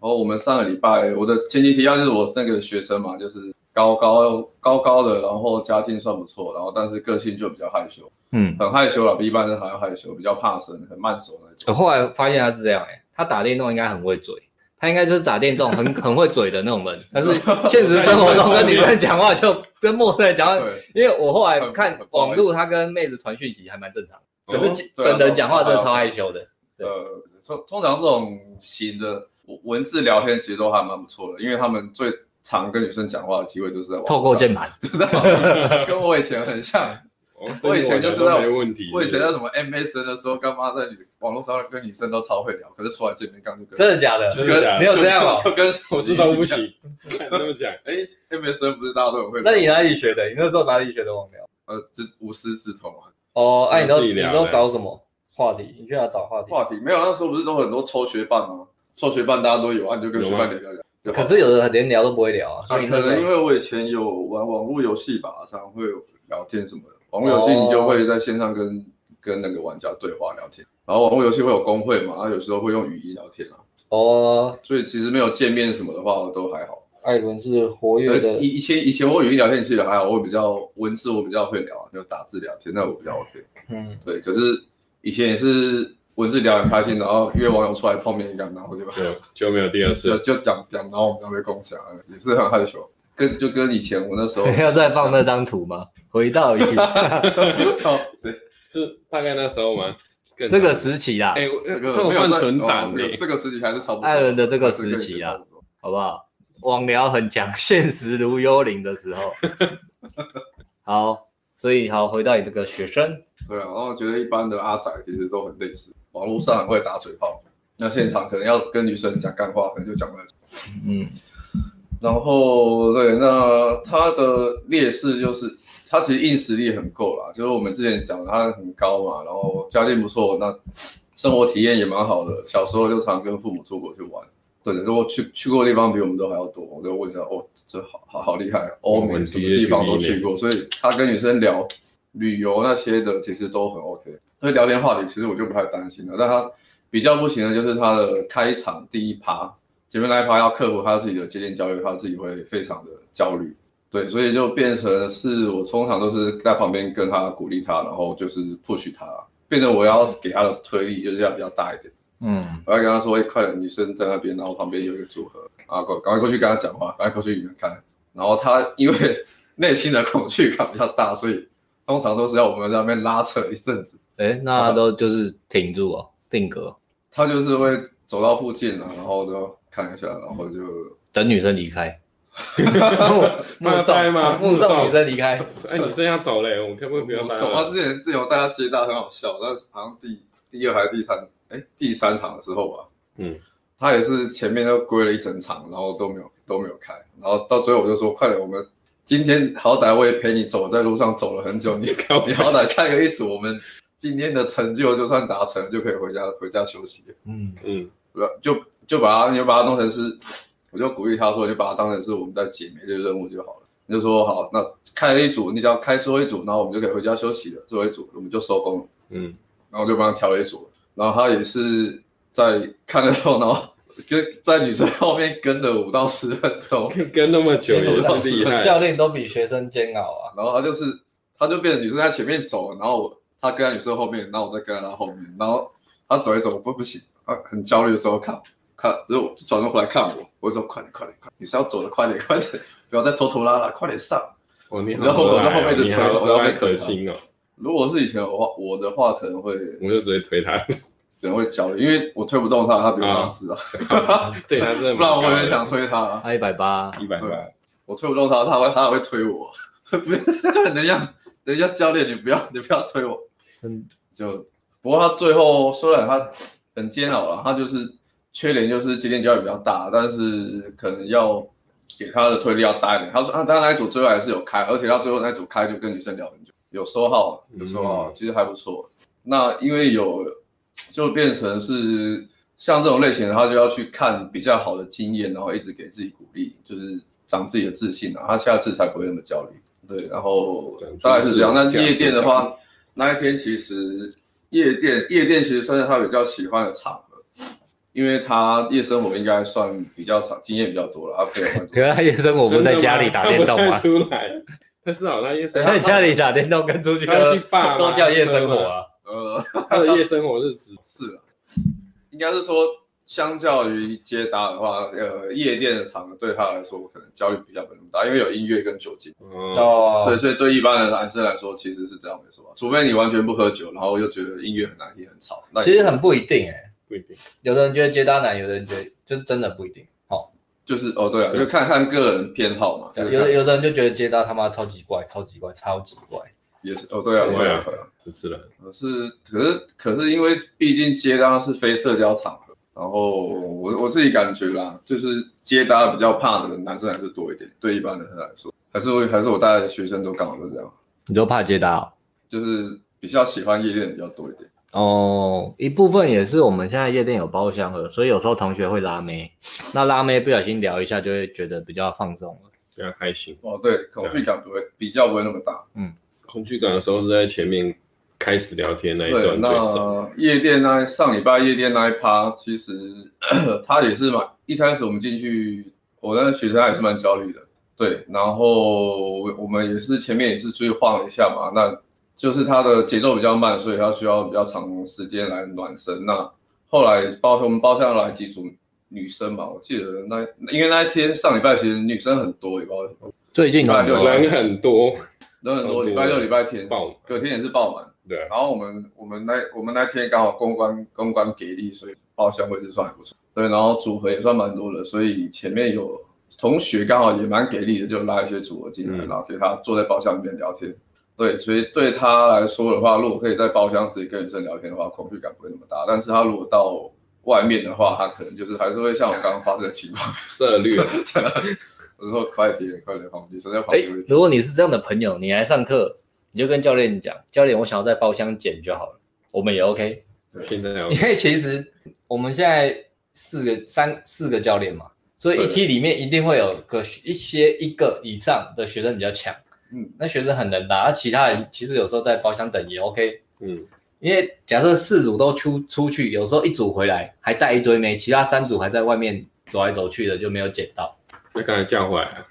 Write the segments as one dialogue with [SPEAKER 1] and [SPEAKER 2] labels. [SPEAKER 1] 哦，我们上个礼拜我的前提提要就是我那个学生嘛，就是高高高高的，然后家境算不错，然后但是个性就比较害羞，
[SPEAKER 2] 嗯，
[SPEAKER 1] 很害羞了，比一般人还要害羞，比较怕生，很慢熟那
[SPEAKER 2] 我
[SPEAKER 1] 种。
[SPEAKER 2] 后来发现他是这样、欸，哎，他打电动应该很会嘴，他应该就是打电动很很会嘴的那种人，但是现实生活中跟女生讲话就跟陌生人讲话，
[SPEAKER 1] 对，
[SPEAKER 2] 因为我后来看
[SPEAKER 1] 很很不好意
[SPEAKER 2] 网
[SPEAKER 1] 思
[SPEAKER 2] 络，他跟妹子传讯息还蛮正常，可
[SPEAKER 1] 哦
[SPEAKER 2] 是
[SPEAKER 1] 对啊
[SPEAKER 2] 本人讲话真的
[SPEAKER 1] 对
[SPEAKER 2] 超
[SPEAKER 1] 啊
[SPEAKER 2] 害羞的，对
[SPEAKER 1] 呃，通通常这种型的文文字聊天其实都还蛮不错的，因为他们最常跟女生讲话的机会就是在网
[SPEAKER 2] 透过
[SPEAKER 1] 上
[SPEAKER 2] 键盘，
[SPEAKER 1] 就是在网上，跟我以前很像。我以前就是那种
[SPEAKER 3] 没问题。
[SPEAKER 1] 我以前在什么 MSN 的时候，干妈在女网络上跟女生都超会聊，可是出来见面刚就跟
[SPEAKER 2] 真的假的？
[SPEAKER 3] 真的假
[SPEAKER 2] 你
[SPEAKER 3] 的？
[SPEAKER 2] 有这样哦、
[SPEAKER 1] 就跟死
[SPEAKER 3] 我知道不行， 看这么讲，
[SPEAKER 1] 哎，MSN 不是大家都很会聊？
[SPEAKER 2] 那你哪里学的？你那时候哪里学的网聊？
[SPEAKER 1] 呃，这无师自通啊。
[SPEAKER 2] 哦，哎、你都
[SPEAKER 3] 自己
[SPEAKER 2] 你
[SPEAKER 3] 聊
[SPEAKER 2] 都
[SPEAKER 3] 的
[SPEAKER 2] 找什么话题？你去哪找话题？
[SPEAKER 1] 话题没有，那时候不是都很多抽学伴吗？抽学伴大家都有啊，你就跟
[SPEAKER 3] 有
[SPEAKER 1] 学
[SPEAKER 3] 吗
[SPEAKER 1] 伴聊聊聊就好。
[SPEAKER 2] 可是有的连聊都不会聊啊，
[SPEAKER 1] 啊，
[SPEAKER 2] 所以
[SPEAKER 1] 可
[SPEAKER 2] 那时候
[SPEAKER 1] 能因为我以前有玩网络游戏吧，常常会有聊天什么的。网络游戏你就会在线上跟、跟那个玩家对话聊天，然后网络游戏会有公会嘛，然啊后有时候会用语音聊天啊，
[SPEAKER 2] 哦，
[SPEAKER 1] 所以其实没有见面什么的话都还好。
[SPEAKER 2] 艾伦是活跃的
[SPEAKER 1] 呃，以以前以前我语音聊天其实还好，我比较文字我比较会聊啊，就打字聊天，那我比较 OK。
[SPEAKER 2] 嗯，
[SPEAKER 1] 对，可是以前也是文字聊很开心，然后约网友出来碰面一样，然后就
[SPEAKER 3] 就就没有第二
[SPEAKER 1] 就
[SPEAKER 3] 次。
[SPEAKER 1] 就讲讲，然后我们就被共享，也是很害羞。跟就跟以前我那时候
[SPEAKER 2] 要再 放那张图吗？回到以 前
[SPEAKER 1] 好，哦 对，
[SPEAKER 3] 是大概那时候吗？更
[SPEAKER 2] 这个时期啦，
[SPEAKER 3] 哎，我
[SPEAKER 1] 这
[SPEAKER 3] 这
[SPEAKER 1] 个
[SPEAKER 3] 个
[SPEAKER 1] 没有
[SPEAKER 3] 换
[SPEAKER 1] 在
[SPEAKER 3] 存
[SPEAKER 1] 哦
[SPEAKER 3] 档
[SPEAKER 1] 这个
[SPEAKER 3] 哎，
[SPEAKER 1] 这个时期还是差不多。
[SPEAKER 2] 欸艾伦的这个
[SPEAKER 1] 还是跟
[SPEAKER 2] 时期啊
[SPEAKER 1] 以前差不多，
[SPEAKER 2] 好不好？网聊很强，现实如幽灵的时 候。好，所以好回到你这个学生，
[SPEAKER 1] 对啊。然后我觉得一般的阿仔其实都很类似，网络上很会打嘴炮，那现场可能要跟女生讲干话，可能就讲不来。
[SPEAKER 2] 嗯，
[SPEAKER 1] 然后对，那他的劣势就是他其实硬实力很够啦，就是我们之前讲的他很高嘛，然后家境不错，那生活体验也蛮好的，小时候就常跟父母出国去玩。对，如果去去过的地方比我们都还要多，我就问一下，哦，这好好好厉害，哦欧
[SPEAKER 3] 我
[SPEAKER 1] 美
[SPEAKER 3] 们
[SPEAKER 1] 什么
[SPEAKER 3] 直接
[SPEAKER 1] 地方
[SPEAKER 3] 去
[SPEAKER 1] 都
[SPEAKER 3] 避
[SPEAKER 1] 去
[SPEAKER 3] 免
[SPEAKER 1] 过，所以他跟女生聊旅游那些的，其实都很 OK。所以聊天话题其实我就不太担心了，但他比较不行的就是他的开场第一趴，前面那一趴要克服他自己的接近焦虑，他自己会非常的焦虑。对，所以就变成是我通常都是在旁边跟他鼓励他，然后就是 push 他，变成我要给他的推力就是要比较大一点。
[SPEAKER 2] 嗯，
[SPEAKER 1] 我要跟他说，哎、快点，女生在那边，然后旁边有一个组合，啊，赶赶快过去跟他讲话，赶快过去远看。然后他因为 内心的恐惧感比较大，所以通常都是要我们在那边拉扯一阵子。
[SPEAKER 2] 哎，那都就是停住哦，定格，
[SPEAKER 1] 他就是会走到附近啊，然后就看一下，然后就
[SPEAKER 2] 等女生离 开，目目
[SPEAKER 3] 拜拜
[SPEAKER 2] 送
[SPEAKER 3] 嘛
[SPEAKER 2] 目
[SPEAKER 3] 目送
[SPEAKER 2] 送女生离开，
[SPEAKER 3] 哎，你剩下走嘞，我们可不可以不要
[SPEAKER 1] 我
[SPEAKER 3] 打
[SPEAKER 1] 手他
[SPEAKER 3] 了？
[SPEAKER 1] 之前自由带他接大很好笑，但是好像第第二还是第三，哎、第三场的时候吧，
[SPEAKER 3] 嗯，
[SPEAKER 1] 他也是前面都归了一整场，然后都没有都没有开，然后到最后我就说，快点，我们今天好歹我也陪你走，在路上走了很久，你
[SPEAKER 3] 靠
[SPEAKER 1] 你好歹开个一组，我们今天的成就就算达成了，就可以回家回家休息了。
[SPEAKER 2] 嗯，
[SPEAKER 3] 嗯，
[SPEAKER 1] 不就就把它，你就把它弄成是，我就鼓励他说，你就把它当成是我们在解每日任务就好了。你就说好，那开了一组，你只要开最后一组，然后我们就可以回家休息了。最后一组我们就收工了，
[SPEAKER 3] 嗯，
[SPEAKER 1] 然后我就帮他调了一组，然后他也是在看了后， 然后跟在女生后面跟了五到十分钟，
[SPEAKER 3] 跟那么久也是厉害。
[SPEAKER 2] 教练都比学生煎熬啊，
[SPEAKER 1] 然后他就是他就变成女生在前面走，然后我他跟在女生后面，然后我再跟在他后面，然后他走一走，不不行，啊，很焦虑的时候看看，然后转头回来看我，我就说快点快点快点，女生要走了，快点快点，不要再拖拖拉拉，快点上。
[SPEAKER 3] 哦，你
[SPEAKER 1] 然后
[SPEAKER 3] 好
[SPEAKER 1] 我在
[SPEAKER 3] 赖
[SPEAKER 1] 后
[SPEAKER 3] 哦，
[SPEAKER 1] 面一直
[SPEAKER 3] 你
[SPEAKER 1] 推
[SPEAKER 3] 好
[SPEAKER 1] 我要被
[SPEAKER 3] 赖
[SPEAKER 1] 推
[SPEAKER 3] 可
[SPEAKER 1] 到
[SPEAKER 3] 心哦，
[SPEAKER 1] 如果是以前的话，我的话可能会
[SPEAKER 3] 我就直接推他，
[SPEAKER 1] 可能会焦虑，因为我推不动他，他比我大只啊，
[SPEAKER 3] 对他真的蛮
[SPEAKER 1] 不然我
[SPEAKER 3] 高
[SPEAKER 1] 也
[SPEAKER 3] 的
[SPEAKER 1] 很想推他啊、
[SPEAKER 2] 他一百八，
[SPEAKER 3] 一百八。
[SPEAKER 1] 我推不动他，他会他还会推我， 不是，就是等一下，等一下教练，你不要你不要推我，
[SPEAKER 2] 嗯，
[SPEAKER 1] 就不过他最后虽然他很煎熬了，他就是缺点就是接点焦虑比较大，但是可能要给他的推力要大一点。他说啊，他那一组最后还是有开，而且他最后那一组开就跟女生聊很久，有收号，有收号，
[SPEAKER 3] 嗯
[SPEAKER 1] 其实还不错。那因为有就变成是像这种类型的，他就要去看比较好的经验，然后一直给自己鼓励，就是长自己的自信啊，他下次才不会那么焦虑。对，然后
[SPEAKER 3] 讲出
[SPEAKER 1] 大概是这样。那
[SPEAKER 3] 自己的
[SPEAKER 1] 夜店的
[SPEAKER 3] 价值
[SPEAKER 1] 话
[SPEAKER 3] 观，
[SPEAKER 1] 那一天其实夜店夜店其实算是他比较喜欢的场合，因为他夜生活应该算比较长，经验比较多了，他朋友蛮
[SPEAKER 2] 可
[SPEAKER 1] 多。
[SPEAKER 2] 是他夜生活不是在家里打电动
[SPEAKER 3] 真的
[SPEAKER 2] 吗
[SPEAKER 3] 吗看？不太出来，但是好像夜生
[SPEAKER 2] 在家里打电动跟出去
[SPEAKER 3] 他
[SPEAKER 2] 喝
[SPEAKER 3] 去爸
[SPEAKER 2] 都叫夜生活啊。
[SPEAKER 1] 呃，
[SPEAKER 3] 他的夜生活是指
[SPEAKER 1] 是啊，应该是说，相较于接搭的话，呃，夜店的场合对他来说，可能焦虑比较没那么大，因为有音乐跟酒精。
[SPEAKER 3] 哦，
[SPEAKER 2] 哦
[SPEAKER 1] 对，，所以对一般的男生来说，其实是这样没错吧？除非你完全不喝酒，然后又觉得音乐很难听、很吵，那你
[SPEAKER 2] 其实很不一定哎，
[SPEAKER 3] 不一定，
[SPEAKER 2] 有的人觉得接搭男，有的人觉得就是真的不一定。哦，
[SPEAKER 1] 就是哦，对啊，就看看个人偏好嘛。
[SPEAKER 2] 有
[SPEAKER 1] 就是看
[SPEAKER 2] 的有的人就觉得接搭他妈超级怪，超级怪，超级怪。
[SPEAKER 1] 也是哦，对啊，
[SPEAKER 3] 对
[SPEAKER 1] 对
[SPEAKER 3] 啊
[SPEAKER 1] 啊，对啊。
[SPEAKER 3] 主持人
[SPEAKER 1] 可是可是可是，因为毕竟接搭是非社交场合，然后我我自己感觉啦，就是接搭比较怕的男生还是多一点，对一般的人来说，还是会还是我带的学生都刚好都这样，
[SPEAKER 2] 你都怕接搭哦？
[SPEAKER 1] 就是比较喜欢夜店比较多一点。
[SPEAKER 2] 哦，一部分也是我们现在夜店有包厢了，所以有时候同学会拉妹，那拉妹不小心聊一下，就会觉得比较放松了。
[SPEAKER 3] 这样还行。
[SPEAKER 1] 哦，对，恐惧感不会比较不会那么大。
[SPEAKER 3] 恐惧感的时候是在前面开始聊天那一
[SPEAKER 1] 对，
[SPEAKER 3] 段最早，
[SPEAKER 1] 那夜店那上礼拜夜店那一趴，其实 他也是蛮一开始我们进去，我那个学生他也是蛮焦虑的，对，然后我们也是前面也是追晃了一下嘛，那就是他的节奏比较慢，所以他需要比较长时间来暖身。那后来包我们包厢来几组女生嘛，我记得那因为那一天上礼拜其实女生很多，也不知道为什么
[SPEAKER 2] 最近很
[SPEAKER 1] 对
[SPEAKER 2] 多
[SPEAKER 1] 那
[SPEAKER 3] 啊人很多，
[SPEAKER 1] 人很
[SPEAKER 3] 超多
[SPEAKER 1] 多，礼拜六礼拜天，
[SPEAKER 3] 爆满，
[SPEAKER 1] 隔天也是爆满。
[SPEAKER 3] 对啊，
[SPEAKER 1] 然后我们我们那我们那天刚好公关公关给力，所以包厢位置算还不错。对，然后组合也算蛮多的，所以前面有同学刚好也蛮给力的，就拉一些组合进来，
[SPEAKER 3] 嗯
[SPEAKER 1] 然后给他坐在包厢里面聊天。对，所以对他来说的话，如果可以在包厢自己跟女生聊天的话，恐惧感不会那么大。但是他如果到外面的话，他可能就是还是会像我刚刚发生的情况，
[SPEAKER 3] 涉略，
[SPEAKER 1] 我说快点快点，旁边女生在旁
[SPEAKER 2] 哎
[SPEAKER 1] 边会，
[SPEAKER 2] 如果你是这样的朋友，你来上课，你就跟教练讲，教练，我想要在包厢减就好了，我们也 OK。
[SPEAKER 3] 现在要
[SPEAKER 2] 因为其实我们现在四个三四个教练嘛，所以一
[SPEAKER 1] 对
[SPEAKER 2] 梯里面一定会有个一些一个以上的学生比较强，
[SPEAKER 1] 嗯，
[SPEAKER 2] 那学生很能打，那其他人其实有时候在包厢等也 OK。
[SPEAKER 3] 嗯，
[SPEAKER 2] 因为假设四组都出出去，有时候一组回来还带一堆妹，其他三组还在外面走来走去的，就没有捡到。
[SPEAKER 3] 那刚才叫回来啊，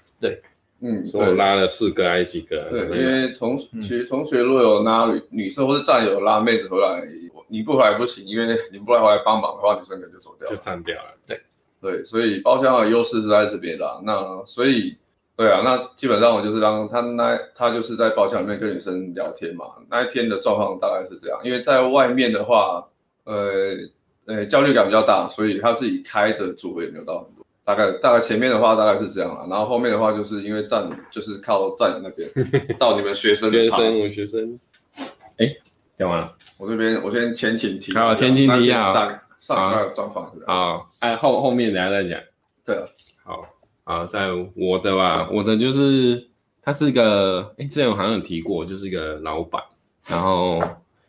[SPEAKER 1] 嗯，
[SPEAKER 3] 说我
[SPEAKER 1] 对
[SPEAKER 3] 拉了四个还是几个啊？
[SPEAKER 1] 对，
[SPEAKER 3] 那
[SPEAKER 1] 因为嗯同其实同学若有拉女女生或是战友拉妹子回来，你不回来不行，因为你不回来帮忙的话，女生可能就走掉
[SPEAKER 3] 就
[SPEAKER 1] 了。
[SPEAKER 3] 散掉了，
[SPEAKER 1] 对，所以包厢的优势是在这边啦。那所以对啊，那基本上我就是让他那他就是在包厢里面跟女生聊天嘛。那一天的状况大概是这样，因为在外面的话，呃呃焦虑感比较大，所以他自己开的组合也没有到很多。大概大概前面的话大概是这样啦，然后后面的话就是因为站就是靠站友那 边到你们学生的
[SPEAKER 3] 学
[SPEAKER 1] 趴
[SPEAKER 3] 生，我学生，哎，讲完了
[SPEAKER 1] 我这边我先前情提一下，
[SPEAKER 3] 好前情提一下
[SPEAKER 1] 那天大上一段状况是这样，
[SPEAKER 3] 啊，哎，后后面等一下再讲。
[SPEAKER 1] 对啊，
[SPEAKER 3] 好啊，在我的吧，我的就是他是个，哎、之前我好像有提过，就是一个老板，然后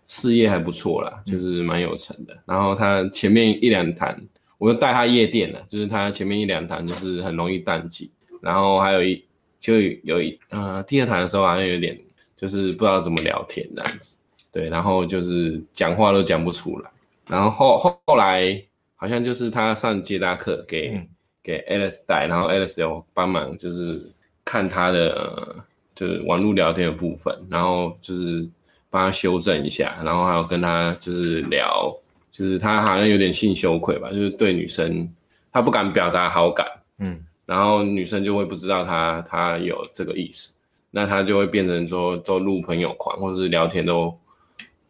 [SPEAKER 3] 事业还不错啦，就是蛮有成的。然后他前面一两坛，我就带他夜店了，就是他前面一两坛就是很容易淡季，然后还有一就有一呃第二坛的时候好像有点就是不知道怎么聊天这样子，对，然后就是讲话都讲不出来，然后后后后来好像就是他上接搭课给。
[SPEAKER 2] 嗯
[SPEAKER 3] 给 Alice 带，然后 Alice 有帮忙，就是看他的、呃就是网络聊天的部分，然后就是帮他修正一下，然后还有跟他就是聊，就是他好像有点性羞愧吧，就是对女生他不敢表达好感，
[SPEAKER 2] 嗯，
[SPEAKER 3] 然后女生就会不知道他他有这个意思，那他就会变成说都录朋友狂，或是聊天都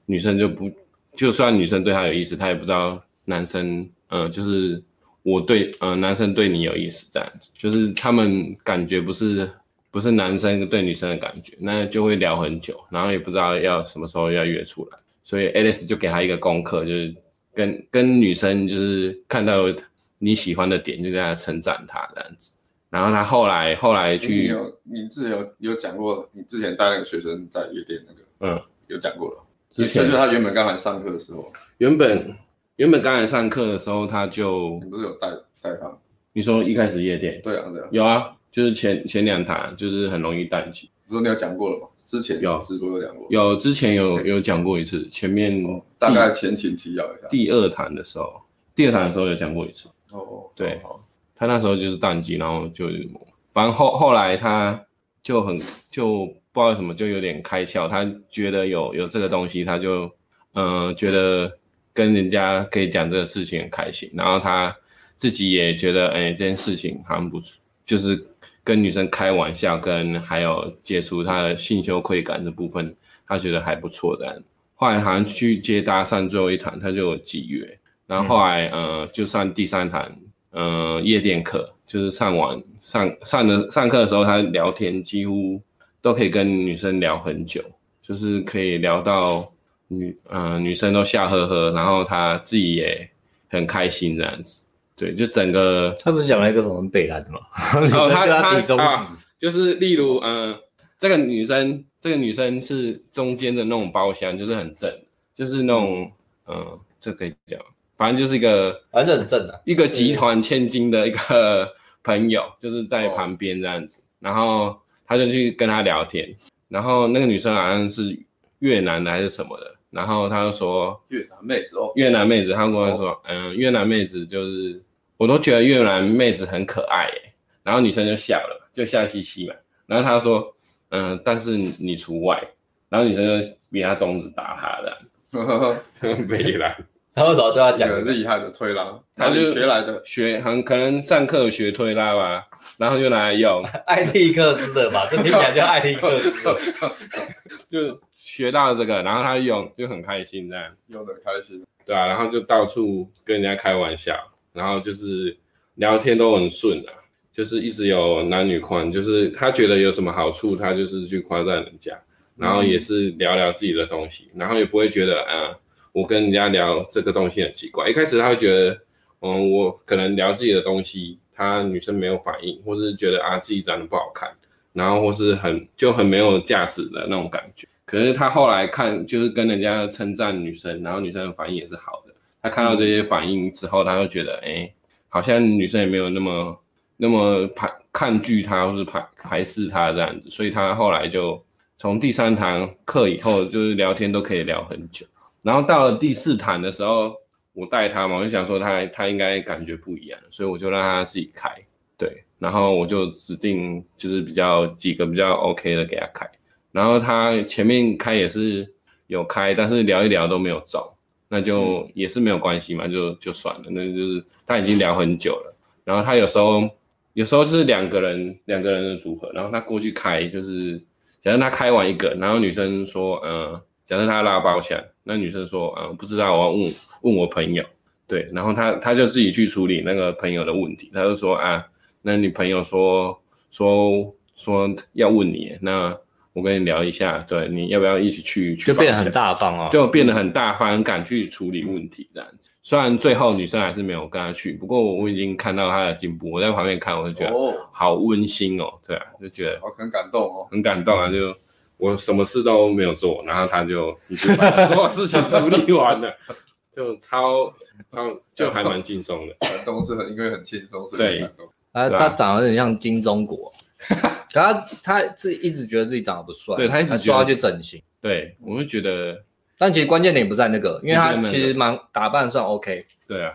[SPEAKER 3] 女生就不，就算女生对他有意思，他也不知道男生，呃，就是我对，呃，男生对你有意思这样子，就是他们感觉不是不是男生对女生的感觉，那就会聊很久，然后也不知道要什么时候要约出来，所以 Alice 就给他一个功课，就是跟跟女生就是看到你喜欢的点，就在那称赞他这样子。然后他后来后来
[SPEAKER 1] 你
[SPEAKER 3] 去，
[SPEAKER 1] 有你之前有有讲过，你之前带那个学生在夜店那个，
[SPEAKER 3] 嗯，
[SPEAKER 1] 有讲过了。
[SPEAKER 3] 之前
[SPEAKER 1] 就是他原本刚来上课的时候，
[SPEAKER 3] 原本原本刚才上课的时候，他就
[SPEAKER 1] 你不是有带带他？
[SPEAKER 3] 你说一开始夜店
[SPEAKER 1] 对啊，对啊，
[SPEAKER 3] 有啊，就是前前两堂就是很容易淡季，
[SPEAKER 1] 不是你有讲过了吗？之前
[SPEAKER 3] 有
[SPEAKER 1] 直播有讲过，哦
[SPEAKER 3] 有嗯之前有有讲过一次，前面
[SPEAKER 1] 大概前情提要一下。
[SPEAKER 3] 第二堂的时候，第二堂的时候有讲过一次，
[SPEAKER 1] 哦，
[SPEAKER 3] 对
[SPEAKER 1] 好，好
[SPEAKER 3] 他那时候就是宕机，然后就反正后后来他就很就不知道为什么就有点开窍，他觉得有有这个东西，他就嗯、呃觉得跟人家可以讲这个事情很开心，然后他自己也觉得哎、这件事情好像不错，就是跟女生开玩笑，跟还有解除他的性羞愧感这部分，他觉得还不错的。后来好像去接搭讪最后一堂，他就有集约，然后后来、呃，就上第三堂呃夜店课，就是上完上上的上课的时候，他聊天几乎都可以跟女生聊很久，就是可以聊到女呃女生都笑呵呵，然后他自己也很开心这样子。对，就 整个
[SPEAKER 2] 他不是讲了一个什么北兰的吗？ 然
[SPEAKER 3] 哦，他
[SPEAKER 2] 他比中
[SPEAKER 3] 啊
[SPEAKER 2] 指，
[SPEAKER 3] 就是例如，呃，这个女生，这个女生是中间的那种包厢，就是很正，就是那种，
[SPEAKER 2] 嗯
[SPEAKER 3] 呃，这可以讲，反正就是一个
[SPEAKER 2] 反正很正啊的。
[SPEAKER 3] 一个集团千金的一个朋友，就是在
[SPEAKER 1] 哦
[SPEAKER 3] 旁边这样子，然后他就去跟他聊天，然后那个女生好像是越南的还是什么的，然后他就说，
[SPEAKER 1] 越南妹子哦，
[SPEAKER 3] 越南妹子，他跟我说，嗯、越南妹子就是，我都觉得越南妹子很可爱耶。然后女生就笑了，就笑嘻嘻嘛。然后他说，嗯、但是你除外。然后女生就比他中指打他 的，很悲啦。
[SPEAKER 2] 他为什么对他
[SPEAKER 1] 这
[SPEAKER 2] 讲？
[SPEAKER 1] 个厉害的推拉，
[SPEAKER 3] 他
[SPEAKER 1] 哪
[SPEAKER 3] 就
[SPEAKER 1] 里学来的？
[SPEAKER 3] 学很可能上课有学推拉吧，然后就拿来用，
[SPEAKER 2] 艾利克斯的吧，这听起来叫艾利克斯。
[SPEAKER 3] 就学到了这个，然后他用就很开心这样。
[SPEAKER 1] 用的开心，
[SPEAKER 3] 对啊，然后就到处跟人家开玩笑，然后就是聊天都很顺啊，就是一直有男女宽，就是他觉得有什么好处，他就是去夸赞人家，然后也是聊聊自己的东西，然后也不会觉得啊、我跟人家聊这个东西很奇怪。一开始他会觉得，嗯，我可能聊自己的东西，他女生没有反应，或是觉得啊自己长得不好看，然后或是很就很没有价值的那种感觉。可是他后来看，就是跟人家称赞女生，然后女生的反应也是好的。他看到这些反应之后，他就觉得，哎、好像女生也没有那么那么排抗拒他，或是排排斥他这样子。所以他后来就从第三堂课以后，就是聊天都可以聊很久。然后到了第四堂的时候，我带他嘛，我就想说他他应该感觉不一样，所以我就让他自己开。对，然后我就指定就是比较几个比较 OK 的给他开。然后他前面开也是有开，但是聊一聊都没有中，那
[SPEAKER 2] 嗯
[SPEAKER 3] 就也是没有关系嘛，就就算了。那就是他已经聊很久了，然后他有时候有时候是两个人两个人的组合，然后他过去开，就是假设他开完一个，然后女生说，呃，假设他拉包厢，那女生说，嗯、不知道，我要问问我朋友，对，然后他他就自己去处理那个朋友的问题，他就说啊，那你朋友说说说要问你，那我跟你聊一下，对，你要不要一起去去
[SPEAKER 2] 就变得很
[SPEAKER 3] 包厢
[SPEAKER 2] 大方哦，
[SPEAKER 3] 就变得很大方，很敢去处理问题这样子。虽然最后女生还是没有跟他去，不过我已经看到他的进步。我在旁边看，我就觉得
[SPEAKER 1] 哦，
[SPEAKER 3] 好温馨哦，对啊，就觉得
[SPEAKER 1] 好很感动哦，
[SPEAKER 3] 很感动啊。就我什么事都没有做，然后他就已经把所有事情处理完了，就超超就还蛮轻松的。
[SPEAKER 1] 感动是很因为很轻松，所以
[SPEAKER 3] 对
[SPEAKER 1] 很感动。
[SPEAKER 2] 他
[SPEAKER 3] 对啊
[SPEAKER 2] 他长得有点像金钟 国，可他他自己一直觉得自己长得不帅，
[SPEAKER 3] 对他一直觉
[SPEAKER 2] 说
[SPEAKER 3] 得
[SPEAKER 2] 要去整形，
[SPEAKER 3] 对，我就觉得
[SPEAKER 2] 但其实关键点不在那个，因为他
[SPEAKER 3] 不在那个
[SPEAKER 2] 其实蛮打扮算 OK，
[SPEAKER 3] 对啊，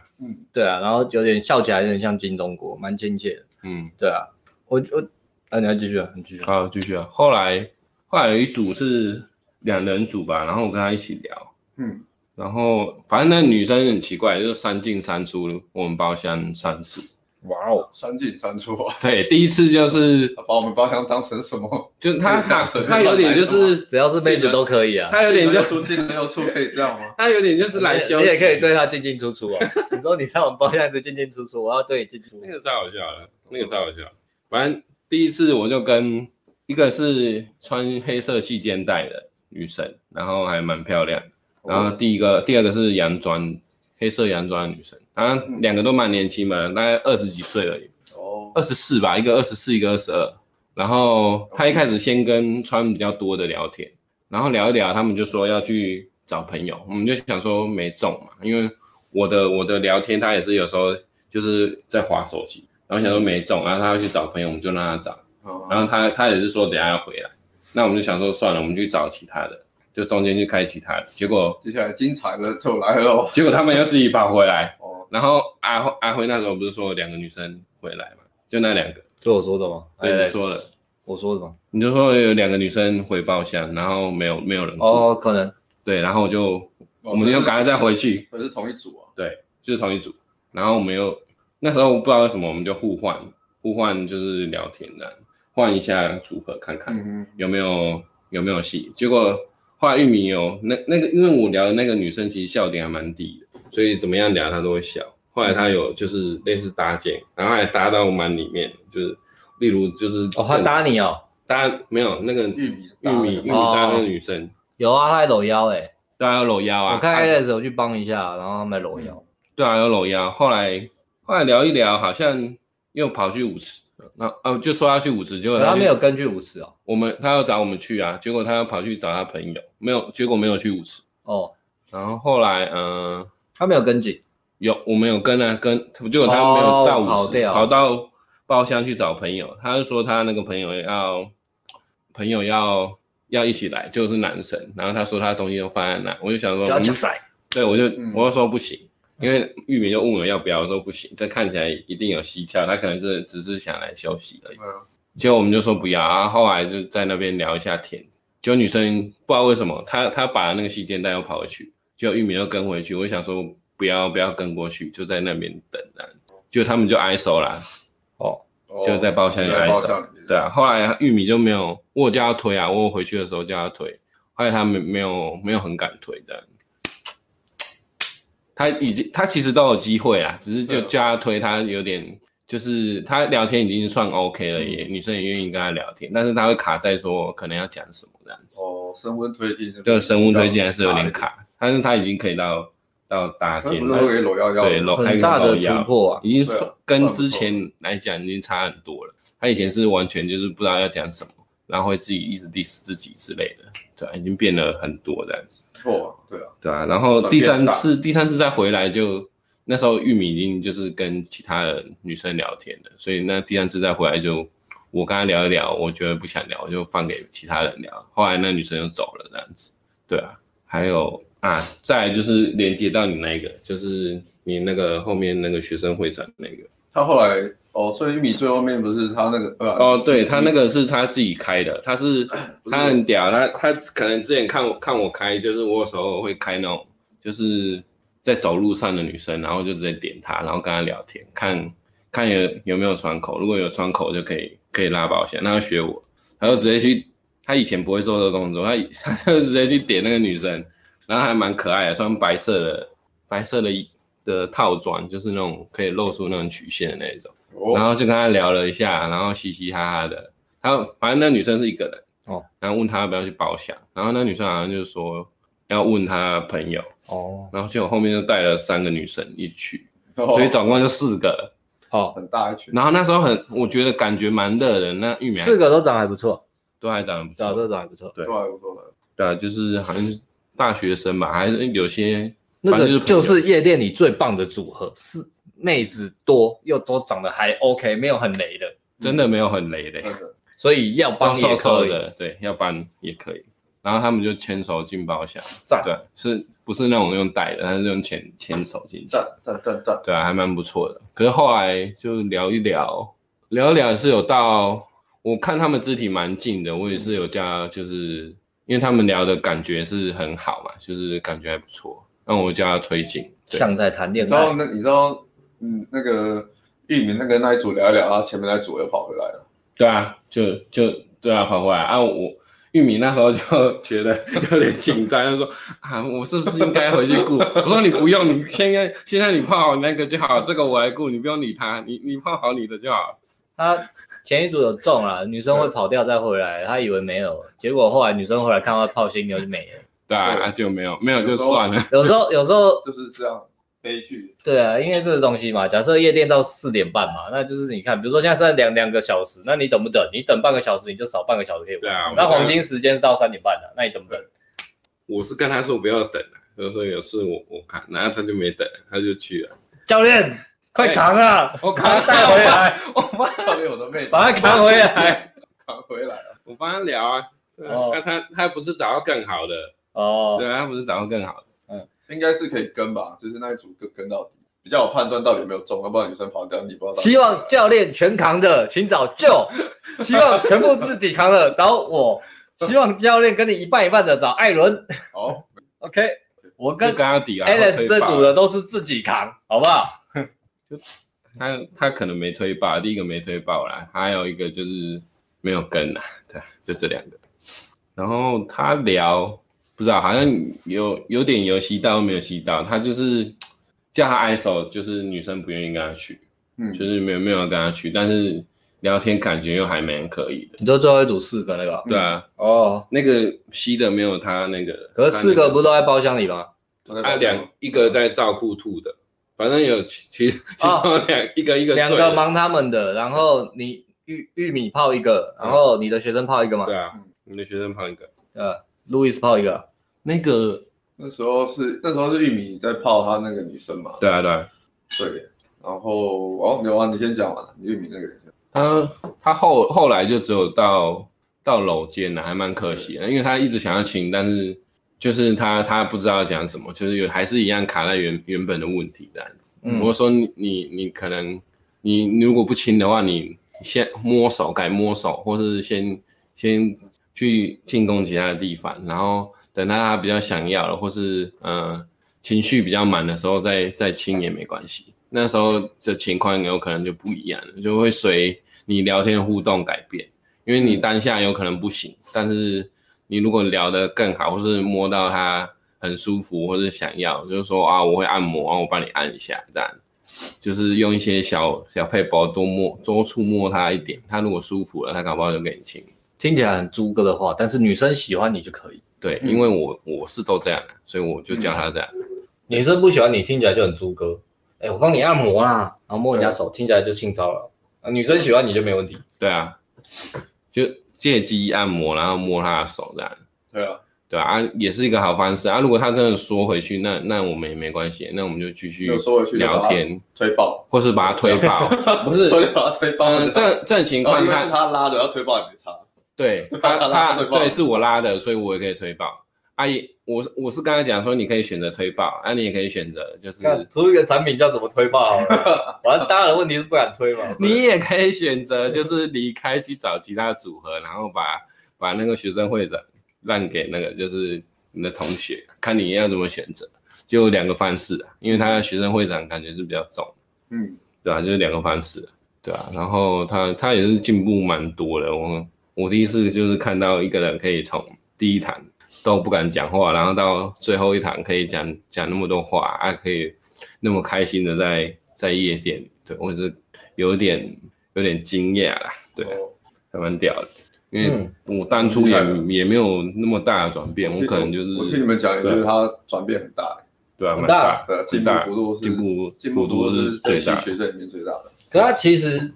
[SPEAKER 2] 对啊，然后有点笑起来有点像金钟国，蛮亲切的，
[SPEAKER 3] 嗯，
[SPEAKER 2] 对啊，我我啊你要继续啊，你继续啊，
[SPEAKER 3] 好，继续啊。后来后来有一组是两人组吧，然后我跟他一起聊。
[SPEAKER 1] 嗯，
[SPEAKER 3] 然后反正那女生很奇怪，就是三进三出，我们包厢三次。
[SPEAKER 1] 哇哦，三进三出啊，
[SPEAKER 3] 对，第一次就是
[SPEAKER 1] 把我们包厢当成什么？
[SPEAKER 3] 就她
[SPEAKER 1] 这
[SPEAKER 3] 她
[SPEAKER 1] 样随便
[SPEAKER 3] 她有点就是
[SPEAKER 2] 只要是妹子都可以啊，
[SPEAKER 3] 她有点
[SPEAKER 1] 进
[SPEAKER 3] 就
[SPEAKER 1] 了又出，进了又出，可以这样吗？
[SPEAKER 3] 她有点就是来
[SPEAKER 2] 你
[SPEAKER 3] 休
[SPEAKER 2] 你
[SPEAKER 3] 息，
[SPEAKER 2] 也可以对他进进出出哦， 你说你在我们包厢一直进进出出，我要对你进进出
[SPEAKER 3] 那
[SPEAKER 2] 出，
[SPEAKER 3] 个超好笑的，
[SPEAKER 2] 嗯
[SPEAKER 3] 那个超好笑。反正第一次我就跟一个是穿黑色细肩带的女生，然后还蛮漂亮的。
[SPEAKER 2] 哦
[SPEAKER 3] 然后第一个、第二个是洋装，黑色洋装的女生，然后两个都蛮年轻嘛，大概二十几岁而已。
[SPEAKER 1] 哦，
[SPEAKER 3] 二十四吧，一个二十四，一个二十二。然后他一开始先跟穿比较多的聊天，然后聊一聊，他们就说要去找朋友，我们就想说没中嘛，因为我的我的聊天他也是有时候就是在划手机，然后想说没中，然后他要去找朋友，我们就让他找，然
[SPEAKER 1] 哦，
[SPEAKER 3] 后他他也是说等一下要回来，那我们就想说算了，我们去找其他的，就中间去开其他的，结果
[SPEAKER 1] 接下来精彩了，就来了哦
[SPEAKER 3] 结果他们又自己跑回来，
[SPEAKER 1] 哦，
[SPEAKER 3] 然后阿辉阿辉那时候不是说有两个女生回来嘛，就那两个，
[SPEAKER 2] 就我说的吗？
[SPEAKER 3] 对，
[SPEAKER 2] 哎
[SPEAKER 3] 你说了，
[SPEAKER 2] 我说的吗？
[SPEAKER 3] 你就说有两个女生回报箱，然后没有没有人顾，
[SPEAKER 2] 哦，可能
[SPEAKER 3] 对，然后我就
[SPEAKER 1] 哦
[SPEAKER 3] 我们就赶快再回去，
[SPEAKER 1] 可是同一组啊，
[SPEAKER 3] 对，就是同一组，然后我们又那时候不知道为什么我们就互换互换就是聊天的，换一下组合看看，
[SPEAKER 1] 嗯，
[SPEAKER 3] 有没有有没有戏？结果后来玉米有那那个，因为我聊的那个女生其实笑点还蛮低的，所以怎么样聊她都会笑。后来她有就是类似搭建，然后还搭到我们里面，就是例如就是
[SPEAKER 2] 哦，他搭你哦，
[SPEAKER 3] 搭没有那个玉
[SPEAKER 1] 嗯玉米
[SPEAKER 3] 玉米玉米搭那个女生，
[SPEAKER 2] 有啊，他还搂腰哎，
[SPEAKER 3] 对啊有搂腰啊，
[SPEAKER 2] 我看
[SPEAKER 3] 啊
[SPEAKER 2] A 的时候去帮一下，然后他们搂腰，
[SPEAKER 3] 对啊有搂腰。后来后来聊一聊，好像又跑去舞池，那哦、就说要去舞池，结果
[SPEAKER 2] 可他
[SPEAKER 3] 去
[SPEAKER 2] 没有跟去舞池哦，
[SPEAKER 3] 我们他要找我们去啊，结果他要跑去找他朋友，没有结果没有去舞池。
[SPEAKER 2] 哦，
[SPEAKER 3] 然后后来，嗯、
[SPEAKER 2] 他没有跟进，
[SPEAKER 3] 有，我们有跟啊，跟结果他没有到
[SPEAKER 2] 哦
[SPEAKER 3] 五十、
[SPEAKER 2] 跑掉
[SPEAKER 3] 跑到包厢去找朋友，他就说他那个朋友要朋友要要一起来，就是男生，然后他说他东西都放在那，我就想说，
[SPEAKER 2] 要
[SPEAKER 3] 嗯
[SPEAKER 2] 加赛，
[SPEAKER 3] 对我就
[SPEAKER 1] 嗯
[SPEAKER 3] 我就说不行，因为玉米就问我要不要，我说不行，这看起来一定有蹊跷，他可能是只是想来休息而已。
[SPEAKER 1] 嗯，
[SPEAKER 3] 结果我们就说不要，然后后来就在那边聊一下天。结果女生不知道为什么，她她把那个细肩带又跑回去，结果玉米又跟回去。我就想说不要不要跟过去，就在那边等啊。就他们就挨手啦，
[SPEAKER 1] 哦
[SPEAKER 3] 就在包厢里
[SPEAKER 1] 在
[SPEAKER 3] 挨
[SPEAKER 1] 包
[SPEAKER 3] 手。
[SPEAKER 1] 厢里面，
[SPEAKER 3] 对啊，后来玉米就没有，我有叫他推啊，我有回去的时候叫他推，后来他没没有没有很敢推这样。他已经他其实都有机会啊，只是就
[SPEAKER 1] 对啊
[SPEAKER 3] 叫他推，他有点就是他聊天已经算 OK 了，
[SPEAKER 1] 嗯
[SPEAKER 3] 也女生也愿意跟他聊天，但是他会卡在说可能要讲什么这样子，
[SPEAKER 1] 哦，升温推进那边，
[SPEAKER 3] 对生物推荐还是有点卡，但是他已经可以到到搭
[SPEAKER 1] 他不是
[SPEAKER 3] 建
[SPEAKER 1] 都可以
[SPEAKER 3] 了，
[SPEAKER 1] 搂腰腰，
[SPEAKER 3] 对，搂还可
[SPEAKER 2] 很
[SPEAKER 3] 以
[SPEAKER 2] 大的
[SPEAKER 3] 搂腰
[SPEAKER 2] 突破啊，
[SPEAKER 3] 已经
[SPEAKER 1] 对啊
[SPEAKER 3] 算跟
[SPEAKER 1] 算不
[SPEAKER 3] 之
[SPEAKER 1] 错
[SPEAKER 3] 前来讲已经差很多了。他以前是完全就是不知道要讲什么，然后会自己一直 diss 自己之类的，对啊、已经变了很多这样子，
[SPEAKER 1] 错，对啊，
[SPEAKER 3] 对啊。然后
[SPEAKER 1] 转
[SPEAKER 3] 第
[SPEAKER 1] 变
[SPEAKER 3] 三
[SPEAKER 1] 大
[SPEAKER 3] 次，第三次再回来就那时候玉米已经就是跟其他的女生聊天了，所以那第三次再回来就我跟他聊一聊，我觉得不想聊，我就放给其他人聊。后来那女生就走了这样子，对啊。还有啊，再来就是连接到你那个，就是你那个后面那个学生会长那个。
[SPEAKER 1] 他后来哦，所以玉米最后面不是他那个呃
[SPEAKER 3] 哦，对他那个是他自己开的，他是他很屌，他他可能之前看我看我开，就是我有时候会开那种，就是在走路上的女生，然后就直接点她，然后跟她聊天，看看有有没有窗口，如果有窗口就可以可以拉保险，那他学我，他就直接去，他以前不会做这个动作，他以 他就直接去点那个女生，然后还蛮可爱的，穿白色的白色的衣的套装，就是那种可以露出那种曲线的那一种。然
[SPEAKER 1] 哦，
[SPEAKER 3] 后就跟他聊了一下，然后嘻嘻哈哈的。然后反正那女生是一个人
[SPEAKER 2] 哦，
[SPEAKER 3] 然后问他要不要去包厢，然后那女生好像就说要问他朋友，
[SPEAKER 2] 哦
[SPEAKER 3] 然后结果后面就带了三个女生一起去，
[SPEAKER 1] 所
[SPEAKER 3] 所以总共就四个。
[SPEAKER 2] 哦，
[SPEAKER 1] 很大一群，啊
[SPEAKER 3] 然后那时候很，我觉得感觉蛮热的，那玉米还
[SPEAKER 2] 四个都长得还不错，
[SPEAKER 3] 都还长得不
[SPEAKER 2] 对啊，
[SPEAKER 3] 错，
[SPEAKER 2] 都长得还不错，
[SPEAKER 3] 对
[SPEAKER 1] 做还不错的，
[SPEAKER 3] 对啊，就是好像是大学生吧，还是有些
[SPEAKER 2] 那
[SPEAKER 3] 反正
[SPEAKER 2] 个
[SPEAKER 3] 朋友
[SPEAKER 2] 就是夜店里最棒的组合，是妹子多又都长得还 OK，没有很雷的，
[SPEAKER 3] 真的没有很雷的，
[SPEAKER 1] 真的
[SPEAKER 2] 所以要帮
[SPEAKER 3] 瘦
[SPEAKER 2] 也
[SPEAKER 3] 瘦
[SPEAKER 2] 可以，
[SPEAKER 3] 的，对，要搬也可以。然后他们就牵手进包厢，
[SPEAKER 2] 赞
[SPEAKER 3] 对，啊是不是那种用带的，他是用牵牵手进去，
[SPEAKER 1] 赞赞赞赞，
[SPEAKER 3] 对啊，还蛮不错的。可是后来就聊一聊，聊一聊是有到，我看他们肢体蛮近的，我也是有加，就是因为他们聊的感觉是很好嘛，就是感觉还不错，那我叫他推进，对，
[SPEAKER 2] 像在谈
[SPEAKER 1] 你
[SPEAKER 2] 恋
[SPEAKER 1] 知道
[SPEAKER 2] 爱。
[SPEAKER 1] 那你知道嗯那个玉米那个那一组聊一聊，他前面那一组又跑回来了，
[SPEAKER 3] 对啊，就就对啊，跑回来啊我。玉米那时候就 觉得有点紧张，就说啊，我是不是应该回去顾？我说你不用，你现在现在你泡好那个就好，这个我来顾，你不用理他，你你泡好你的就好。
[SPEAKER 2] 他前一组有中啦，女生会跑掉再回来，他以为没有，结果后来女生回来看到泡新妞就没了。
[SPEAKER 3] 对啊，
[SPEAKER 1] 对
[SPEAKER 3] 啊就没有没有就算了。
[SPEAKER 2] 有时候有时候
[SPEAKER 1] 就是这样悲剧，
[SPEAKER 2] 对啊，因为这个东西嘛，假设夜店到四点半嘛，那就是你看，比如说现在剩两两个小时，那你等不等？你等半个小时你就少半个小时可以玩。
[SPEAKER 3] 对啊，
[SPEAKER 2] 那
[SPEAKER 3] 我
[SPEAKER 2] 黄金时间是到三点半的，那你等不等？
[SPEAKER 3] 我是跟他说不要等了，他说有事我我看，然后他就没等，他就去了。
[SPEAKER 2] 教练，快扛啊！
[SPEAKER 3] 我
[SPEAKER 2] 把他带回来，
[SPEAKER 1] 教练我的妹子
[SPEAKER 2] 把他扛回来。
[SPEAKER 1] 扛回来了，
[SPEAKER 3] 我帮他聊啊。对啊
[SPEAKER 2] 哦
[SPEAKER 3] 那他他不是找到更好的，
[SPEAKER 2] 哦，
[SPEAKER 3] 对啊，他不是找到更好的。
[SPEAKER 1] 应该是可以跟吧，就是那一组跟跟到底，比较有判断到底有没有中，要不然女生跑掉你不知道到底
[SPEAKER 2] 希
[SPEAKER 1] 有没有
[SPEAKER 2] 望教练全扛着，请找舅； 希望全部自己扛着，找我；希望教练跟你一半一半的，找艾伦。
[SPEAKER 1] 好，
[SPEAKER 2] OK，我
[SPEAKER 3] 跟
[SPEAKER 2] 跟
[SPEAKER 3] 跟他抵啊
[SPEAKER 2] Alex 这组
[SPEAKER 3] 的，
[SPEAKER 2] 的都是自己扛，好不好？
[SPEAKER 3] 他他可能没推爆，第一个没推爆啦，还有一个就是没有跟啦，对，啊就这两个。然后他聊不知道，好像有有点有吸到，又没有吸到，他就是叫他 ISO，就是女生不愿意跟他去，
[SPEAKER 1] 嗯，
[SPEAKER 3] 就是没有没有跟他去，但是聊天感觉又还蛮可以的。
[SPEAKER 2] 你说最后一组四个那个
[SPEAKER 3] 对啊，
[SPEAKER 2] 哦，
[SPEAKER 3] 那个吸的没有他那个，
[SPEAKER 2] 可是四个
[SPEAKER 3] 他那
[SPEAKER 2] 不都在包厢里吗？
[SPEAKER 1] 那
[SPEAKER 3] 啊，两一个在照顾兔的，反正有其其其中两、一个一个
[SPEAKER 2] 哦两
[SPEAKER 3] 醉
[SPEAKER 2] 个
[SPEAKER 3] 了？
[SPEAKER 2] 忙他们的，然后你玉玉米泡一个，然后你的学生泡一个嘛
[SPEAKER 3] 对，啊
[SPEAKER 1] 嗯，
[SPEAKER 3] 你的学生胖一个，
[SPEAKER 2] 呃，路易斯泡一个，
[SPEAKER 3] 那个
[SPEAKER 1] 那时候是那时候是玉米在泡他那个女生嘛，
[SPEAKER 3] 对啊对啊，
[SPEAKER 1] 对，然后哦，刘安你先讲完，你玉米那个人先
[SPEAKER 3] 他他后后来就只有到到楼间啊了，还蛮可惜的，因为他一直想要请，但是就是他他不知道讲什么，就是有还是一样卡在原原本的问题这样子。
[SPEAKER 2] 嗯
[SPEAKER 3] 我说你你你可能你你如果不亲的话，你先摸手改摸手，或是先先去进攻其他的地方，然后等他比较想要了，或是呃情绪比较满的时候再再亲也没关系。那时候的情况有可能就不一样了，就会随你聊天互动改变，因为你当下有可能不行，但是你如果聊得更好，或是摸到他很舒服，或是想要，就是说啊，我会按摩，啊，我帮你按一下，这样，就是用一些小小配包多摸多触摸他一点，他如果舒服了，他搞不好就给你亲。
[SPEAKER 2] 听起来很猪哥的话，但是女生喜欢你就可以，
[SPEAKER 3] 对，
[SPEAKER 1] 嗯
[SPEAKER 3] 因为我我是都这样的，所以我就教他这样。
[SPEAKER 2] 女生不喜欢你听起来就很猪哥。哎，我帮你按摩啦，然后摸人家手，听起来就性骚扰。啊女生喜欢你就没问题。
[SPEAKER 3] 对啊，就借机按摩，然后摸他的手这样。
[SPEAKER 1] 对啊，
[SPEAKER 3] 对啊，啊也是一个好方式啊。如果他真的缩回去，那那我们也没关系，那我们就继续
[SPEAKER 1] 有缩回去就把
[SPEAKER 3] 聊
[SPEAKER 1] 他
[SPEAKER 3] 天，
[SPEAKER 1] 推爆，
[SPEAKER 3] 或是把他推爆， 不是
[SPEAKER 1] 所以把他推爆
[SPEAKER 3] 嗯，，这这种情
[SPEAKER 1] 然后
[SPEAKER 3] 况
[SPEAKER 1] 因为是
[SPEAKER 3] 他
[SPEAKER 1] 他拉的，要推爆也没差，
[SPEAKER 3] 对他他
[SPEAKER 1] 推爆
[SPEAKER 3] 对是我拉的，所以我也可以推爆。阿姨，也我是我是刚才讲说，你可以选择推爆，啊，你也可以选择就是，
[SPEAKER 2] 看出一个产品叫怎么推爆好了，反正大家的问题是不敢推嘛。
[SPEAKER 3] 你也可以选择就是离开去找其他组合，然后把把那个学生会长让给那个就是你的同学，看你要怎么选择，就两个方式啊，因为他的学生会长感觉是比较重。
[SPEAKER 1] 嗯，
[SPEAKER 3] 对啊，就是两个方式，对啊。然后他他也是进步蛮多的。我我第一次就是看到一个人可以从第一堂都不敢讲话，然后到最后一堂可以讲讲那么多话，啊，可以那么开心的在在夜店里，对我也是有点有点惊讶啦，对啊，
[SPEAKER 1] 哦
[SPEAKER 3] 还蛮屌的。因
[SPEAKER 2] 嗯
[SPEAKER 3] 为我当初也、
[SPEAKER 1] 嗯
[SPEAKER 3] 也没有那么大的转变，我可能就
[SPEAKER 1] 我听你
[SPEAKER 3] 是
[SPEAKER 1] 们讲，也就是他转变很大，
[SPEAKER 3] 对啊，
[SPEAKER 2] 很
[SPEAKER 3] 蛮
[SPEAKER 2] 大
[SPEAKER 1] 呃，进
[SPEAKER 3] 很
[SPEAKER 1] 步
[SPEAKER 3] 大
[SPEAKER 1] 幅度是
[SPEAKER 3] 进步
[SPEAKER 1] 进步
[SPEAKER 3] 幅
[SPEAKER 1] 度
[SPEAKER 3] 度
[SPEAKER 1] 是
[SPEAKER 3] 是
[SPEAKER 1] 这
[SPEAKER 3] 最
[SPEAKER 1] 期
[SPEAKER 3] 大的。
[SPEAKER 1] 学生里面最大的，
[SPEAKER 2] 可他其实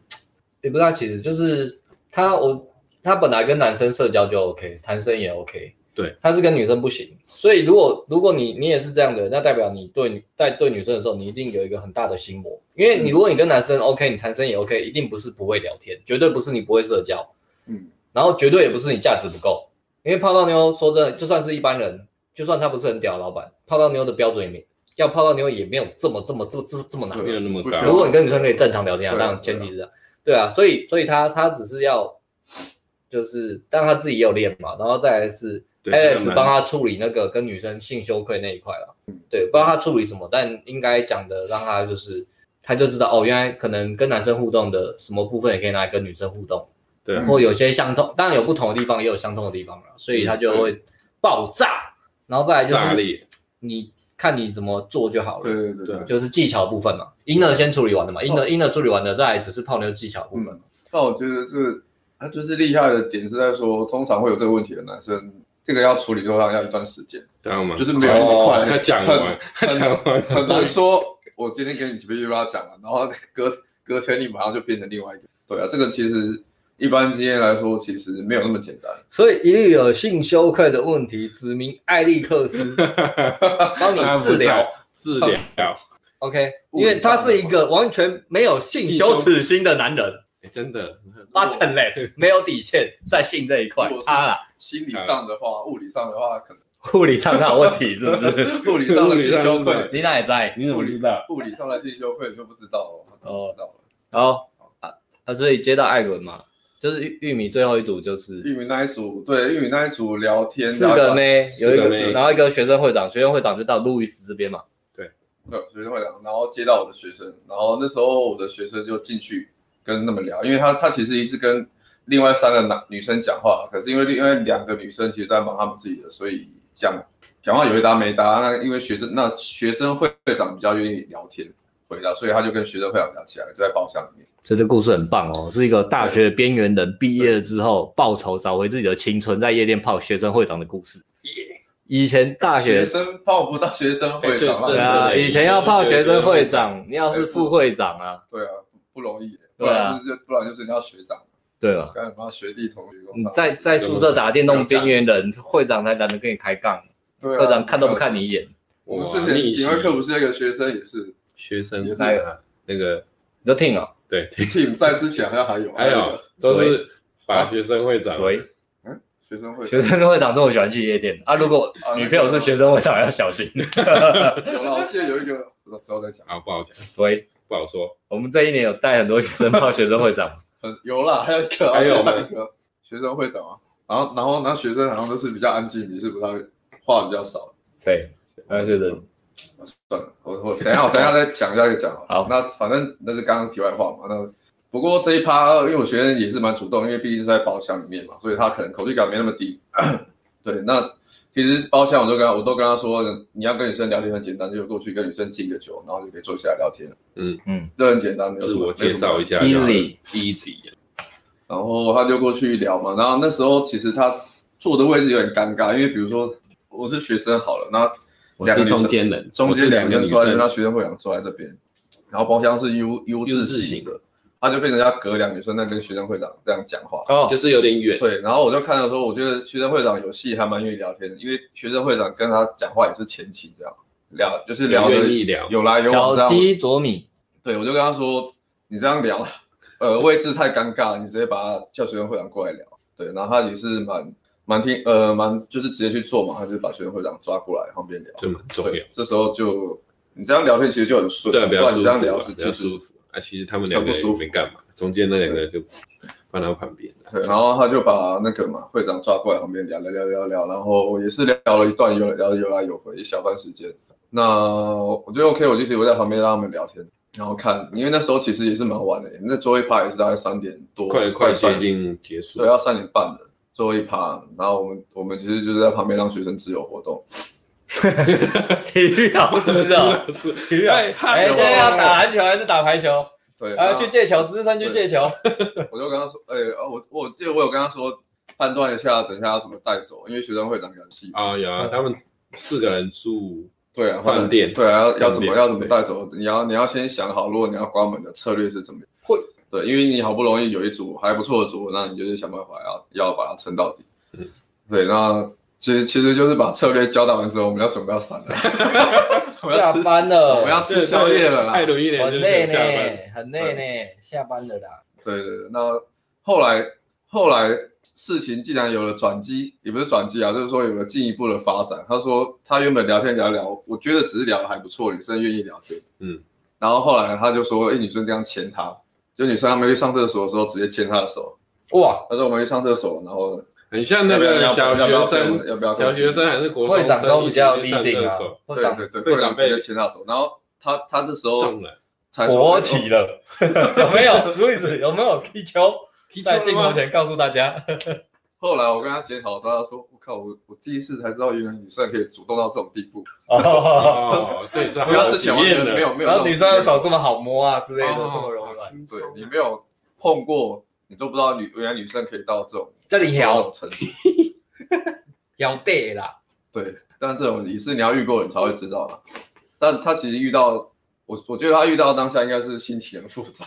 [SPEAKER 2] 也不是他其实就是他我他本来跟男生社交就 OK，谈生也 OK，
[SPEAKER 3] 对，
[SPEAKER 2] 他是跟女生不行。所以如果如果你你也是这样的，那代表你对女在对女生的时候，你一定有一个很大的心魔，因为你如果你跟男生 OK，你谈生也 OK，一定不是不会聊天，绝对不是你不会社交，
[SPEAKER 1] 嗯，
[SPEAKER 2] 然后绝对也不是你价值不够，因为泡到妞，说真的，就算是一般人，就算他不是很屌的老板，泡到妞的标准也没要泡到妞也没有这么这么这这这么难。
[SPEAKER 3] 没有那么
[SPEAKER 1] 不
[SPEAKER 3] 高
[SPEAKER 1] 需要
[SPEAKER 2] 如果你跟女生可以正常聊天啊，
[SPEAKER 1] 对啊
[SPEAKER 2] 当然前提是这样，对啊，所以所以他他只是要，就是但他自己也有练嘛，然后再来是
[SPEAKER 3] 对这个
[SPEAKER 2] Alex
[SPEAKER 3] 蛮
[SPEAKER 2] 帮他处理那个跟女生性羞愧那一块了
[SPEAKER 1] 嗯，
[SPEAKER 2] 对，不知道他处理什么，但应该讲的让他就是他就知道哦，原来可能跟男生互动的什么部分也可以拿来跟女生互动，
[SPEAKER 3] 对啊
[SPEAKER 2] 或有些相同，当然有不同的地方，也有相同的地方了，所以他就会爆炸，然后再来就
[SPEAKER 3] 炸
[SPEAKER 2] 是
[SPEAKER 3] 裂。
[SPEAKER 2] 你看你怎么做就好了，
[SPEAKER 1] 对对对对
[SPEAKER 3] 对。
[SPEAKER 2] 就是技巧部分嘛，inner 先处理完了嘛，inner inner 处理完了，再来只是泡妞技巧部分嘛。
[SPEAKER 1] 那我觉得这个他就是厉害的点是在说，通常会有这个问题的男生，这个要处理通常要一段时间，
[SPEAKER 3] 知道吗？
[SPEAKER 1] 就是没有那么快
[SPEAKER 3] 哦他讲完，他讲完，
[SPEAKER 1] 很难说我今天跟你几杯拉讲了，然后隔隔天你马上就变成另外一个。对啊，这个其实一般经验来说，其实没有那么简单。
[SPEAKER 2] 所以一律有性羞愧的问题，指名艾利克斯帮
[SPEAKER 3] 他
[SPEAKER 2] 你
[SPEAKER 3] 不
[SPEAKER 2] 治疗
[SPEAKER 3] 在。治疗，
[SPEAKER 2] OK，
[SPEAKER 1] 物
[SPEAKER 2] 因
[SPEAKER 1] 理
[SPEAKER 2] 为他
[SPEAKER 1] 上的
[SPEAKER 2] 是一个完全没有性羞耻心的男人
[SPEAKER 3] 哎真的，
[SPEAKER 2] ，buttonless，没有底线，在性这一块
[SPEAKER 1] 如果，是
[SPEAKER 2] 他啦，
[SPEAKER 1] 心理上的话，物理上的话，可能
[SPEAKER 2] 护理上他有问题是不是？
[SPEAKER 1] 物理上的性羞愧，
[SPEAKER 2] 你哪也在？
[SPEAKER 3] 你怎么知道？
[SPEAKER 1] 物理上的性羞愧你就不知道了，我都不知道了。
[SPEAKER 2] 好啊啊，所以接到艾伦嘛，就是玉玉米最后一组就是
[SPEAKER 1] 玉米那一组，对玉米那一组聊天，
[SPEAKER 2] 四个
[SPEAKER 1] 呢，
[SPEAKER 2] 妹，有一
[SPEAKER 3] 四
[SPEAKER 2] 个
[SPEAKER 3] 个妹
[SPEAKER 2] 然后一个学生会长，学生会长就到路易斯这边嘛，
[SPEAKER 1] 对呃学生会长，然后接到我的学生，然后那时候我的学生就进去跟他们聊，因为他他其实是跟另外三个男女生讲话，可是因为另外两个女生其实在忙他们自己的，所以讲讲话有一搭没搭。那因为学生那学生会长比较愿意聊天回答，所以他就跟学生会长聊起来，就在包厢里面。
[SPEAKER 2] 这个故事很棒哦，是一个大学边缘人毕业了之后报仇，找回自己的青春，在夜店泡学生会长的故事。以前大学
[SPEAKER 1] 学生泡不到学生会长，
[SPEAKER 3] 哎这
[SPEAKER 2] 对
[SPEAKER 1] 那
[SPEAKER 2] 啊，
[SPEAKER 3] 对
[SPEAKER 2] 以前要泡学生会长，你要是副会长啊，
[SPEAKER 1] 对啊，不不容易耶，不
[SPEAKER 2] 对啊
[SPEAKER 1] 然就是不然就是你要学长，
[SPEAKER 2] 对吧？
[SPEAKER 1] 不然你要学弟同学。
[SPEAKER 2] 你在
[SPEAKER 1] 啊
[SPEAKER 2] 在宿舍打电动，边缘人会长才懒得跟你开杠，
[SPEAKER 1] 对啊
[SPEAKER 2] 会长看都不看。你一眼。
[SPEAKER 1] 我们之
[SPEAKER 3] 哇
[SPEAKER 1] 前
[SPEAKER 3] 逆袭
[SPEAKER 1] 体育课不是那个学生也是
[SPEAKER 3] 学生
[SPEAKER 1] 也是
[SPEAKER 3] 还有啊那个
[SPEAKER 2] 你都听哦了，
[SPEAKER 3] 对，
[SPEAKER 1] team 在之前好像还有
[SPEAKER 3] 还有都是把学生会长，
[SPEAKER 2] 谁？
[SPEAKER 1] 学生会
[SPEAKER 2] 学生会长这么喜欢去夜店啊？如果
[SPEAKER 1] 啊
[SPEAKER 2] 女朋友是学生会长，要小心。
[SPEAKER 1] 有了，我记得有一个不知道之后再讲，
[SPEAKER 3] 啊不好讲，
[SPEAKER 2] 所以
[SPEAKER 3] 不好说。
[SPEAKER 2] 我们这一年有带很多学生泡学生会长，
[SPEAKER 1] 很有啦，还有一个啊
[SPEAKER 3] 还有
[SPEAKER 1] 还有一个学生会长啊，然后然后然后学生好像都是比较安静，也是不太话比较少。
[SPEAKER 2] 对，还有学生
[SPEAKER 1] 算了，我我等一下，我等一下再想一下再讲好了。
[SPEAKER 2] 好
[SPEAKER 1] 那反正那是刚刚题外话嘛。那不过这一趴，呃因为我学生也是蛮主动，因为毕竟是在包厢里面嘛，所以他可能口气感没那么低。 对，那其实包厢我都跟他我都跟他说，你要跟女生聊天很简单，就过去跟女生敬个酒，然后就可以坐下来聊天。
[SPEAKER 3] 嗯
[SPEAKER 2] 嗯，
[SPEAKER 1] 这很简单，没有什
[SPEAKER 3] 自
[SPEAKER 1] 么
[SPEAKER 3] 我介绍一。下
[SPEAKER 2] Easy
[SPEAKER 3] easy，
[SPEAKER 1] 然后他就过去聊嘛，然后那时候其实他坐的位置有点尴尬，因为比如说我是学生好了，那
[SPEAKER 3] 我是中间人，
[SPEAKER 1] 中
[SPEAKER 3] 我是
[SPEAKER 1] 间
[SPEAKER 3] 两
[SPEAKER 1] 两个
[SPEAKER 3] 个
[SPEAKER 1] 人
[SPEAKER 3] 女
[SPEAKER 1] 坐在那，
[SPEAKER 3] 生，
[SPEAKER 1] 学生会长坐在这边，然后包厢是 U U 字型的，他就变成要隔两个女生在跟学生会长这样讲话。
[SPEAKER 2] 哦
[SPEAKER 3] 就，是有点远，
[SPEAKER 1] 对，然后我就看到说，我觉得学生会长有戏还蛮愿意聊天的，因为学生会长跟他讲话也是前情这样聊，就是聊的
[SPEAKER 3] 愿意聊，
[SPEAKER 1] 有来有往这
[SPEAKER 2] 小
[SPEAKER 1] 样。
[SPEAKER 2] 鸡啄米，
[SPEAKER 1] 对，我就跟他说，你这样聊，呃，位置太尴尬，你直接把他叫学生会长过来聊。对，然后他也是蛮蛮听，呃，蛮就是直接去做嘛，他就把学生会长抓过来旁边聊。
[SPEAKER 3] 这蛮重要
[SPEAKER 1] 对，，这时候就你这样聊天其实就很顺，
[SPEAKER 3] 对啊，
[SPEAKER 1] 不
[SPEAKER 3] 比较
[SPEAKER 1] 然
[SPEAKER 3] 舒
[SPEAKER 1] 你
[SPEAKER 3] 服
[SPEAKER 1] 这样
[SPEAKER 3] 啊，
[SPEAKER 1] 聊是
[SPEAKER 3] 比较
[SPEAKER 1] 就是
[SPEAKER 3] 舒服啊。其实他们两
[SPEAKER 1] 很
[SPEAKER 3] 个
[SPEAKER 1] 不舒
[SPEAKER 3] 也
[SPEAKER 1] 服
[SPEAKER 3] 没干嘛，中间那两个就放到旁边了。
[SPEAKER 1] 对，然后他就把那个嘛会长抓过来旁边聊聊聊聊聊，然后也是聊了一段，有聊有来有回一小段时间。那我觉得 OK，我就是我在旁边让他们聊天，然后看，因为那时候其实也是蛮晚的，那最后一趴也是大概三点多，
[SPEAKER 3] 快快接
[SPEAKER 1] 三
[SPEAKER 3] 近结束
[SPEAKER 1] 对，，要三点半了，最后一趴，然后我们我们其实就是在旁边让学生自由活动，
[SPEAKER 2] 体育老师 哦，
[SPEAKER 3] 是，
[SPEAKER 2] 体育老师，哎，现在要打篮球还是打排球？
[SPEAKER 1] 对，
[SPEAKER 2] 啊，
[SPEAKER 1] 那
[SPEAKER 2] 去借球，资深去借球。
[SPEAKER 1] 我就跟他说，哎、啊我我记得我有跟他说判断一下，等一下要怎么带走，因为学生会长很细
[SPEAKER 3] 啊，有啊，他们四个人住，
[SPEAKER 1] 对啊，
[SPEAKER 3] 饭店
[SPEAKER 1] 对啊，要要怎么
[SPEAKER 3] 饭店
[SPEAKER 1] 要怎么带走？你要你要先想好，如果你要关门的策略是怎么样？
[SPEAKER 2] 会
[SPEAKER 1] 对，因为你好不容易有一组还不错的组，那你就是想办法要要把它撑到底。
[SPEAKER 3] 嗯
[SPEAKER 1] 对，那其实其实就是把策略交代完之后，我们要准备要散了， 我们要
[SPEAKER 2] 下
[SPEAKER 1] 吃
[SPEAKER 2] 班
[SPEAKER 1] 我
[SPEAKER 2] 了，
[SPEAKER 1] 们要吃宵夜了
[SPEAKER 3] 艾
[SPEAKER 1] 啦。
[SPEAKER 3] 伦一脸
[SPEAKER 2] 很
[SPEAKER 3] 就是
[SPEAKER 2] 累
[SPEAKER 3] 想下班，
[SPEAKER 2] 呢，很累呢，下班了啦。
[SPEAKER 1] 对对对，那后来后来事情竟然有了转机，也不是转机啊，就是说有了进一步的发展。他说他原本聊天聊一聊，我觉得只是聊得还不错，女生愿意聊天。
[SPEAKER 3] 嗯，
[SPEAKER 1] 然后后来他就说，哎，女生这样牵他，就女生他们去上厕所的时候直接牵他的手。
[SPEAKER 2] 哇，
[SPEAKER 1] 他说我们去上厕所，然后
[SPEAKER 3] 很像那
[SPEAKER 1] 要
[SPEAKER 3] 个
[SPEAKER 1] 不
[SPEAKER 3] 小
[SPEAKER 1] 要
[SPEAKER 3] 学
[SPEAKER 1] 要不
[SPEAKER 3] 生
[SPEAKER 1] 要，要不要
[SPEAKER 3] 小学生还是国中
[SPEAKER 2] 会
[SPEAKER 3] 生
[SPEAKER 2] 长都比较
[SPEAKER 3] 一起去
[SPEAKER 2] leading
[SPEAKER 3] 上厕
[SPEAKER 2] 啊
[SPEAKER 3] 所，
[SPEAKER 2] 会
[SPEAKER 1] 对
[SPEAKER 2] 长
[SPEAKER 1] 对对，
[SPEAKER 3] 队
[SPEAKER 1] 队长
[SPEAKER 3] 长
[SPEAKER 1] 直接牵他的手，然后他他这时候
[SPEAKER 3] 中了，
[SPEAKER 1] 才说
[SPEAKER 2] 国旗了，有没有？路易斯有没有踢球？在镜头前告诉大家，
[SPEAKER 1] 后来我跟他检讨的时候，他说我靠，我我第一次才知道原来女生可以主动到这种地步。
[SPEAKER 2] 哦，
[SPEAKER 3] 哦，这也是
[SPEAKER 1] 因为他之前完全没有没有那
[SPEAKER 2] 然后
[SPEAKER 1] 种经验，
[SPEAKER 2] 女生的手这么好摸啊之类
[SPEAKER 3] 对
[SPEAKER 2] 的，这么柔软，
[SPEAKER 1] 对你没有碰过，你都不知道女原来女生可以到这种
[SPEAKER 2] 叫你
[SPEAKER 1] 这
[SPEAKER 2] 摇
[SPEAKER 1] 种程度。
[SPEAKER 2] 摇对啦，
[SPEAKER 1] 对，但这种也是你要遇过你才会知道啦。但他其实遇到我，我觉得他遇到当下应该是心情很复杂，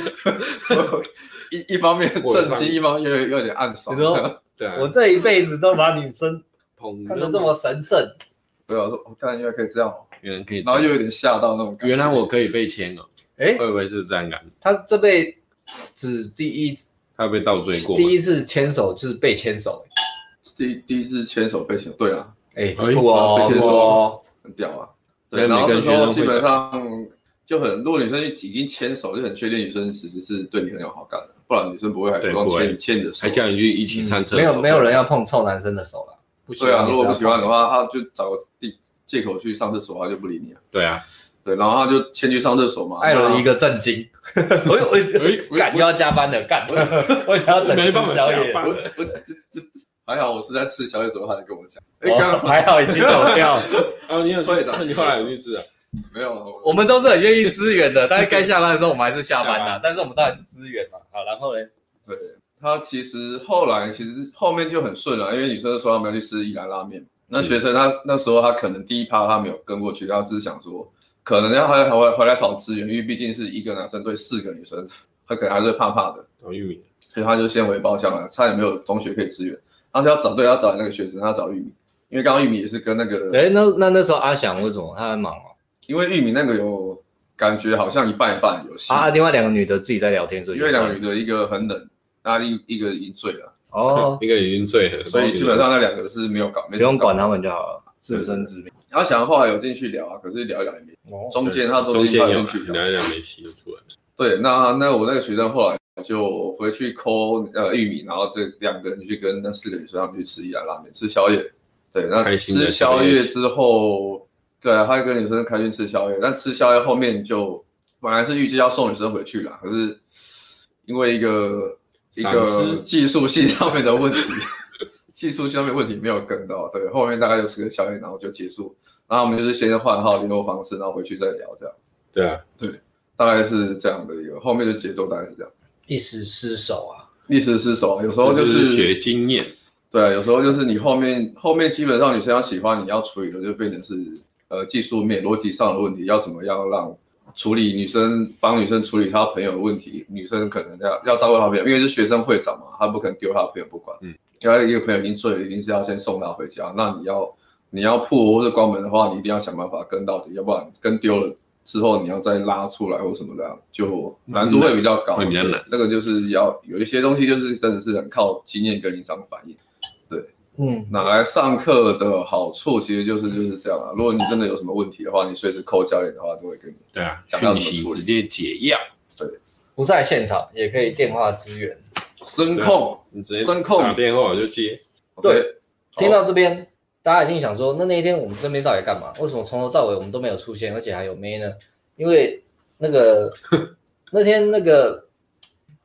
[SPEAKER 1] 所以一一方面震惊，一方面又有点暗爽
[SPEAKER 2] 你。说
[SPEAKER 3] 对啊，
[SPEAKER 2] 我这一辈子都把女生
[SPEAKER 3] 捧
[SPEAKER 2] 看得这么神圣，
[SPEAKER 1] 对啊，我说我看原来可以这样哦，
[SPEAKER 3] 原来可以这
[SPEAKER 1] 然
[SPEAKER 3] 样，
[SPEAKER 1] 后又有点吓到那种感觉。
[SPEAKER 3] 原来我可以被签哦，
[SPEAKER 2] 哎，
[SPEAKER 3] 会不会是这样感？
[SPEAKER 2] 他这辈子第一
[SPEAKER 3] 他被倒追过吗
[SPEAKER 2] 第？一次牵手就是被牵手，
[SPEAKER 1] 第第一次牵手被牵，对啊，
[SPEAKER 2] 哎，
[SPEAKER 3] 哎
[SPEAKER 2] 酷哦，
[SPEAKER 1] 那必须
[SPEAKER 2] 酷哦，
[SPEAKER 1] 很屌啊。对，
[SPEAKER 3] 对
[SPEAKER 1] 然后
[SPEAKER 3] 每
[SPEAKER 1] 那
[SPEAKER 3] 个
[SPEAKER 1] 时候
[SPEAKER 3] 学生
[SPEAKER 1] 基
[SPEAKER 3] 会
[SPEAKER 1] 本上就很，如果女生已经牵手，就很确定女生其实是对你很有好感的，不然女生不会还主
[SPEAKER 3] 对
[SPEAKER 1] 动
[SPEAKER 3] 不会
[SPEAKER 1] 牵牵你的手。
[SPEAKER 3] 还叫你去一起上厕所，
[SPEAKER 2] 没有没有人要碰臭男生的手了，不喜
[SPEAKER 1] 对啊，
[SPEAKER 2] 欢。
[SPEAKER 1] 如果不喜欢的，话，他就找个地借口去上厕所，他就不理你啊。
[SPEAKER 3] 对啊，
[SPEAKER 1] 对，然后他就牵去上厕所嘛。
[SPEAKER 2] 艾伦一
[SPEAKER 1] 个，
[SPEAKER 2] 个震 惊，
[SPEAKER 3] 哎
[SPEAKER 2] 我我 干又要加班了，干， 我想要等
[SPEAKER 3] 没办法
[SPEAKER 2] 吃宵夜
[SPEAKER 3] 下班
[SPEAKER 1] 我我这这还好，我是在吃宵夜的时候，他才跟我讲。哎，刚
[SPEAKER 2] 哦
[SPEAKER 1] 刚
[SPEAKER 2] 还好已经走掉 了。
[SPEAKER 3] 啊，你有去
[SPEAKER 1] 会长，
[SPEAKER 3] 你后来有去吃啊？
[SPEAKER 1] 没有，
[SPEAKER 2] 我们都是很愿意支援的，但是该下班的时候我们还是下班
[SPEAKER 3] 下
[SPEAKER 2] 的
[SPEAKER 3] 班，
[SPEAKER 2] 但是我们当然是支援嘛。好，然后嘞，
[SPEAKER 1] 对他其实后来其实后面就很顺了，因为女生说他们要去吃宜兰拉面嘛。那学生他那时候他可能第一趴他没有跟过去，他只是想说可能要还回来回来讨资源，因为毕竟是一个男生对四个女生，他可能还是会怕怕的，
[SPEAKER 3] 哦，玉米，
[SPEAKER 1] 所以他就先回包厢了，差点没有同学可以支援。他就要找对，要找那个学生，他要找玉米，因为刚刚玉米也是跟那个，
[SPEAKER 2] 哎，那那那时候阿翔为什么他在忙哦？
[SPEAKER 1] 因为玉米那个有感觉好像一半一半有戏，
[SPEAKER 2] 啊，另外两个女的自己在聊天，所以
[SPEAKER 1] 因为两个女的一个很冷，那另一个已经醉了，
[SPEAKER 2] 哦，
[SPEAKER 3] 一个已经醉了，
[SPEAKER 1] 所以基本上那两个是没有搞，没什
[SPEAKER 2] 不
[SPEAKER 1] 么
[SPEAKER 2] 用
[SPEAKER 1] 搞
[SPEAKER 2] 管他们就好了，自生自灭。
[SPEAKER 1] 然后想后来有进去聊啊，可是聊一聊也没。
[SPEAKER 2] 哦
[SPEAKER 1] 中间他
[SPEAKER 3] 中
[SPEAKER 1] 中
[SPEAKER 3] 间
[SPEAKER 1] 间
[SPEAKER 3] 有
[SPEAKER 1] 有进去
[SPEAKER 3] 两两没吸出来，
[SPEAKER 1] 对，那那我那个学生后来就回去抠呃玉米，然后这两个人去跟那四个女生他们去吃一兰拉面，吃宵夜。对，那
[SPEAKER 3] 开心的
[SPEAKER 1] 吃
[SPEAKER 3] 宵
[SPEAKER 1] 宵
[SPEAKER 3] 夜
[SPEAKER 1] 夜之后，对，啊他跟女生开心吃宵夜，但吃宵夜后面就本来是预计要送女生回去啦，可是因为一个一
[SPEAKER 3] 闪
[SPEAKER 1] 个
[SPEAKER 3] 失
[SPEAKER 1] 技术性上面的问题， 技术性上面问题没有跟到，对，后面大概就吃个宵夜，然后就结束。然后我们就是先换号联络方式，然后回去再聊这样。
[SPEAKER 3] 对啊，
[SPEAKER 1] 大概是这样的一个，后面的节奏大概是这样。
[SPEAKER 2] 一时失手啊，
[SPEAKER 1] 历史失手，有时候
[SPEAKER 3] 这
[SPEAKER 1] 就
[SPEAKER 3] 就是
[SPEAKER 1] 是
[SPEAKER 3] 学经验，
[SPEAKER 1] 对，有时候就是你后面后面基本上女生要喜欢你要处理的就变成是呃技术面逻辑上的问题，要怎么样让处理女生帮女生处理她朋友的问题，女生可能要要照顾她朋友，因为是学生会长嘛，她不可能丢她朋友不管。
[SPEAKER 3] 嗯，
[SPEAKER 1] 因为一个朋友已经醉了，一定是要先送她回家。那你要你要破或者关门的话，你一定要想办法跟到底，要不然跟丢了之后你要再拉出来或什么的，啊就难度会比较高，
[SPEAKER 3] 嗯会比较难。
[SPEAKER 1] 那个就是要有一些东西就是真的是很靠经验跟临场反应。
[SPEAKER 2] 嗯，
[SPEAKER 1] 拿来上课的好处其实就是就是这样啊。如果你真的有什么问题的话，你随时扣教练的话都会给你。
[SPEAKER 3] 对啊，
[SPEAKER 1] 想要
[SPEAKER 3] 讯
[SPEAKER 1] 怎么
[SPEAKER 3] 息
[SPEAKER 1] 处理
[SPEAKER 3] 直接解药，
[SPEAKER 2] 不在现场啊也可以电话支援。
[SPEAKER 1] 声控，
[SPEAKER 3] 你直接
[SPEAKER 1] 声控
[SPEAKER 3] 打电话我就接，
[SPEAKER 1] 对，
[SPEAKER 2] 听到这边，大家一定想说，那那一天我们这边到底干嘛？为什么从头到尾我们都没有出现，而且还有妹呢？因为那 个那天那个，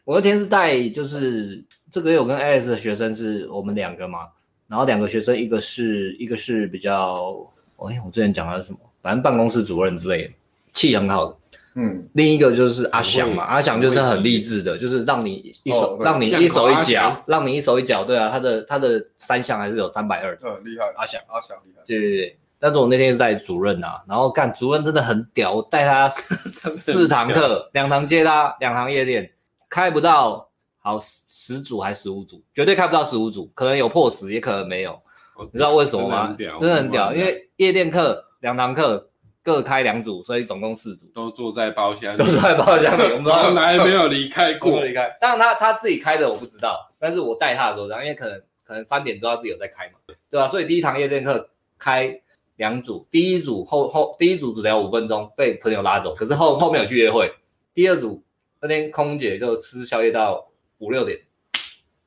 [SPEAKER 2] 我那天是带就是这个月我跟 Alex 的学生是我们两个嘛，然后两个学生一个是一个是比较，哎、我之前讲的是什么，反正办公室主任之类的，气很好的。
[SPEAKER 1] 嗯，
[SPEAKER 2] 另一个就是阿翔嘛，
[SPEAKER 3] 很会
[SPEAKER 2] 阿翔就是很励志的，就是让你一手，
[SPEAKER 1] 哦对
[SPEAKER 2] 让你
[SPEAKER 3] 像
[SPEAKER 2] 一手
[SPEAKER 3] 阿
[SPEAKER 2] 一脚
[SPEAKER 3] 翔，
[SPEAKER 2] 让你一手一脚，对啊，他的他的三项还是有三百二的，
[SPEAKER 1] 很嗯厉害，
[SPEAKER 2] 阿翔，
[SPEAKER 1] 阿翔厉害。
[SPEAKER 2] 对对对。但是我那天是带主任啊，然后干主任真的很屌，我带 他四四堂课，两堂接他，两堂夜店，开不到好十十组还十五组，绝对开不到十五组，可能有破十，也可能没有，
[SPEAKER 3] 哦
[SPEAKER 2] 你知道为什么吗？
[SPEAKER 3] 真的很屌
[SPEAKER 2] 真的很屌，
[SPEAKER 3] 我
[SPEAKER 2] 因
[SPEAKER 3] 们
[SPEAKER 2] 为夜店课两堂课各开两组，所以总共四组，
[SPEAKER 3] 都坐在包厢里，
[SPEAKER 2] 都是在包厢里， 我们都
[SPEAKER 3] 从来没有离开
[SPEAKER 2] 过
[SPEAKER 3] 过，
[SPEAKER 2] 离开。当然他他自己开的我不知道，但是我带他的时候，然后因为可能可能三点之后他自己有在开嘛，对吧、啊所以第一堂夜店课开两组，第一组后后第一组只聊五分钟，被朋友拉走，可是后后面有去约会。第二组那天空姐就吃宵夜到五六点，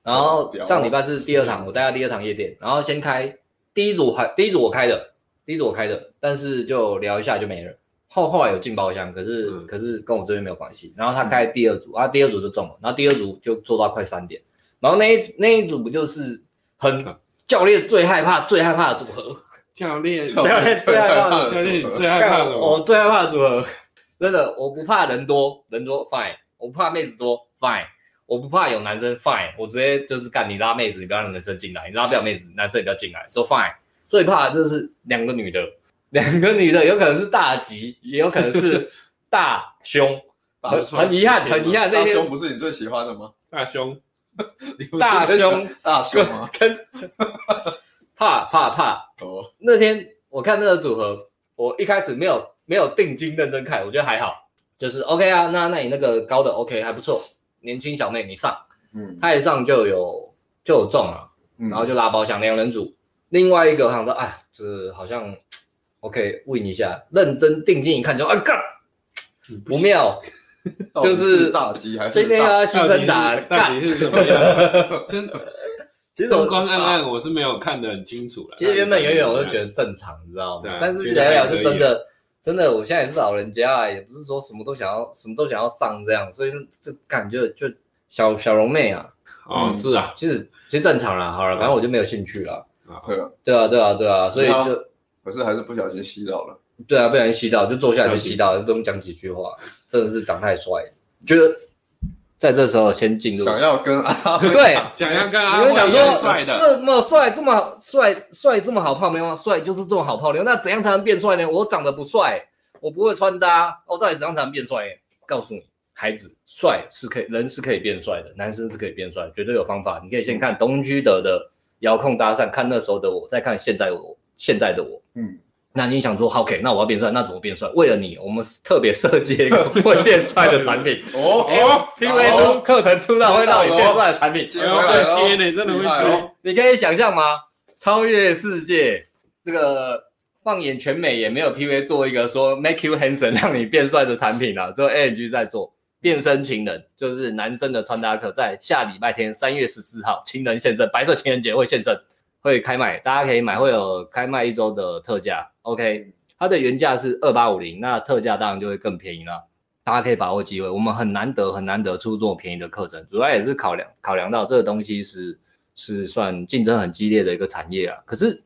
[SPEAKER 2] 然后上礼拜是第二堂，我带他第二堂夜店，然后先开第一组还第一组我开的，第一组我开的，但是就聊一下就没了。后后来有进包厢，可是、
[SPEAKER 3] 嗯
[SPEAKER 2] 可是跟我这边没有关系。然后他开第二组，啊，第二组就中了，然后第二组就做到快三点，然后那一那一组不就是很教练最害怕最害怕的组合，
[SPEAKER 3] 教练，
[SPEAKER 1] 教
[SPEAKER 2] 练最害怕
[SPEAKER 1] 的
[SPEAKER 3] 教练你最
[SPEAKER 1] 害
[SPEAKER 3] 害怕什
[SPEAKER 2] 我
[SPEAKER 3] 么？
[SPEAKER 2] 最害怕的组合， 真的，我不怕人多，人多 fine，我不怕妹子多 fine，我不怕有男生 fine，我直接就是干你拉妹子，你不要让男生进来，你拉不了妹子，男生也不要进来，说 fine。最怕的就是两个女的，两个女的有可能是大吉，也有可能是大胸，
[SPEAKER 1] 大
[SPEAKER 2] 很
[SPEAKER 3] 胸
[SPEAKER 2] 很遗憾，
[SPEAKER 3] 谢谢
[SPEAKER 2] 很遗憾那
[SPEAKER 1] 大
[SPEAKER 2] 天
[SPEAKER 1] 胸不是你最喜欢的吗？
[SPEAKER 3] 大胸，
[SPEAKER 2] 大胸
[SPEAKER 1] 大胸 吗？
[SPEAKER 2] 怕怕怕，
[SPEAKER 1] 哦，
[SPEAKER 2] 那天我看那个组合，我一开始没有没有定睛认真看，我觉得还好，就是 OK 啊，那那你那个高的 OK 还不错，年轻小妹你上。
[SPEAKER 1] 嗯，
[SPEAKER 2] 他一上就有就有中了，啊
[SPEAKER 1] 然嗯
[SPEAKER 2] 然后就拉包厢两人组。另外一个我想说，哎，就是好像 OK 问一下，认真定睛一看就啊干不妙，
[SPEAKER 1] 到底
[SPEAKER 2] 就是
[SPEAKER 1] 大鸡还是
[SPEAKER 2] 今天
[SPEAKER 1] 大
[SPEAKER 2] 要牺牲打
[SPEAKER 3] 到
[SPEAKER 2] 干。
[SPEAKER 3] 底是怎么 样？真
[SPEAKER 2] 其实
[SPEAKER 3] 灯
[SPEAKER 2] 我
[SPEAKER 3] 光暗暗，我是没有看得很清楚了。
[SPEAKER 2] 其实原本远远我就觉
[SPEAKER 3] 得，
[SPEAKER 2] 得正常，你知道吗
[SPEAKER 3] 对啊？
[SPEAKER 2] 但是
[SPEAKER 3] 觉得
[SPEAKER 2] 聊
[SPEAKER 3] 还
[SPEAKER 2] 一聊
[SPEAKER 3] 可
[SPEAKER 2] 是
[SPEAKER 3] 以啊
[SPEAKER 2] 真的，真的，我现在也是老人家啊，也不是说什么都想要，什么都想要上这样，所以这感觉就小小龙妹啊，
[SPEAKER 3] 哦，是啊，
[SPEAKER 2] 其实其实正常啦，好了，反正我就没有兴趣了。
[SPEAKER 1] 对啊，
[SPEAKER 2] 对啊，对啊，对啊，所以
[SPEAKER 1] 好
[SPEAKER 2] 就
[SPEAKER 1] 可是还是不小心吸到了。
[SPEAKER 2] 对啊，不小心吸到，就坐下来就吸到，不用讲几句话，真的是长太帅，觉得在这时候先进入，
[SPEAKER 1] 想要跟阿 辉
[SPEAKER 2] 对，
[SPEAKER 3] 想要跟阿
[SPEAKER 2] 你会
[SPEAKER 3] 伟
[SPEAKER 2] 想
[SPEAKER 3] 一
[SPEAKER 2] 说
[SPEAKER 3] 样啊帅的，
[SPEAKER 2] 这么帅，这么好帅，帅这么好泡妞吗？帅就是这么好泡妞，那怎样才能变帅呢？我长得不帅，我不会穿搭，哦我、到底怎样才能变帅呢？告诉你，孩子，帅是可以，人是可以变帅的，男生是可以变帅，绝对有方法。你可以先看东区德的遥控搭讪，看那时候的我，再看现在我，现在的我。
[SPEAKER 1] 嗯，
[SPEAKER 2] 那你想说，OK，那我要变帅，那怎么变帅？为了你，我们特别设计了一个会变帅的产品。 哎
[SPEAKER 1] 哦，
[SPEAKER 3] 哦，
[SPEAKER 2] PV 出课程出到会让你变帅的产品，
[SPEAKER 1] 接
[SPEAKER 3] 哎呦会接呢，真的会
[SPEAKER 1] 厉害
[SPEAKER 3] 接
[SPEAKER 1] 哦。
[SPEAKER 2] 你可以想象吗？超越世界，这个放眼全美也没有 PV 做一个说 make you handsome 让你变帅的产品了、只有 ANG 在做。变身情人就是男生的穿搭课，在下礼拜天三月十四号情人现身，白色情人节会现身，会开卖，大家可以买，会有开卖一周的特价。OK，它的原价是二八五零，那特价当然就会更便宜了。大家可以把握机会，我们很难得很难得出这么便宜的课程，主要也是考量考量到这个东西是是算竞争很激烈的一个产业啊。可是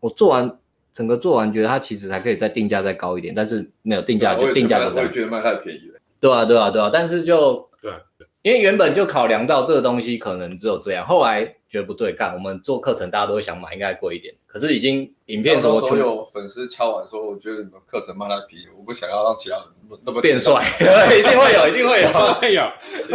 [SPEAKER 2] 我做完整个做完，觉得它其实还可以再定价再高一点，但是没有定价就定价就这
[SPEAKER 1] 啊我也
[SPEAKER 2] 样。
[SPEAKER 1] 觉得卖太便宜了。
[SPEAKER 2] 对啊，对啊，对啊，但是就
[SPEAKER 3] 对，
[SPEAKER 2] 因为原本就考量到这个东西可能只有这样，后来觉得不对，干我们做课程大家都会想买，应该贵一点，可是已经影片
[SPEAKER 1] 到
[SPEAKER 2] 说
[SPEAKER 1] 时候
[SPEAKER 2] 全部
[SPEAKER 1] 有粉丝敲完说，我觉得你们课程卖太便宜，我不想要让其他人那么
[SPEAKER 2] 变。帅，一定会有，一定会有。
[SPEAKER 3] 哎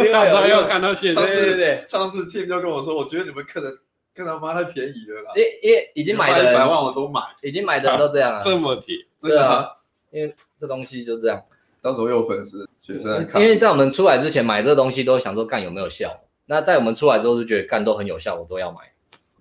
[SPEAKER 3] 呦，到时候又看到现
[SPEAKER 1] 对
[SPEAKER 2] 对对
[SPEAKER 1] 对
[SPEAKER 3] 实，
[SPEAKER 2] 对，
[SPEAKER 1] 上次 Tim 就跟我说，我觉得你们课程课程卖太便宜了啦，
[SPEAKER 2] 因因为已经买的
[SPEAKER 1] 啊一百
[SPEAKER 2] 人，
[SPEAKER 1] 万我都买，
[SPEAKER 2] 已经买的人都这样啊，
[SPEAKER 3] 这么提，
[SPEAKER 1] 真的
[SPEAKER 2] 对
[SPEAKER 1] 啊。
[SPEAKER 2] 因为这东西就这样。
[SPEAKER 1] 到时候有粉丝学生来
[SPEAKER 2] 因
[SPEAKER 1] 看，
[SPEAKER 2] 为在我们出来之前买这个东西都想说干有没有效，那在我们出来之后就觉得干都很有效，我都要买，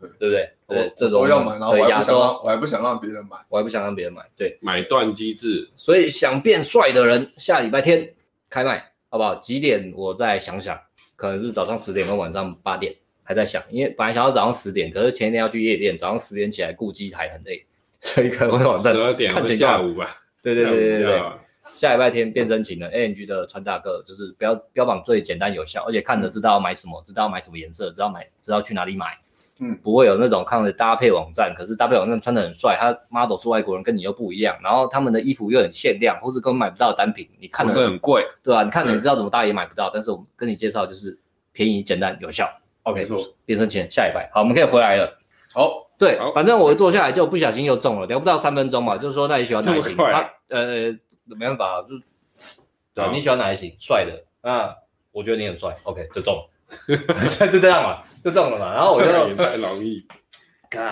[SPEAKER 1] 对
[SPEAKER 2] 对不对？
[SPEAKER 1] 我
[SPEAKER 2] 对，这种
[SPEAKER 1] 我都要买，然后
[SPEAKER 2] 对
[SPEAKER 1] 我还
[SPEAKER 2] 亚
[SPEAKER 1] 不想让
[SPEAKER 2] 洲，
[SPEAKER 1] 我还不想让别人买。
[SPEAKER 2] 我还不想让别人买，对，
[SPEAKER 3] 买断机制，
[SPEAKER 2] 所以想变帅的人下礼拜天开卖，好不好？几点我再想想，可能是早上十点跟晚上八点还在想，因为本来想要早上十点，可是前一天要去夜店，早上十点起来顾机台很累，所以可能会晚上
[SPEAKER 3] 十二点或
[SPEAKER 2] 看情
[SPEAKER 3] 下
[SPEAKER 2] 况
[SPEAKER 3] 午吧，
[SPEAKER 2] 对对对对对
[SPEAKER 3] 下午比
[SPEAKER 2] 对
[SPEAKER 3] 较。好
[SPEAKER 2] 下礼拜天变身情人
[SPEAKER 3] 嗯
[SPEAKER 2] A N G 的穿搭课，就是标标榜最简单有效，而且看着
[SPEAKER 3] 嗯
[SPEAKER 2] 知道要买什么，知道要买什么颜色，知道买知道去哪里买，
[SPEAKER 1] 嗯
[SPEAKER 2] 不会有那种看着搭配网站，可是搭配网站穿的很帅，他 model 是外国人，跟你又不一样，然后他们的衣服又很限量，或是根本买不到的单品，你看
[SPEAKER 3] 不是嗯
[SPEAKER 2] 了
[SPEAKER 3] 很贵，
[SPEAKER 2] 对啊吧、你看了
[SPEAKER 1] 对
[SPEAKER 2] 你知道怎么搭也买不到，但是我们跟你介绍就是便宜、简单、有效。OK，
[SPEAKER 1] 没错
[SPEAKER 2] 变身情人下礼拜好，我们可以回来了。
[SPEAKER 1] 好，
[SPEAKER 2] 对
[SPEAKER 3] 好，
[SPEAKER 2] 反正我坐下来就不小心又中了，聊不到三分 钟嘛，就是说那你喜欢哪一
[SPEAKER 3] 这
[SPEAKER 2] 型？
[SPEAKER 3] 么快
[SPEAKER 2] 啊呃，没办法，就对、啊
[SPEAKER 3] 好
[SPEAKER 2] 你喜欢哪一型？帅的，那我觉得你很帅，OK，就中 了，就这样嘛，就中了嘛。然后我
[SPEAKER 3] 也
[SPEAKER 2] 就
[SPEAKER 3] 太容易。
[SPEAKER 2] 干，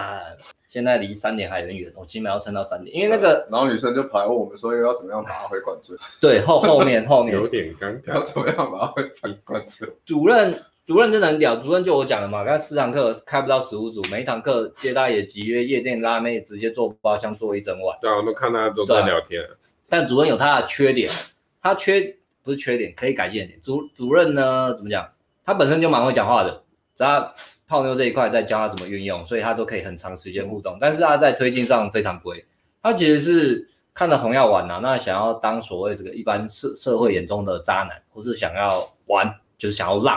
[SPEAKER 2] 现在离三点还很远，我起码要撑到三点，因为那个
[SPEAKER 1] 然后女生就跑来问我们说，要怎么样拿回冠 军？
[SPEAKER 2] 对后后 面后面
[SPEAKER 3] 有点尴
[SPEAKER 1] 要
[SPEAKER 3] 尬。
[SPEAKER 1] 怎么样拿回冠军？
[SPEAKER 2] 主任主任真的很屌，主任就我讲了嘛，刚才四堂课开不到十五组，每一堂课接待也集约夜店辣妹，直接做包厢做一整晚。
[SPEAKER 3] 对啊，我都看大家都在聊天，啊
[SPEAKER 2] 但主任有他的缺点，他缺不是缺点，可以改进的点。主主任呢，怎么讲？他本身就蛮会讲话的，只要泡妞这一块再教他怎么运用，所以他都可以很长时间互动。但是他在推进上非常龟，他其实是看了红药丸啊，那想要当所谓这个一般社社会眼中的渣男，或是想要玩，就是想要浪。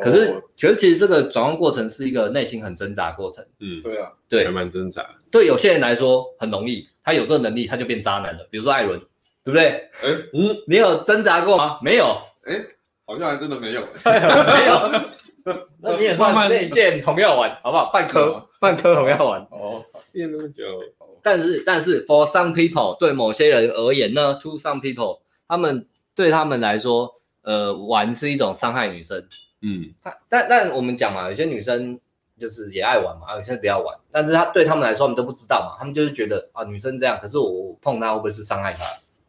[SPEAKER 2] 可是
[SPEAKER 1] 哦，
[SPEAKER 2] 觉得其实这个转换过程是一个内心很挣扎的过程。
[SPEAKER 3] 嗯，
[SPEAKER 1] 对啊，
[SPEAKER 2] 对
[SPEAKER 3] 还，蛮挣扎。
[SPEAKER 2] 对有些人来说很容易，他有这个能力，他就变渣男了。比如说艾伦，对不对？
[SPEAKER 1] 哎，
[SPEAKER 3] 嗯，
[SPEAKER 2] 你有挣扎过吗？没有，
[SPEAKER 1] 好像还真的没有。欸
[SPEAKER 2] 没有。 那你也
[SPEAKER 3] 慢
[SPEAKER 2] 算
[SPEAKER 3] 慢
[SPEAKER 2] 内建红药丸，好不好？半
[SPEAKER 1] 是
[SPEAKER 2] 颗
[SPEAKER 1] 吗，
[SPEAKER 2] 半颗红药丸。
[SPEAKER 1] 哦，
[SPEAKER 3] 练那么久，
[SPEAKER 2] 但是，但是，for some people，对某些人而言呢，to some people，他们对他们来说，呃，玩是一种伤害女生。
[SPEAKER 3] 嗯，
[SPEAKER 2] 他但但我们讲嘛，有些女生就是也爱玩嘛，啊有些不要玩，但是她对他们来说，他们都不知道嘛，他们就是觉得啊，女生这样，可是我碰她会不会是伤害她？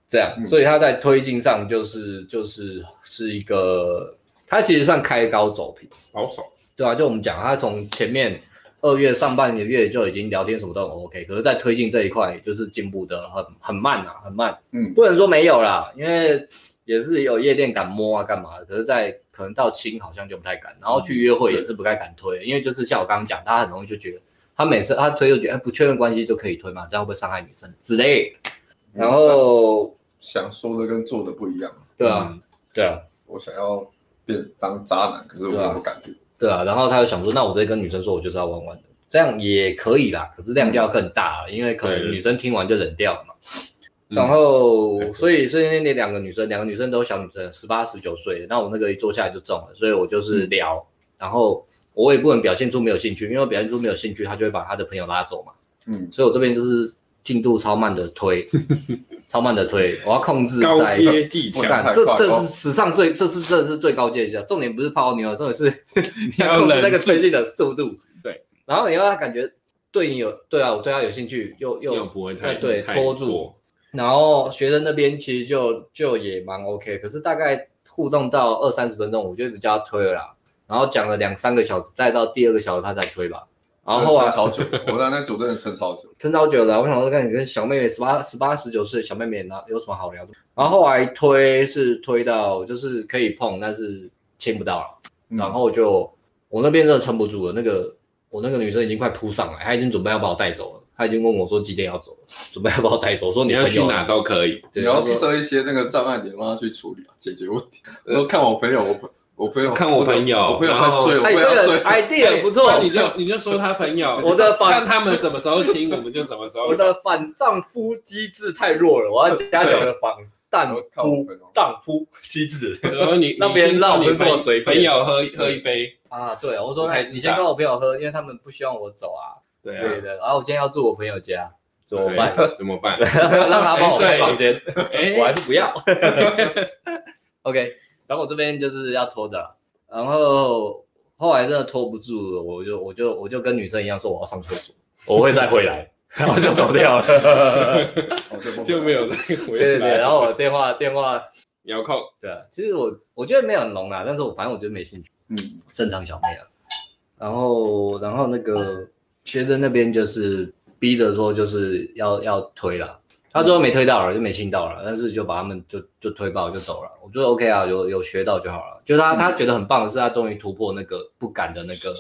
[SPEAKER 2] 这样，
[SPEAKER 1] 嗯
[SPEAKER 2] 所以她在推进上就是就是是一个，她其实算开高走平，啊
[SPEAKER 3] 保守，
[SPEAKER 2] 对吧、就我们讲，她从前面二月上半个月就已经聊天什么都很 OK，可是，在推进这一块就是进步的很很慢啊，很慢。
[SPEAKER 1] 嗯
[SPEAKER 2] 不能说没有啦，因为也是有夜店敢摸啊，干嘛的？可是在，可能到亲好像就不太敢，然后去约会也是不太敢推，因为就是像我刚刚讲，他很容易就觉得他每次他推就觉得、哎、不确认关系就可以推嘛，这样会不会伤害女生之类的？然后
[SPEAKER 1] 想说的跟做的不一样，
[SPEAKER 2] 对啊，对啊，
[SPEAKER 1] 我想要变当渣男，可是我
[SPEAKER 2] 对啊
[SPEAKER 1] 又不敢去。
[SPEAKER 2] 对啊，然后他就想说，那我直接跟女生说，我就是要玩玩的，这样也可以啦，可是量就要更大
[SPEAKER 3] 嗯
[SPEAKER 2] 了，因为可
[SPEAKER 3] 对
[SPEAKER 2] 能
[SPEAKER 3] 对
[SPEAKER 2] 女生听完就冷掉了嘛。
[SPEAKER 3] 嗯
[SPEAKER 2] 然后
[SPEAKER 3] 没，错
[SPEAKER 2] 所以所以那两个女生，两个女生都小女生，十八十九岁，那我那个一坐下来就中了，所以我就是聊，
[SPEAKER 3] 嗯
[SPEAKER 2] 然后我也不能表现出没有兴趣，因为我表现出没有兴趣，他就会把他的朋友拉走嘛，
[SPEAKER 1] 嗯，
[SPEAKER 2] 所以我这边就是进度超慢的 推，超慢的推，我要控制
[SPEAKER 3] 高
[SPEAKER 2] 在
[SPEAKER 3] 阶技
[SPEAKER 2] 我
[SPEAKER 1] 不
[SPEAKER 3] 巧
[SPEAKER 1] 敢，太
[SPEAKER 2] 干，这
[SPEAKER 1] 快
[SPEAKER 2] 这
[SPEAKER 1] 哦
[SPEAKER 2] 是史上最，这是这是最高阶一下。重点不是泡妞，重点 是你
[SPEAKER 3] 要
[SPEAKER 2] 要控制那
[SPEAKER 3] 忍
[SPEAKER 2] 个
[SPEAKER 3] 住
[SPEAKER 2] 推进的速度。
[SPEAKER 3] 对，
[SPEAKER 2] 然后你要让他感觉对你有，对啊，我对他有兴趣，又
[SPEAKER 3] 又
[SPEAKER 2] 又
[SPEAKER 3] 不会太
[SPEAKER 2] 哎对
[SPEAKER 3] 太
[SPEAKER 2] 拖住。
[SPEAKER 3] 过
[SPEAKER 2] 然后学生那边其实就就也蛮 OK，可是大概互动到二三十分钟，我就一直叫他推了啦。然后讲了两三个小时，再到第二个小时他才推吧。然后
[SPEAKER 1] 真
[SPEAKER 2] 后
[SPEAKER 1] 的撑
[SPEAKER 2] 来
[SPEAKER 1] 超久的，我在那组真的撑超久。
[SPEAKER 2] 撑超久了，我想说看你跟小妹妹十八、十八、十九岁的小妹妹，那有什么好聊的？然后后来推是推到就是可以碰，但是亲不到了，
[SPEAKER 1] 嗯
[SPEAKER 2] 然后就我那边真的撑不住了，那个我那个女生已经快扑上来，她已经准备要把我带走了，她已经问我说几点要走了，准备要把我带走，我说
[SPEAKER 3] 你
[SPEAKER 2] 你
[SPEAKER 3] 要
[SPEAKER 2] 朋
[SPEAKER 3] 去
[SPEAKER 2] 友啊
[SPEAKER 3] 哪？都可以，
[SPEAKER 1] 你
[SPEAKER 2] 对
[SPEAKER 1] 要
[SPEAKER 2] 她说
[SPEAKER 1] 设一些那个障碍点，让他去处理啊解决问题。然后看我朋友，我朋我朋友
[SPEAKER 3] 呃看我朋友
[SPEAKER 1] 我朋友
[SPEAKER 3] 然后
[SPEAKER 1] 在醉，我
[SPEAKER 2] 哎，
[SPEAKER 1] 朋
[SPEAKER 2] 这
[SPEAKER 1] 友在
[SPEAKER 2] 个
[SPEAKER 1] 醉。
[SPEAKER 2] idea 不错
[SPEAKER 3] 那，你就你就说他朋友，
[SPEAKER 2] 我的反
[SPEAKER 3] 看他们什么时候亲，我们就什么时候
[SPEAKER 1] 哎
[SPEAKER 2] 我。的反丈夫机制太弱了，我要加强我的反丈
[SPEAKER 1] 我看我
[SPEAKER 2] 夫
[SPEAKER 1] 朋友
[SPEAKER 2] 丈夫机制。
[SPEAKER 3] 然后 你
[SPEAKER 2] 让
[SPEAKER 3] 你
[SPEAKER 2] 别人
[SPEAKER 3] 亲
[SPEAKER 2] 知道
[SPEAKER 3] 到
[SPEAKER 2] 我
[SPEAKER 3] 你
[SPEAKER 2] 们这么
[SPEAKER 3] 朋
[SPEAKER 2] 随便
[SPEAKER 3] 朋友喝喝一杯，
[SPEAKER 2] 啊，对，我说
[SPEAKER 3] 我才
[SPEAKER 2] 哎，你
[SPEAKER 3] 知
[SPEAKER 2] 先
[SPEAKER 3] 道
[SPEAKER 2] 跟我朋友喝，因为他们不希望我走啊
[SPEAKER 3] 对
[SPEAKER 2] 之类的。然后我今天要住我朋友 家，怎么
[SPEAKER 3] 对
[SPEAKER 2] 办？
[SPEAKER 3] 怎么办？
[SPEAKER 2] 让他帮我开
[SPEAKER 3] 哎对
[SPEAKER 2] 房间，
[SPEAKER 3] 哎
[SPEAKER 2] 我还是不 要。OK，然后我这边就是要拖的啦，然后后来真的拖不住了，我就我就我就跟女生一样说我要上厕所，我会再回 来，然后就走掉了。
[SPEAKER 1] 哦这不
[SPEAKER 3] 就没有再回
[SPEAKER 2] 对对
[SPEAKER 3] 来。
[SPEAKER 2] 对，然后我电话电话，
[SPEAKER 3] 遥控，
[SPEAKER 2] 对啊，其实我我觉得没有很聋啊，但是我反正我觉得没兴趣。
[SPEAKER 1] 嗯，
[SPEAKER 2] 正常小妹啊。然后，然后那个学生那边就是逼着说，就是要要推了，他最后没推到了，就没亲到了，但是就把他们就就推爆就走了。我觉得 OK 啊，有有学到就好了。就他他觉得很棒的是，他终于突破那个不敢的那个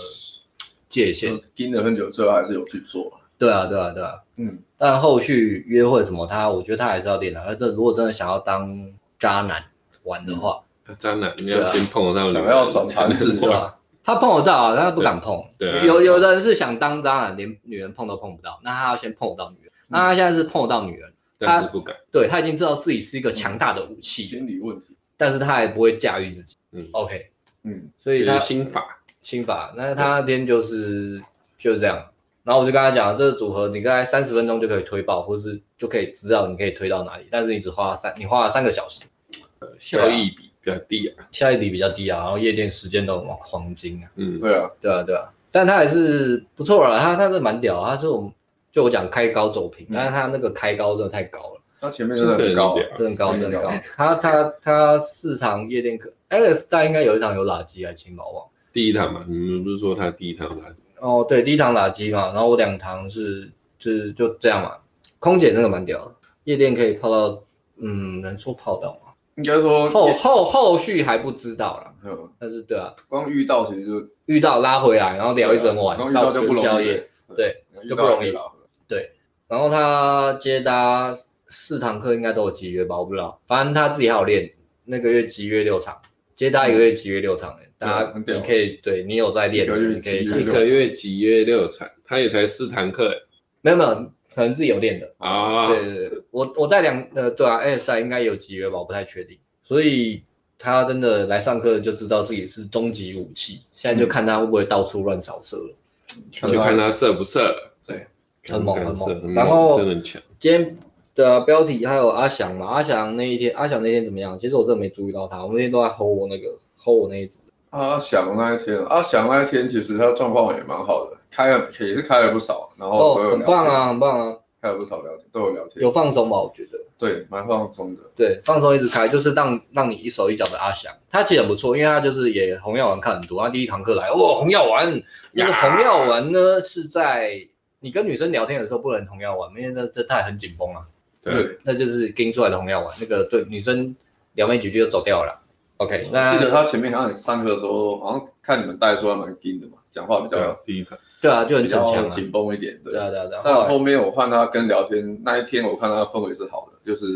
[SPEAKER 2] 界限
[SPEAKER 1] 就。盯了很久，最后还是有去做。
[SPEAKER 2] 对啊，对啊，对啊。
[SPEAKER 1] 嗯，
[SPEAKER 2] 但后续约会什么，他我觉得他还是要练的。啊他这如果真的想要当渣男玩的话，
[SPEAKER 3] 渣男，你啊要先碰到女人
[SPEAKER 1] 想要转盘子
[SPEAKER 2] 对吧？他碰得到啊，但他不敢碰。
[SPEAKER 3] 对对啊
[SPEAKER 2] 有有的人是想当渣男，连女人碰都碰不到，那他要先碰得到女
[SPEAKER 3] 嗯
[SPEAKER 2] 人。那他现在是碰得到女人，
[SPEAKER 3] 但是不敢。
[SPEAKER 2] 对他已经知道自己是一个强大的武器，
[SPEAKER 1] 心理问题。
[SPEAKER 2] 但是他还不会驾驭自己。
[SPEAKER 3] 嗯
[SPEAKER 2] ，OK，
[SPEAKER 1] 嗯，
[SPEAKER 2] 所以
[SPEAKER 3] 这
[SPEAKER 2] 他
[SPEAKER 3] 是心法，
[SPEAKER 2] 心法，那他那天就是就是这样。然后我就跟他讲，这个组合你大概三十分钟就可以推爆，或是就可以知道你可以推到哪里，但是你只花了三，你花了三个小时，
[SPEAKER 3] 呃效益比比较低啊。
[SPEAKER 2] 效益比比较低啊，然后夜店时间都很黄金啊。
[SPEAKER 3] 嗯，
[SPEAKER 1] 对啊，
[SPEAKER 2] 对啊，对啊，但他还是不错了，他他是蛮屌，啊他是我们就我讲开高走平，
[SPEAKER 1] 嗯
[SPEAKER 2] 但是他那个开高真的太高了，
[SPEAKER 1] 他前面真的很高啊
[SPEAKER 3] 这个有点
[SPEAKER 2] 真的高，
[SPEAKER 1] 嗯
[SPEAKER 2] 真的高。他他他四场夜店课，Alex 他应该有一场有垃圾还请吧，我忘了。
[SPEAKER 3] 第一堂嘛，你们不是说他第一堂啊来？
[SPEAKER 2] 哦，对，第一堂垃圾嘛，然后我两堂是就是就这样嘛。空姐那个蛮屌的，夜店可以泡到，嗯，能说泡到吗？
[SPEAKER 1] 应该说
[SPEAKER 2] 后后后续还不知道啦，
[SPEAKER 1] 嗯，
[SPEAKER 2] 但是对啊，
[SPEAKER 1] 光遇到其实就
[SPEAKER 2] 遇到拉回来，然后聊一整晚，
[SPEAKER 1] 啊光遇
[SPEAKER 2] 到
[SPEAKER 1] 到就
[SPEAKER 2] 吃
[SPEAKER 1] 不容
[SPEAKER 2] 宵
[SPEAKER 1] 易
[SPEAKER 2] 夜，，对，
[SPEAKER 1] 遇到也了
[SPEAKER 2] 然后他接搭四堂课应该都有集约吧，我不知道，反正他自己还有练，那个月集约六场，接搭一个月集约六场、欸，大
[SPEAKER 1] 对
[SPEAKER 2] 家
[SPEAKER 1] 很屌
[SPEAKER 2] 你可以对你有在练的，
[SPEAKER 1] 一个月
[SPEAKER 2] 你可
[SPEAKER 1] 集
[SPEAKER 2] 以
[SPEAKER 1] 约
[SPEAKER 2] 想
[SPEAKER 3] 一个月几约六场，他也才四堂课欸
[SPEAKER 2] 没有没有，可能自己有练的。
[SPEAKER 3] 啊。
[SPEAKER 2] 对对对，我我在两呃对啊，S 赛应该有集约吧，我不太确定，所以他真的来上课就知道自己是终极武器，现在就看他会不会到处乱扫射了。
[SPEAKER 3] 就看他射不射了。啊对，
[SPEAKER 2] 很猛
[SPEAKER 3] 看他
[SPEAKER 2] 很猛
[SPEAKER 3] 射嗯
[SPEAKER 2] 然后
[SPEAKER 3] 真的很强。
[SPEAKER 2] 今天的标题还有阿翔嘛？阿翔那一天，阿翔那天怎么样？其实我真的没注意到他，我那天都在吼我那个吼我那一组。
[SPEAKER 1] 阿翔啊那一天，阿翔那一天其实他状况也蛮好的，开了也是开了不少，然后
[SPEAKER 2] 哦
[SPEAKER 1] 都有聊
[SPEAKER 2] 很棒
[SPEAKER 1] 天，
[SPEAKER 2] 啊，很棒啊，
[SPEAKER 1] 开了不少聊天，都有聊天。
[SPEAKER 2] 有放松吧？我觉得
[SPEAKER 1] 对，蛮放松的。
[SPEAKER 2] 对，放松一直开，就是让让你一手一脚的阿翔，他其实很不错，因为他就是也红药丸看很多，他第一堂课来，哇，红药丸，那个红药丸呢是在你跟女生聊天的时候不能红药丸，因为那这太很紧绷了，
[SPEAKER 3] 啊
[SPEAKER 1] 对，
[SPEAKER 2] 那就是盯出来的红药丸，那个对女生聊没几句就走掉了。OK，那
[SPEAKER 1] 记得他前面好像上课的时候，好像看你们带说还蛮硬的嘛，讲话比
[SPEAKER 3] 对啊
[SPEAKER 1] 较，
[SPEAKER 3] 第一个
[SPEAKER 2] 对啊，就很
[SPEAKER 1] 比
[SPEAKER 2] 逞强
[SPEAKER 1] 较
[SPEAKER 2] 啊，
[SPEAKER 1] 紧绷一点，对
[SPEAKER 2] 对。啊对啊对啊，
[SPEAKER 1] 但
[SPEAKER 2] 后来
[SPEAKER 1] 后面我看他跟聊天那一天，我看他的氛围是好的，就是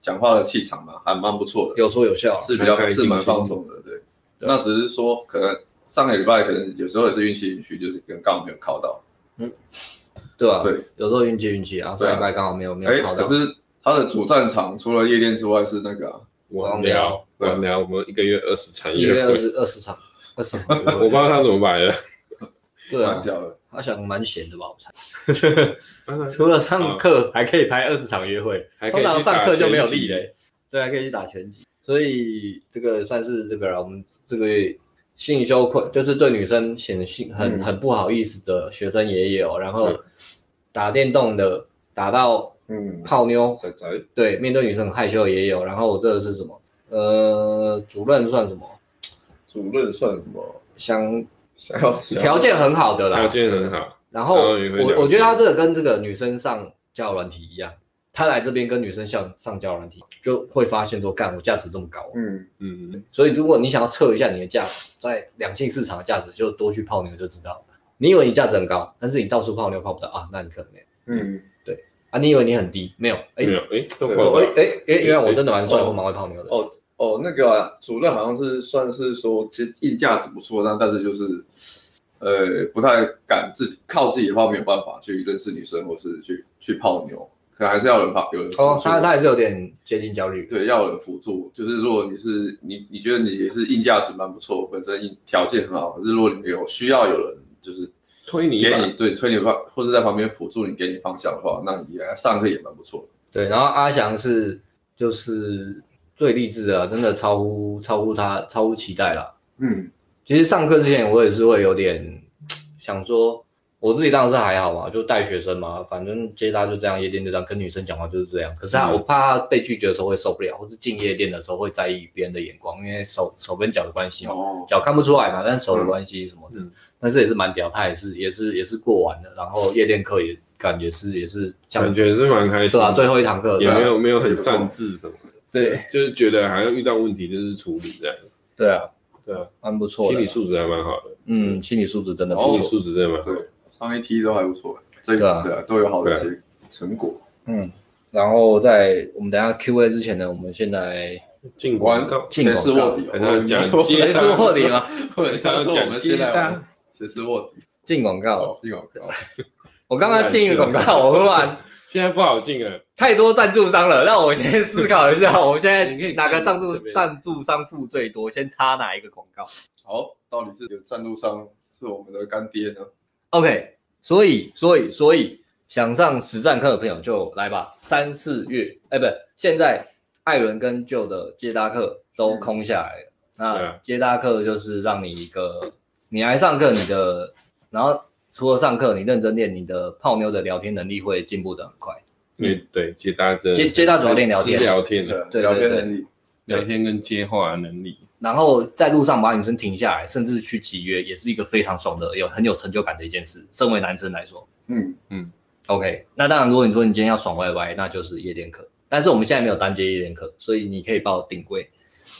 [SPEAKER 1] 讲话的气场嘛，还蛮不错的，
[SPEAKER 2] 有说有笑啊，
[SPEAKER 1] 是比较
[SPEAKER 3] 开开心
[SPEAKER 1] 是
[SPEAKER 3] 心
[SPEAKER 1] 蛮放松的。对，
[SPEAKER 2] 对啊
[SPEAKER 1] 那只是说可能上个礼拜可能有时候也是运气允许，就是跟刚好没有考到。
[SPEAKER 2] 对吧？
[SPEAKER 1] 对，
[SPEAKER 2] 有时候运气运气啊，
[SPEAKER 1] 对啊
[SPEAKER 2] 上礼拜刚好没有没
[SPEAKER 1] 哎
[SPEAKER 2] 有，考到
[SPEAKER 1] 可，是他的主战场除了夜店之外是那个啊
[SPEAKER 3] 王
[SPEAKER 2] 王
[SPEAKER 3] 聊
[SPEAKER 2] 聊，
[SPEAKER 3] 王聊，我们一个月二十场
[SPEAKER 2] 一个月
[SPEAKER 3] 约
[SPEAKER 2] 二
[SPEAKER 3] 会，
[SPEAKER 2] 十二十场，二十，
[SPEAKER 3] 我不知道他怎么买的。
[SPEAKER 2] 对
[SPEAKER 1] 断
[SPEAKER 2] 啊，
[SPEAKER 1] 掉了。
[SPEAKER 2] 阿翔蛮闲的吧，我猜。
[SPEAKER 3] 当 然
[SPEAKER 2] 除了
[SPEAKER 1] 嗯
[SPEAKER 2] 上课还可以拍二十场约会，
[SPEAKER 3] 还可以
[SPEAKER 2] 通
[SPEAKER 3] 去
[SPEAKER 2] 常上课就没有力欸
[SPEAKER 3] 打拳击
[SPEAKER 2] 嘞。对，啊还可以去打拳击，所以这个算是这个啦我们这个性羞愧，就是对女生显得性很
[SPEAKER 1] 嗯
[SPEAKER 2] 很不好意思的学生也有，然后打电动的打到
[SPEAKER 1] 嗯，
[SPEAKER 2] 泡妞，
[SPEAKER 1] 仔仔，
[SPEAKER 2] 对，面对女生很害羞的也有，然后我这个是什么？呃，主任算什么？
[SPEAKER 1] 主任算什么？
[SPEAKER 2] 想
[SPEAKER 1] 想要
[SPEAKER 2] 条件很好的啦，
[SPEAKER 3] 条件很好，
[SPEAKER 2] 然后
[SPEAKER 3] 然后也会聊
[SPEAKER 2] 我我觉
[SPEAKER 3] 天
[SPEAKER 2] 得他这个跟这个女生上交友软体一样，他来这边跟女生上上交友软体，就会发现说，干我价值这么高哦、
[SPEAKER 1] 嗯，
[SPEAKER 3] 嗯，
[SPEAKER 2] 所以如果你想要测一下你的价值，在两性市场的价值，就多去泡妞就知道了。你以为你价值很高，但是你到处泡妞泡不到啊，那你可能没有
[SPEAKER 1] 嗯，
[SPEAKER 2] 啊。你以为你很低，没有，哎、
[SPEAKER 3] 没有，哎，都
[SPEAKER 1] 对
[SPEAKER 3] 报
[SPEAKER 2] 我哎
[SPEAKER 3] 了，
[SPEAKER 2] 哎哎，因为我真的蛮帅，
[SPEAKER 1] 哦
[SPEAKER 2] 我蛮会泡妞的。
[SPEAKER 1] 哦哦，那个、啊、主任好像是算是说，其实硬价值不错，但但是就是，呃，不太敢自己靠自己的话，没有办法去认识女生，或是去去泡妞，可能还是要有人泡，有人辅助。
[SPEAKER 2] 哦，他他还是有点接近焦虑。
[SPEAKER 1] 对，要有人辅助。就是如果你是你，你觉得你也是硬价值蛮不错，本身硬条件很好，可是如果你有需要有人就是
[SPEAKER 3] 推你一
[SPEAKER 1] 给
[SPEAKER 3] 把
[SPEAKER 1] 你，对推你方，或者在旁边辅助你给你方向的话，那你来上课也蛮不错的。
[SPEAKER 2] 对，然后阿翔是就是最励志的啊，真的超乎超乎他超乎期待啦。
[SPEAKER 1] 嗯，
[SPEAKER 2] 其实上课之前我也是会有点想说，我自己当然是还好嘛，就带学生嘛，反正接搭就这样，夜店就这样，跟女生讲话就是这样。可是啊，
[SPEAKER 3] 嗯
[SPEAKER 2] 我怕他被拒绝的时候会受不了，或是进夜店的时候会在意别人的眼光，因为手手跟脚的关系嘛，
[SPEAKER 1] 哦，
[SPEAKER 2] 脚看不出来嘛，但是手的关系什么的。
[SPEAKER 3] 嗯
[SPEAKER 2] 但是也是蛮屌，他也是也是也是过完了，然后夜店课也感觉是也是像
[SPEAKER 3] 感觉是蛮开心
[SPEAKER 2] 对啊，
[SPEAKER 3] 的，
[SPEAKER 2] 最后一堂课
[SPEAKER 3] 也没
[SPEAKER 2] 对啊
[SPEAKER 3] 有没有很擅自什么的，
[SPEAKER 2] 对
[SPEAKER 3] 就是觉得好像遇到问题就是处理这样，
[SPEAKER 2] 对啊，
[SPEAKER 3] 对啊，
[SPEAKER 2] 蛮不错的，
[SPEAKER 3] 心理素质还蛮好的，
[SPEAKER 2] 嗯，心理素质真的不
[SPEAKER 1] 哦
[SPEAKER 3] 心理
[SPEAKER 2] 错，
[SPEAKER 3] 素质真的蛮好的。
[SPEAKER 1] 对，上一梯都还不错，这
[SPEAKER 2] 对啊
[SPEAKER 1] 个对啊都有好的
[SPEAKER 3] 对
[SPEAKER 1] 结成果。
[SPEAKER 2] 嗯，然后在我们等一下 Q A 之前呢，我们先来。
[SPEAKER 3] 进
[SPEAKER 1] 关
[SPEAKER 3] 广告，
[SPEAKER 2] 进广
[SPEAKER 1] 谁
[SPEAKER 2] 告
[SPEAKER 1] 是卧底哦？
[SPEAKER 3] 还是要讲
[SPEAKER 1] 我以为
[SPEAKER 2] 结
[SPEAKER 1] 你
[SPEAKER 2] 束
[SPEAKER 1] 说
[SPEAKER 2] 卧底吗？
[SPEAKER 1] 我以为他说我们现
[SPEAKER 3] 我
[SPEAKER 1] 在
[SPEAKER 3] 们
[SPEAKER 1] 谁是卧底？
[SPEAKER 2] 进广告，
[SPEAKER 1] 哦，进广告。
[SPEAKER 2] 我刚刚进广告，我忽然
[SPEAKER 3] 现在不好进了，
[SPEAKER 2] 太多赞助商了，让我先思考一 下，我现在哪个赞助
[SPEAKER 3] 你可以看
[SPEAKER 2] 赞助商付最多，先插哪一个广告
[SPEAKER 1] 好，到底是有赞助商是我们的干爹呢？
[SPEAKER 2] ？OK，所以所以所以想上实战课的朋友就来吧，三四月，哎，不，现在艾伦跟旧的接搭课都空下来了，
[SPEAKER 3] 对
[SPEAKER 2] 那
[SPEAKER 3] 啊
[SPEAKER 2] 接搭课就是让你一个，你来上课，你的，然后除了上课，你认真练，你的泡妞的聊天能力会进步的很快。
[SPEAKER 3] 对对，接搭真
[SPEAKER 2] 嗯
[SPEAKER 3] 的
[SPEAKER 2] 接接搭主要练聊天
[SPEAKER 3] 是聊天的，
[SPEAKER 1] 对，
[SPEAKER 2] 对
[SPEAKER 1] 聊天
[SPEAKER 2] 对
[SPEAKER 1] 能力。
[SPEAKER 3] 聊天跟接话能力，
[SPEAKER 2] 然后在路上把女生停下来，甚至去集约，也是一个非常爽的、有很有成就感的一件事。身为男生来说
[SPEAKER 1] 嗯，
[SPEAKER 2] ，OK。那当然，如果你说你今天要爽歪歪，那就是夜店课。但是我们现在没有单接夜店课，所以你可以报顶规，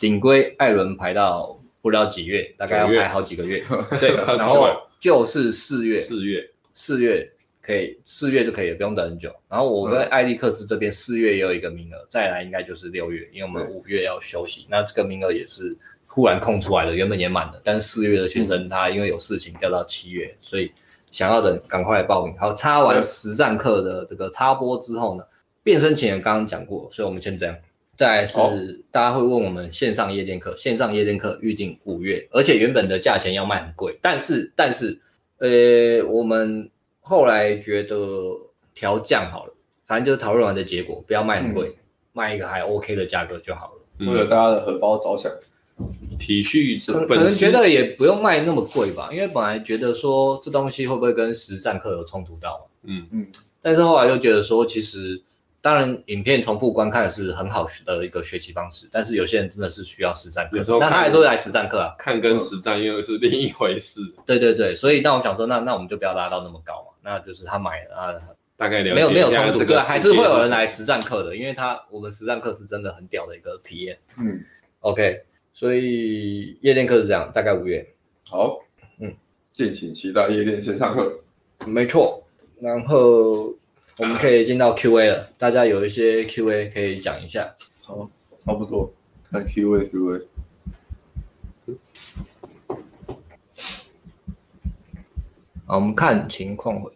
[SPEAKER 2] 顶规艾伦排到不知道几月，大概要
[SPEAKER 3] 九月
[SPEAKER 2] 排好几个月。 对，
[SPEAKER 3] 超级
[SPEAKER 2] 然后
[SPEAKER 3] 晚
[SPEAKER 2] 就是四月，
[SPEAKER 3] 四月
[SPEAKER 2] 四月可以，四月就可以了，不用等很久。然后我
[SPEAKER 1] 嗯
[SPEAKER 2] 跟艾利克斯这边四月也有一个名额，再来应该就是六月，因为我们
[SPEAKER 1] 对
[SPEAKER 2] 五月要休息，那这个名额也是忽然空出来的，原本也满的，但是四月的学
[SPEAKER 1] 嗯
[SPEAKER 2] 生他因为有事情调到七月，所以想要的赶快来报名。好，插完
[SPEAKER 1] 对
[SPEAKER 2] 实战课的这个插播之后呢，变身情人刚刚讲过，所以我们先这样。再来是、
[SPEAKER 1] 好
[SPEAKER 2] 大家会问我们线上夜店课，线上夜店课预定五月，而且原本的价钱要卖很贵，但是但是呃，我们后来觉得调降好了，反正就是讨论完的结果，不要卖很贵，卖一个还 OK 的价格就好了。
[SPEAKER 3] 嗯
[SPEAKER 1] 为了大家的荷包着想，
[SPEAKER 3] 体恤
[SPEAKER 2] 可能可
[SPEAKER 3] 本
[SPEAKER 2] 能
[SPEAKER 3] 身
[SPEAKER 2] 觉得也不用卖那么贵吧，因为本来觉得说这东西会不会跟实战课有冲突到嘛，
[SPEAKER 3] 嗯
[SPEAKER 1] 嗯，
[SPEAKER 2] 但是后来又觉得说其实当然，影片重复观看是很好的一个学习方式，但是有些人真的是需要实战课
[SPEAKER 3] 有时候，
[SPEAKER 2] 那他
[SPEAKER 3] 看
[SPEAKER 2] 还是会来实战课啊。
[SPEAKER 3] 看跟实战又是另一 回事，
[SPEAKER 2] 对对对，所以那我想说，那那我们就不要拉到那么高嘛，那就是他买了啊，
[SPEAKER 3] 大概了
[SPEAKER 2] 没有
[SPEAKER 3] 解
[SPEAKER 2] 没有
[SPEAKER 3] 一
[SPEAKER 2] 冲
[SPEAKER 3] 下
[SPEAKER 2] 突，
[SPEAKER 3] 这
[SPEAKER 2] 对，啊
[SPEAKER 3] 个
[SPEAKER 2] 还
[SPEAKER 3] 世
[SPEAKER 2] 是
[SPEAKER 3] 界
[SPEAKER 2] 会有人
[SPEAKER 3] 什么啊
[SPEAKER 2] 来实战课的，因为他我们实战课是真的很屌的一个体验。
[SPEAKER 1] 嗯，
[SPEAKER 2] OK，所以夜店课是这样，大概五月，
[SPEAKER 1] 好，
[SPEAKER 2] 嗯，
[SPEAKER 1] 敬请期待夜店线上课。
[SPEAKER 2] 没错。然后我们可以进到 Q&A 了，大家有一些 Q&A 可以讲一下。
[SPEAKER 1] 好，差不多，看 Q A Q A。
[SPEAKER 2] 啊，我们看情况回。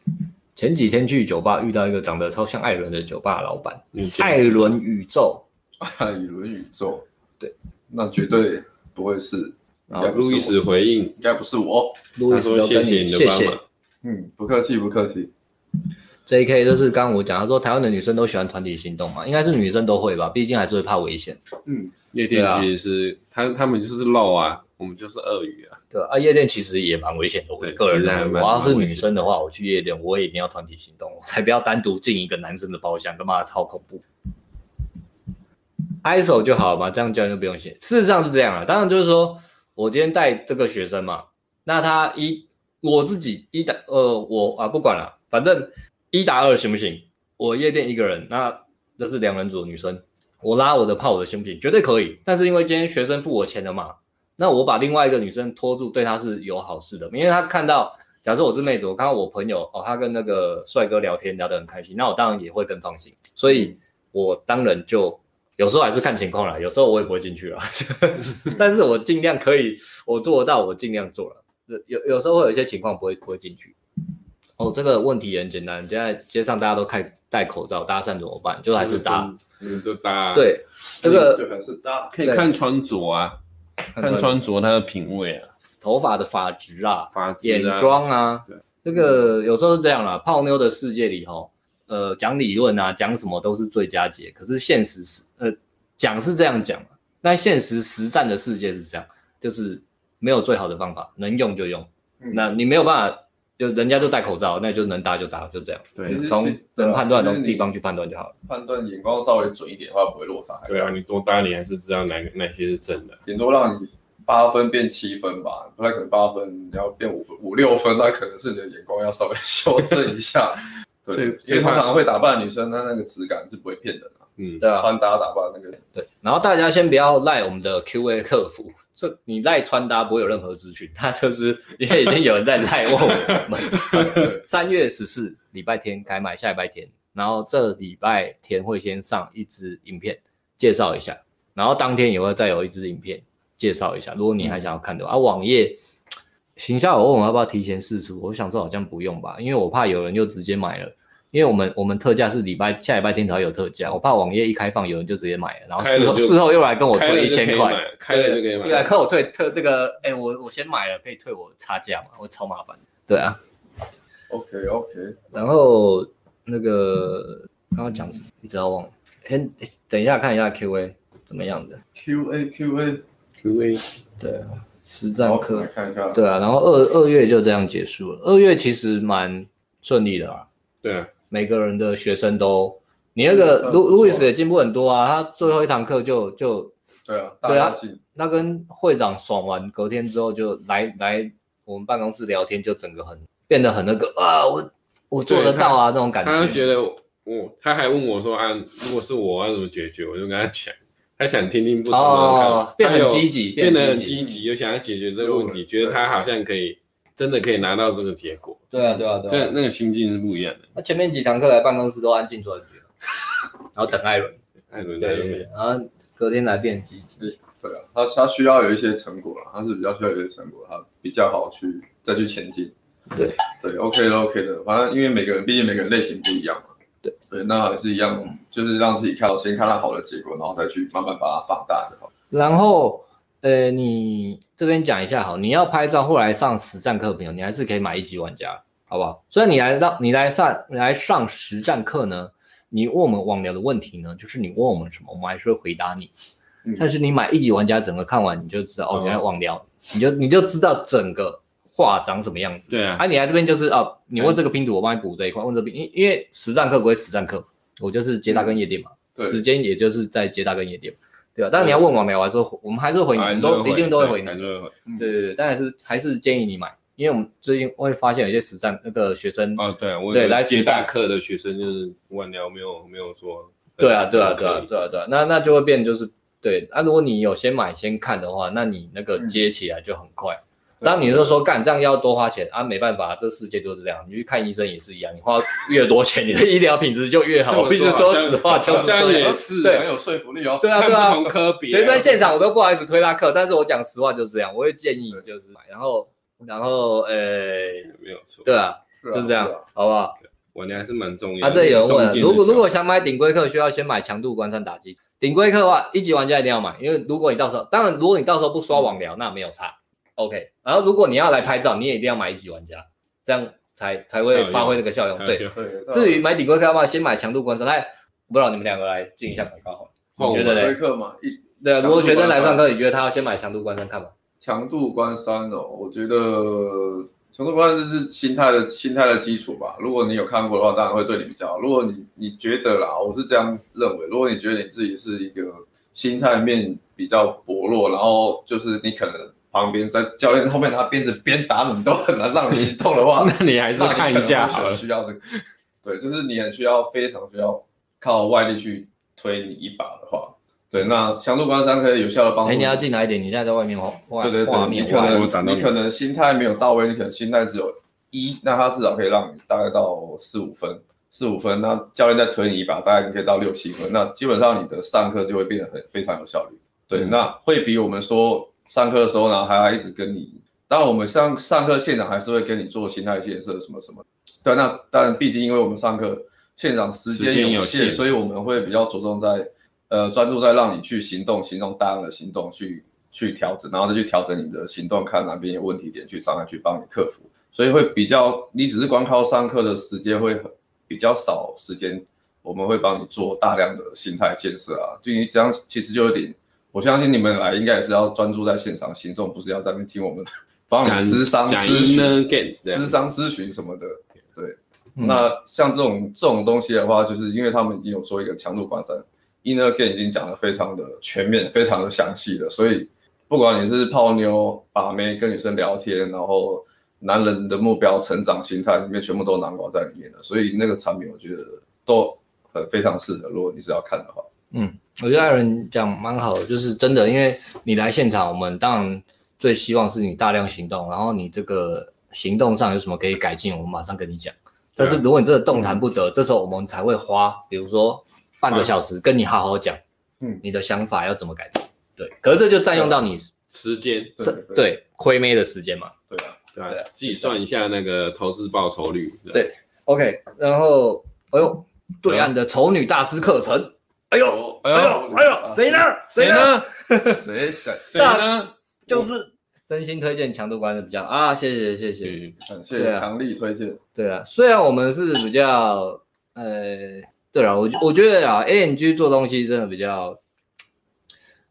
[SPEAKER 2] 前几天去酒吧遇到一个长得超像艾伦的酒吧老板，
[SPEAKER 3] 你觉得
[SPEAKER 2] 艾伦宇宙，
[SPEAKER 1] 艾啊伦宇宙，
[SPEAKER 2] 对，
[SPEAKER 1] 那绝对不会是，应
[SPEAKER 3] 然
[SPEAKER 1] 该
[SPEAKER 3] 后
[SPEAKER 1] 不是
[SPEAKER 3] 路易斯
[SPEAKER 1] 我，
[SPEAKER 3] 回应，
[SPEAKER 1] 应该不是我。
[SPEAKER 2] 路
[SPEAKER 3] 他
[SPEAKER 2] 易斯
[SPEAKER 3] 说
[SPEAKER 2] 就
[SPEAKER 3] 谢
[SPEAKER 2] 跟
[SPEAKER 3] 谢
[SPEAKER 2] 你
[SPEAKER 3] 你
[SPEAKER 2] 谢
[SPEAKER 3] 的帮
[SPEAKER 2] 谢
[SPEAKER 3] 忙。
[SPEAKER 1] 嗯，不客气，不客气。
[SPEAKER 2] J.K. 就是刚刚我讲，他说台湾的女生都喜欢团体行动嘛，应该是女生都会吧，毕竟还是会怕危险，
[SPEAKER 1] 嗯，
[SPEAKER 3] 夜
[SPEAKER 2] 对
[SPEAKER 3] 店
[SPEAKER 2] 啊
[SPEAKER 3] 其实是他他们就是肉啊，我们就是鳄鱼啊。
[SPEAKER 2] 对吧？啊，夜店其实也蛮危险的，我
[SPEAKER 3] 对
[SPEAKER 2] 个人
[SPEAKER 3] 其实还
[SPEAKER 2] 认为，
[SPEAKER 3] 蛮
[SPEAKER 2] 我要是
[SPEAKER 3] 蛮
[SPEAKER 2] 女
[SPEAKER 3] 危险的
[SPEAKER 2] 生的话，我去夜店我也一定要团体行动，我才不要单独进一个男生的包厢，他妈的超恐怖。ISO 就好嘛，这样教练就不用写。事实上是这样啊，当然就是说我今天带这个学生嘛，那他一我自己一打呃我啊不管了，反正一打二行不行？我夜店一个人，那那是两人组的女生，我拉我的泡我的行不行？绝对可以。但是因为今天学生付我钱了嘛，那我把另外一个女生拖住，对她是有好事的，因为她看到。假设我是妹子，我看到我朋友哦，他跟那个帅哥聊天聊得很开心，那我当然也会更放心，所以我当然就有时候还是看情况啦，有时候我也不会进去啦， 但是我尽量可以，我做得到，我尽量做了。有有有时候会有一些情况不会不会进去。哦，这个问题也很简单，现在街上大家都开戴口罩，搭讪怎么办？就还是搭。
[SPEAKER 3] 真的，我们就搭啊。
[SPEAKER 2] 对，这个
[SPEAKER 1] 就还是大
[SPEAKER 3] 可以
[SPEAKER 2] 对
[SPEAKER 3] 看穿着啊，看穿着他的品味啊，
[SPEAKER 2] 头发的发质啊，
[SPEAKER 3] 发质
[SPEAKER 2] 眼
[SPEAKER 3] 啊，
[SPEAKER 2] 妆啊
[SPEAKER 3] 对，
[SPEAKER 2] 这个有时候是这样啦。泡妞的世界里头，呃，讲理论啊，讲什么都是最佳解。可是现实是，呃，讲是这样讲嘛，但现实实战的世界是这样，就是没有最好的方法，能用就用。
[SPEAKER 1] 嗯
[SPEAKER 2] 那你没有办法，就人家就戴口罩，那就能搭就搭，就这样，
[SPEAKER 1] 其
[SPEAKER 3] 对
[SPEAKER 1] 实
[SPEAKER 2] 从
[SPEAKER 1] 对啊
[SPEAKER 2] 能判断
[SPEAKER 1] 其
[SPEAKER 2] 的
[SPEAKER 1] 实你
[SPEAKER 2] 地方去判断就好了。
[SPEAKER 1] 判断眼光稍微准一点的话，不会落差。
[SPEAKER 3] 对啊，，你多搭你还是知道哪个哪些是真的。
[SPEAKER 1] 顶多让你八分变七分吧，不太可能八分，你要变五分、五六分，那可能是你的眼光要稍微 修正一下。
[SPEAKER 3] 所
[SPEAKER 1] 对
[SPEAKER 3] 以，
[SPEAKER 1] 因为通常会打扮的女生，她那个质感是不会骗人的、
[SPEAKER 3] 嗯，
[SPEAKER 2] 对啊，
[SPEAKER 1] 穿搭打扮那个，
[SPEAKER 2] 对，然后大家先不要赖我们的 Q&A 客服，这你赖穿搭不会有任何资讯，他就是因为已经有人在赖问我们。三月十四礼拜天开卖，下礼拜天，然后这礼拜天会先上一支影片介绍一下，然后当天也会再有一支影片介绍一下。如果你还想要看的
[SPEAKER 3] 嗯
[SPEAKER 2] 话，啊，网页行销我问我要不要提前试出，我想说好像不用吧，因为我怕有人就直接买了。因为我们我们特价是礼拜下礼拜天才会有特价，我怕网页一开放有人就直接买了，然后
[SPEAKER 3] 开了
[SPEAKER 2] 事后
[SPEAKER 3] 就
[SPEAKER 2] 事后又来跟我
[SPEAKER 3] 开
[SPEAKER 2] 退
[SPEAKER 3] 了
[SPEAKER 2] 一
[SPEAKER 3] 就可以
[SPEAKER 2] 千块，
[SPEAKER 3] 买，开了就可以
[SPEAKER 2] 对啊，
[SPEAKER 3] 买。
[SPEAKER 2] 看我退特这个，哎、我我先买了，可以退我差价嘛？我超麻烦。对啊，
[SPEAKER 1] OK OK，
[SPEAKER 2] 然后那个刚刚讲什么，一直要忘了。先等一下看一下 Q A 怎么样的。
[SPEAKER 1] Q A Q A，
[SPEAKER 2] 对啊，实
[SPEAKER 1] 好
[SPEAKER 2] 战课。
[SPEAKER 1] 来看一下，
[SPEAKER 2] 对啊，然后二二月就这样结束了。二月其实蛮顺利的啊，
[SPEAKER 3] 对啊，
[SPEAKER 2] 每个人的学生都，你那个
[SPEAKER 1] 嗯
[SPEAKER 2] 路
[SPEAKER 1] 不错
[SPEAKER 2] 路易斯也进步很多啊。他最后一堂课就就
[SPEAKER 1] 对啊，大
[SPEAKER 2] 对啊
[SPEAKER 1] 跃进，
[SPEAKER 2] 那跟会长爽完，隔天之后就来来我们办公室聊天，就整个很变得很那个啊，我我做得到啊那种感
[SPEAKER 3] 他就
[SPEAKER 2] 觉。
[SPEAKER 3] 觉得我，他还问我说啊，如果是我要怎么解决，我就跟他讲，他想听听不同的看
[SPEAKER 2] 哦
[SPEAKER 3] 法，，
[SPEAKER 2] 变得很
[SPEAKER 3] 他有
[SPEAKER 2] 积极，
[SPEAKER 3] 变得很
[SPEAKER 2] 极。
[SPEAKER 3] 积极，又想要解决这个问题，觉得他好像可以，真的可以拿到这个结果，
[SPEAKER 2] 对啊，对啊，对
[SPEAKER 3] 这
[SPEAKER 2] 啊。
[SPEAKER 3] 那个心境是不一样的。
[SPEAKER 2] 他前面几堂课来办公室都安静坐 很久，然后等艾伦。
[SPEAKER 3] 艾伦在
[SPEAKER 2] 对
[SPEAKER 3] 那
[SPEAKER 2] 对，对
[SPEAKER 3] 边，
[SPEAKER 2] 然后隔天来变积极。
[SPEAKER 1] 对啊，他他需要有一些成果了，他是比较需要有一些成果，他比较好去再去前进。
[SPEAKER 2] 对
[SPEAKER 1] 对，OK 的 OK 的，反正因为每个人毕竟每个人类型不一样嘛。
[SPEAKER 2] 对
[SPEAKER 1] 对，那还是一样，就是让自己看到先看到好的结果，然后再去慢慢把它放大就好。
[SPEAKER 2] 然后，呃，你这边讲一下好，你要拍照后来上实战课的朋友，你还是可以买一级玩家，好不好？所以你来到你来上你来上实战课呢，你问我们网聊的问题呢，就是你问我们什么，我们还是会回答你。
[SPEAKER 1] 嗯
[SPEAKER 2] 但是你买一级玩家整个看完，你就知道哦，原来网聊，你就你就知道整个画长什么样子。
[SPEAKER 3] 对啊
[SPEAKER 2] 哦
[SPEAKER 3] 哎
[SPEAKER 2] 啊，你来这边就是啊，你问这个拼图，我帮你补这一块；问这边，因因为实战课归实战课，我就是接搭
[SPEAKER 3] 嗯
[SPEAKER 2] 跟夜店嘛，
[SPEAKER 1] 对
[SPEAKER 2] 时间也就是在接搭跟夜店，对吧？但你要问网媒，我还是会我们还是回
[SPEAKER 3] 啊还
[SPEAKER 2] 你，
[SPEAKER 3] 是
[SPEAKER 2] 都一定都会回
[SPEAKER 3] 对还
[SPEAKER 2] 你
[SPEAKER 3] 是，会回。
[SPEAKER 2] 对对对，但还是还是建议你买，因为我们最近会发现有些实战那个学生，
[SPEAKER 3] 哦，对，我
[SPEAKER 2] 对
[SPEAKER 3] 有
[SPEAKER 2] 来
[SPEAKER 3] 接
[SPEAKER 2] 吃
[SPEAKER 3] 大
[SPEAKER 2] 饭
[SPEAKER 3] 课的学生就是晚聊没有没有说。
[SPEAKER 2] 对啊对啊对
[SPEAKER 3] 可
[SPEAKER 2] 啊
[SPEAKER 3] 以
[SPEAKER 2] 对啊对啊，那那就会变就是对，啊那、如果你有先买先看的话，那你那个接起来就很快。当你就说干这样要多花钱啊，没办法，这世界就是这样。你去看医生也是一样，你花越多钱，你的医疗品质就越好。
[SPEAKER 3] 这么
[SPEAKER 2] 我必须
[SPEAKER 3] 说好
[SPEAKER 2] 说
[SPEAKER 3] 像
[SPEAKER 2] 实话，就
[SPEAKER 3] 好
[SPEAKER 2] 是这
[SPEAKER 3] 像
[SPEAKER 2] 样。
[SPEAKER 3] 也是
[SPEAKER 2] 对
[SPEAKER 1] 很有说服力哦。
[SPEAKER 2] 对啊，
[SPEAKER 3] 看
[SPEAKER 2] 对
[SPEAKER 3] 不
[SPEAKER 2] 啊
[SPEAKER 3] 同，科别啊
[SPEAKER 2] 学生现场我都不好意思推他课，但是我讲实话就是这样，我会建议你就是买，然后然后呃，
[SPEAKER 3] 没有错。
[SPEAKER 2] 对啊，
[SPEAKER 1] 对啊
[SPEAKER 2] 就是这样
[SPEAKER 1] 对啊，
[SPEAKER 2] 好不好？
[SPEAKER 3] 晚聊还是蛮重要
[SPEAKER 2] 啊，
[SPEAKER 3] 的。
[SPEAKER 2] 这里有人问
[SPEAKER 3] 中
[SPEAKER 2] 了，
[SPEAKER 3] 间的
[SPEAKER 2] 如果
[SPEAKER 3] 小
[SPEAKER 2] 如果想买顶规课，需要先买强度关山打击。顶规课的话，一级玩家一定要买，因为如果你到时候，当然如果你到时候不刷网聊，那没有差，OK。然后如果你要来拍照，你也一定要买一级玩家，这样才才会发挥那个效用。
[SPEAKER 3] 还有
[SPEAKER 2] 对，
[SPEAKER 1] 对。对啊
[SPEAKER 2] 至于买顶规课的话，先买强度关山。来，我不知道你们两个来进一下广告好了，
[SPEAKER 3] 换
[SPEAKER 2] 你
[SPEAKER 3] 我
[SPEAKER 2] 觉
[SPEAKER 1] 我
[SPEAKER 2] 得
[SPEAKER 1] 们推
[SPEAKER 2] 嘞？
[SPEAKER 1] 课嘛，一
[SPEAKER 2] 对啊，
[SPEAKER 1] 强
[SPEAKER 2] 如
[SPEAKER 1] 度
[SPEAKER 2] 果学生来
[SPEAKER 1] 关山
[SPEAKER 2] 上课，你觉得他要先买强度关山看吗？
[SPEAKER 1] 强度关山哦，我觉得强度关山就是心态的心态的基础吧。如果你有看过的话，当然会对你比较好。如果你你觉得啦，我是这样认为，如果你觉得你自己是一个心态面比较薄弱，然后就是你可能旁边在教练后面他鞭子鞭打你都很难让你行动的话，
[SPEAKER 3] 那你还是
[SPEAKER 1] 那你
[SPEAKER 3] 看
[SPEAKER 1] 可
[SPEAKER 3] 一
[SPEAKER 1] 能
[SPEAKER 3] 下
[SPEAKER 1] 会
[SPEAKER 3] 好
[SPEAKER 1] 很
[SPEAKER 3] 了。
[SPEAKER 1] 需要这个，对，就是你很需要非常需要靠外力去推你一把的话，对，那强度关山可以有效的帮助
[SPEAKER 2] 哎，
[SPEAKER 1] 你
[SPEAKER 2] 你要进来一点，你现在在外面画画
[SPEAKER 1] 对对
[SPEAKER 2] 画
[SPEAKER 1] 对，你
[SPEAKER 2] 面
[SPEAKER 1] 可
[SPEAKER 2] 画面，
[SPEAKER 3] 我打到
[SPEAKER 1] 能
[SPEAKER 3] 你
[SPEAKER 1] 你可能心态没有到位，你可能心态只有一，那他至少可以让你大概到四五分，四五分，那教练再推你一把，大概你可以到六七分，那基本上你的上课就会变得很非常有效率。对，
[SPEAKER 3] 嗯
[SPEAKER 1] 那会比我们说上课的时候呢，还要一直跟你，当然我们上上课现场还是会跟你做心态建设什么什么。对，那但毕竟因为我们上课现场时
[SPEAKER 3] 时间
[SPEAKER 1] 间有
[SPEAKER 3] 有限
[SPEAKER 1] 限，所以我们会比较着重在呃专注在让你去行动，行动大量的行动去去调整，然后再去调整你的行动，看哪边有问题点去障碍去帮你克服。所以会比较，你只是光靠上课的时间会很比较少时间，我们会帮你做大量的心态建设啊。就你这样，其实就有点，我相信你们来应该也是要专注在现场行动，不是要在那边听我们 帮你
[SPEAKER 3] 讲
[SPEAKER 1] 咨商
[SPEAKER 3] 讲
[SPEAKER 1] 咨询、
[SPEAKER 3] get 这样
[SPEAKER 1] 咨商咨询什么的。
[SPEAKER 2] 嗯
[SPEAKER 1] 那像这种这种东西的话，就是因为他们已经有做一个强度关山，Inner Game 已经讲的非常的全面、非常的详细了，所以不管你是泡妞、把妹、跟女生聊天，然后男人的目标、成长、心态里面全部都囊括在里面了，所以那个产品我觉得都很非常适合，如果你是要看的话，
[SPEAKER 2] 我觉得艾伦讲蛮好的，就是真的，因为你来现场，我们当然最希望是你大量行动，然后你这个行动上有什么可以改进，我们马上跟你讲。但是如果你真的动弹不得，这时候我们才会花，比如说半个小时跟你好好讲，
[SPEAKER 1] 嗯
[SPEAKER 2] 你的想法要怎么改进。对，可是这就占用到你
[SPEAKER 3] 时间，
[SPEAKER 2] 这
[SPEAKER 1] 对对
[SPEAKER 2] 对亏妹的时间嘛。
[SPEAKER 1] 对啊，
[SPEAKER 3] 对吧
[SPEAKER 2] 对啊
[SPEAKER 3] 自己算一下那个投资报酬率。
[SPEAKER 2] 对 OK，然后哎呦，对岸的丑女大师课程，哎呦，
[SPEAKER 3] 哎
[SPEAKER 2] 哎
[SPEAKER 3] 呦
[SPEAKER 2] 呦，哎呦，谁呢？
[SPEAKER 3] 谁
[SPEAKER 2] 呢？
[SPEAKER 3] 呢？
[SPEAKER 1] 谁想
[SPEAKER 3] 谁呢？
[SPEAKER 2] 就是真心推荐强度关的比较啊，谢谢谢谢。
[SPEAKER 3] 嗯，
[SPEAKER 1] 感谢
[SPEAKER 2] 对啊
[SPEAKER 1] 强力推荐，
[SPEAKER 2] 对啊，虽然我们是比较呃，对了，我觉我觉得啊，ANG 做东西真的比较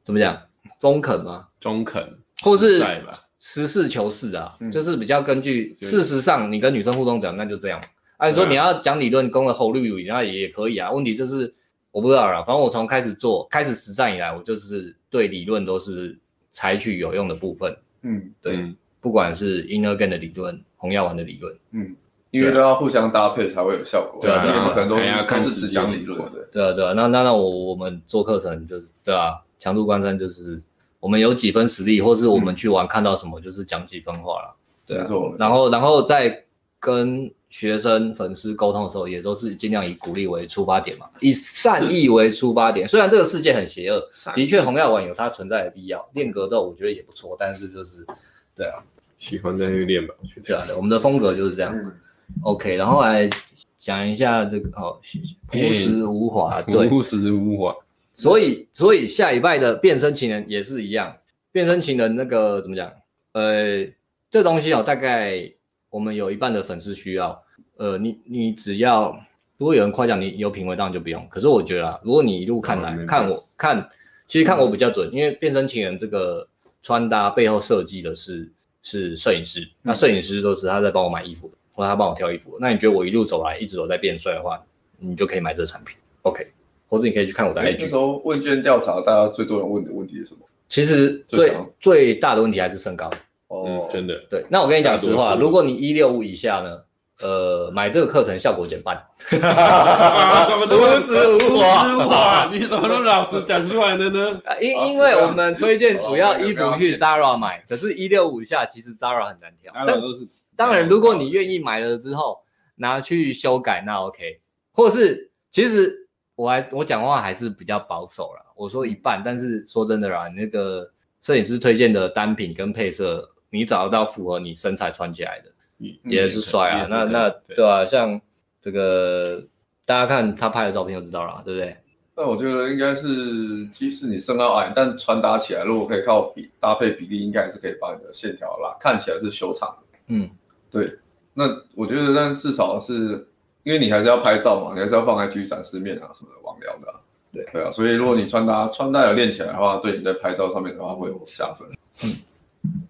[SPEAKER 2] 怎么讲，中肯嘛，
[SPEAKER 3] 中肯，
[SPEAKER 2] 或是
[SPEAKER 3] 实在吧？
[SPEAKER 2] 实事求是啊，
[SPEAKER 1] 嗯
[SPEAKER 2] 就是比较根据
[SPEAKER 3] 就是
[SPEAKER 2] 事实上你跟女生互动讲，那就这样。啊，你说
[SPEAKER 3] 对啊
[SPEAKER 2] 你要讲理论攻了后六语，那也可以啊。问题就是我不知道啦，反正我从开始做开始实战以来，我就是对理论都是采取有用的部分。
[SPEAKER 1] 嗯
[SPEAKER 2] 对
[SPEAKER 3] 嗯
[SPEAKER 2] 不管是 inner gain 的理论、红药丸的理论，
[SPEAKER 1] 嗯。因为都要互相搭配才会有效果，
[SPEAKER 2] 对啊
[SPEAKER 1] 因为你可能都
[SPEAKER 3] 对啊还要
[SPEAKER 1] 是
[SPEAKER 3] 看
[SPEAKER 1] 都
[SPEAKER 3] 时
[SPEAKER 1] 是只
[SPEAKER 3] 间
[SPEAKER 1] 讲理论的，
[SPEAKER 2] 对啊，对啊，那那那我我们做课程就是对啊，强度关山就是我们有几分实力，或是我们去玩看到什么就是讲几分话啦。对啊
[SPEAKER 1] 没错，
[SPEAKER 2] 然后然后在跟学生粉丝沟通的时候，也都是尽量以鼓励为出发点嘛，以善意为出发点。虽然这个世界很邪恶，的确红药丸有它存在的必要，练格斗我觉得也不错，但是就是对啊，
[SPEAKER 3] 喜欢再去练吧，我觉
[SPEAKER 2] 对
[SPEAKER 3] 得。
[SPEAKER 2] 啊，对我们的风格就是这样。
[SPEAKER 1] 嗯
[SPEAKER 2] OK，然后来讲一下这个哦，谢谢朴实无华，啊对，
[SPEAKER 3] 嗯无时无华，
[SPEAKER 2] 所以所以下礼拜的变身情人也是一样，变身情人那个怎么讲？呃，这东西哦，大概我们有一半的粉丝需要，呃，你你只要如果有人夸奖你有品味，当然就不用。可是我觉得啊，如果你一路看
[SPEAKER 3] 哦
[SPEAKER 2] 来
[SPEAKER 3] 明白
[SPEAKER 2] 看我看，其实看我比较准，因为变身情人这个穿搭背后设计的是是摄影师，那
[SPEAKER 3] 嗯
[SPEAKER 2] 摄影师都是他在帮我买衣服的，或者他帮我挑衣服。那你觉得我一路走来一直都在变帅的话，你就可以买这个产品。 OK，或者你可以去看我的
[SPEAKER 1] 哎那
[SPEAKER 2] IG
[SPEAKER 1] 时。候问卷调查，大家最多人问的问题是什么？
[SPEAKER 2] 其实
[SPEAKER 1] 最
[SPEAKER 2] 最
[SPEAKER 1] 强
[SPEAKER 2] 最大的问题还是身高。
[SPEAKER 1] 哦
[SPEAKER 3] 嗯，，真的，
[SPEAKER 2] 对，那我跟你讲实
[SPEAKER 3] 大
[SPEAKER 2] 话，
[SPEAKER 3] 多数
[SPEAKER 2] 如果你一六五以下呢，呃，买这个课程效果减半。
[SPEAKER 3] 啊怎么都
[SPEAKER 2] 无实无华
[SPEAKER 3] 无实无华你怎么都老实讲出来的呢？
[SPEAKER 2] 啊因
[SPEAKER 1] 啊
[SPEAKER 2] 因为我们推荐主要衣
[SPEAKER 1] 好
[SPEAKER 2] 服
[SPEAKER 1] 了
[SPEAKER 2] 去 Zara 买，可是一六五以下其实 Zara 很难挑。
[SPEAKER 3] 当
[SPEAKER 2] 但
[SPEAKER 3] 然都是，
[SPEAKER 2] 当然，如果你愿意买了之后拿去修改，那 OK。或是其实我还我讲话还是比较保守啦，我说一半，但是说真的啦，那个摄影师推荐的单品跟配色，你找得到符合你身材穿起来的，也是帅啊。
[SPEAKER 3] 嗯也是
[SPEAKER 2] 那
[SPEAKER 3] 对
[SPEAKER 2] 那
[SPEAKER 3] 对
[SPEAKER 2] 对啊，像这个大家看他拍的照片就知道了，啊对不对？
[SPEAKER 1] 但我觉得应该是，即使你身高矮，但穿搭起来如果可以靠比搭配比例，应该还是可以把你的线条拉，看起来是修长的。
[SPEAKER 2] 嗯，
[SPEAKER 1] 那我觉得，但至少是因为你还是要拍照嘛，你还是要放在 G 展示面啊什么的网聊的啊、
[SPEAKER 2] 对
[SPEAKER 1] 对啊，所以如果你穿搭穿搭有练起来的话，对你在拍照上面的话会有加分。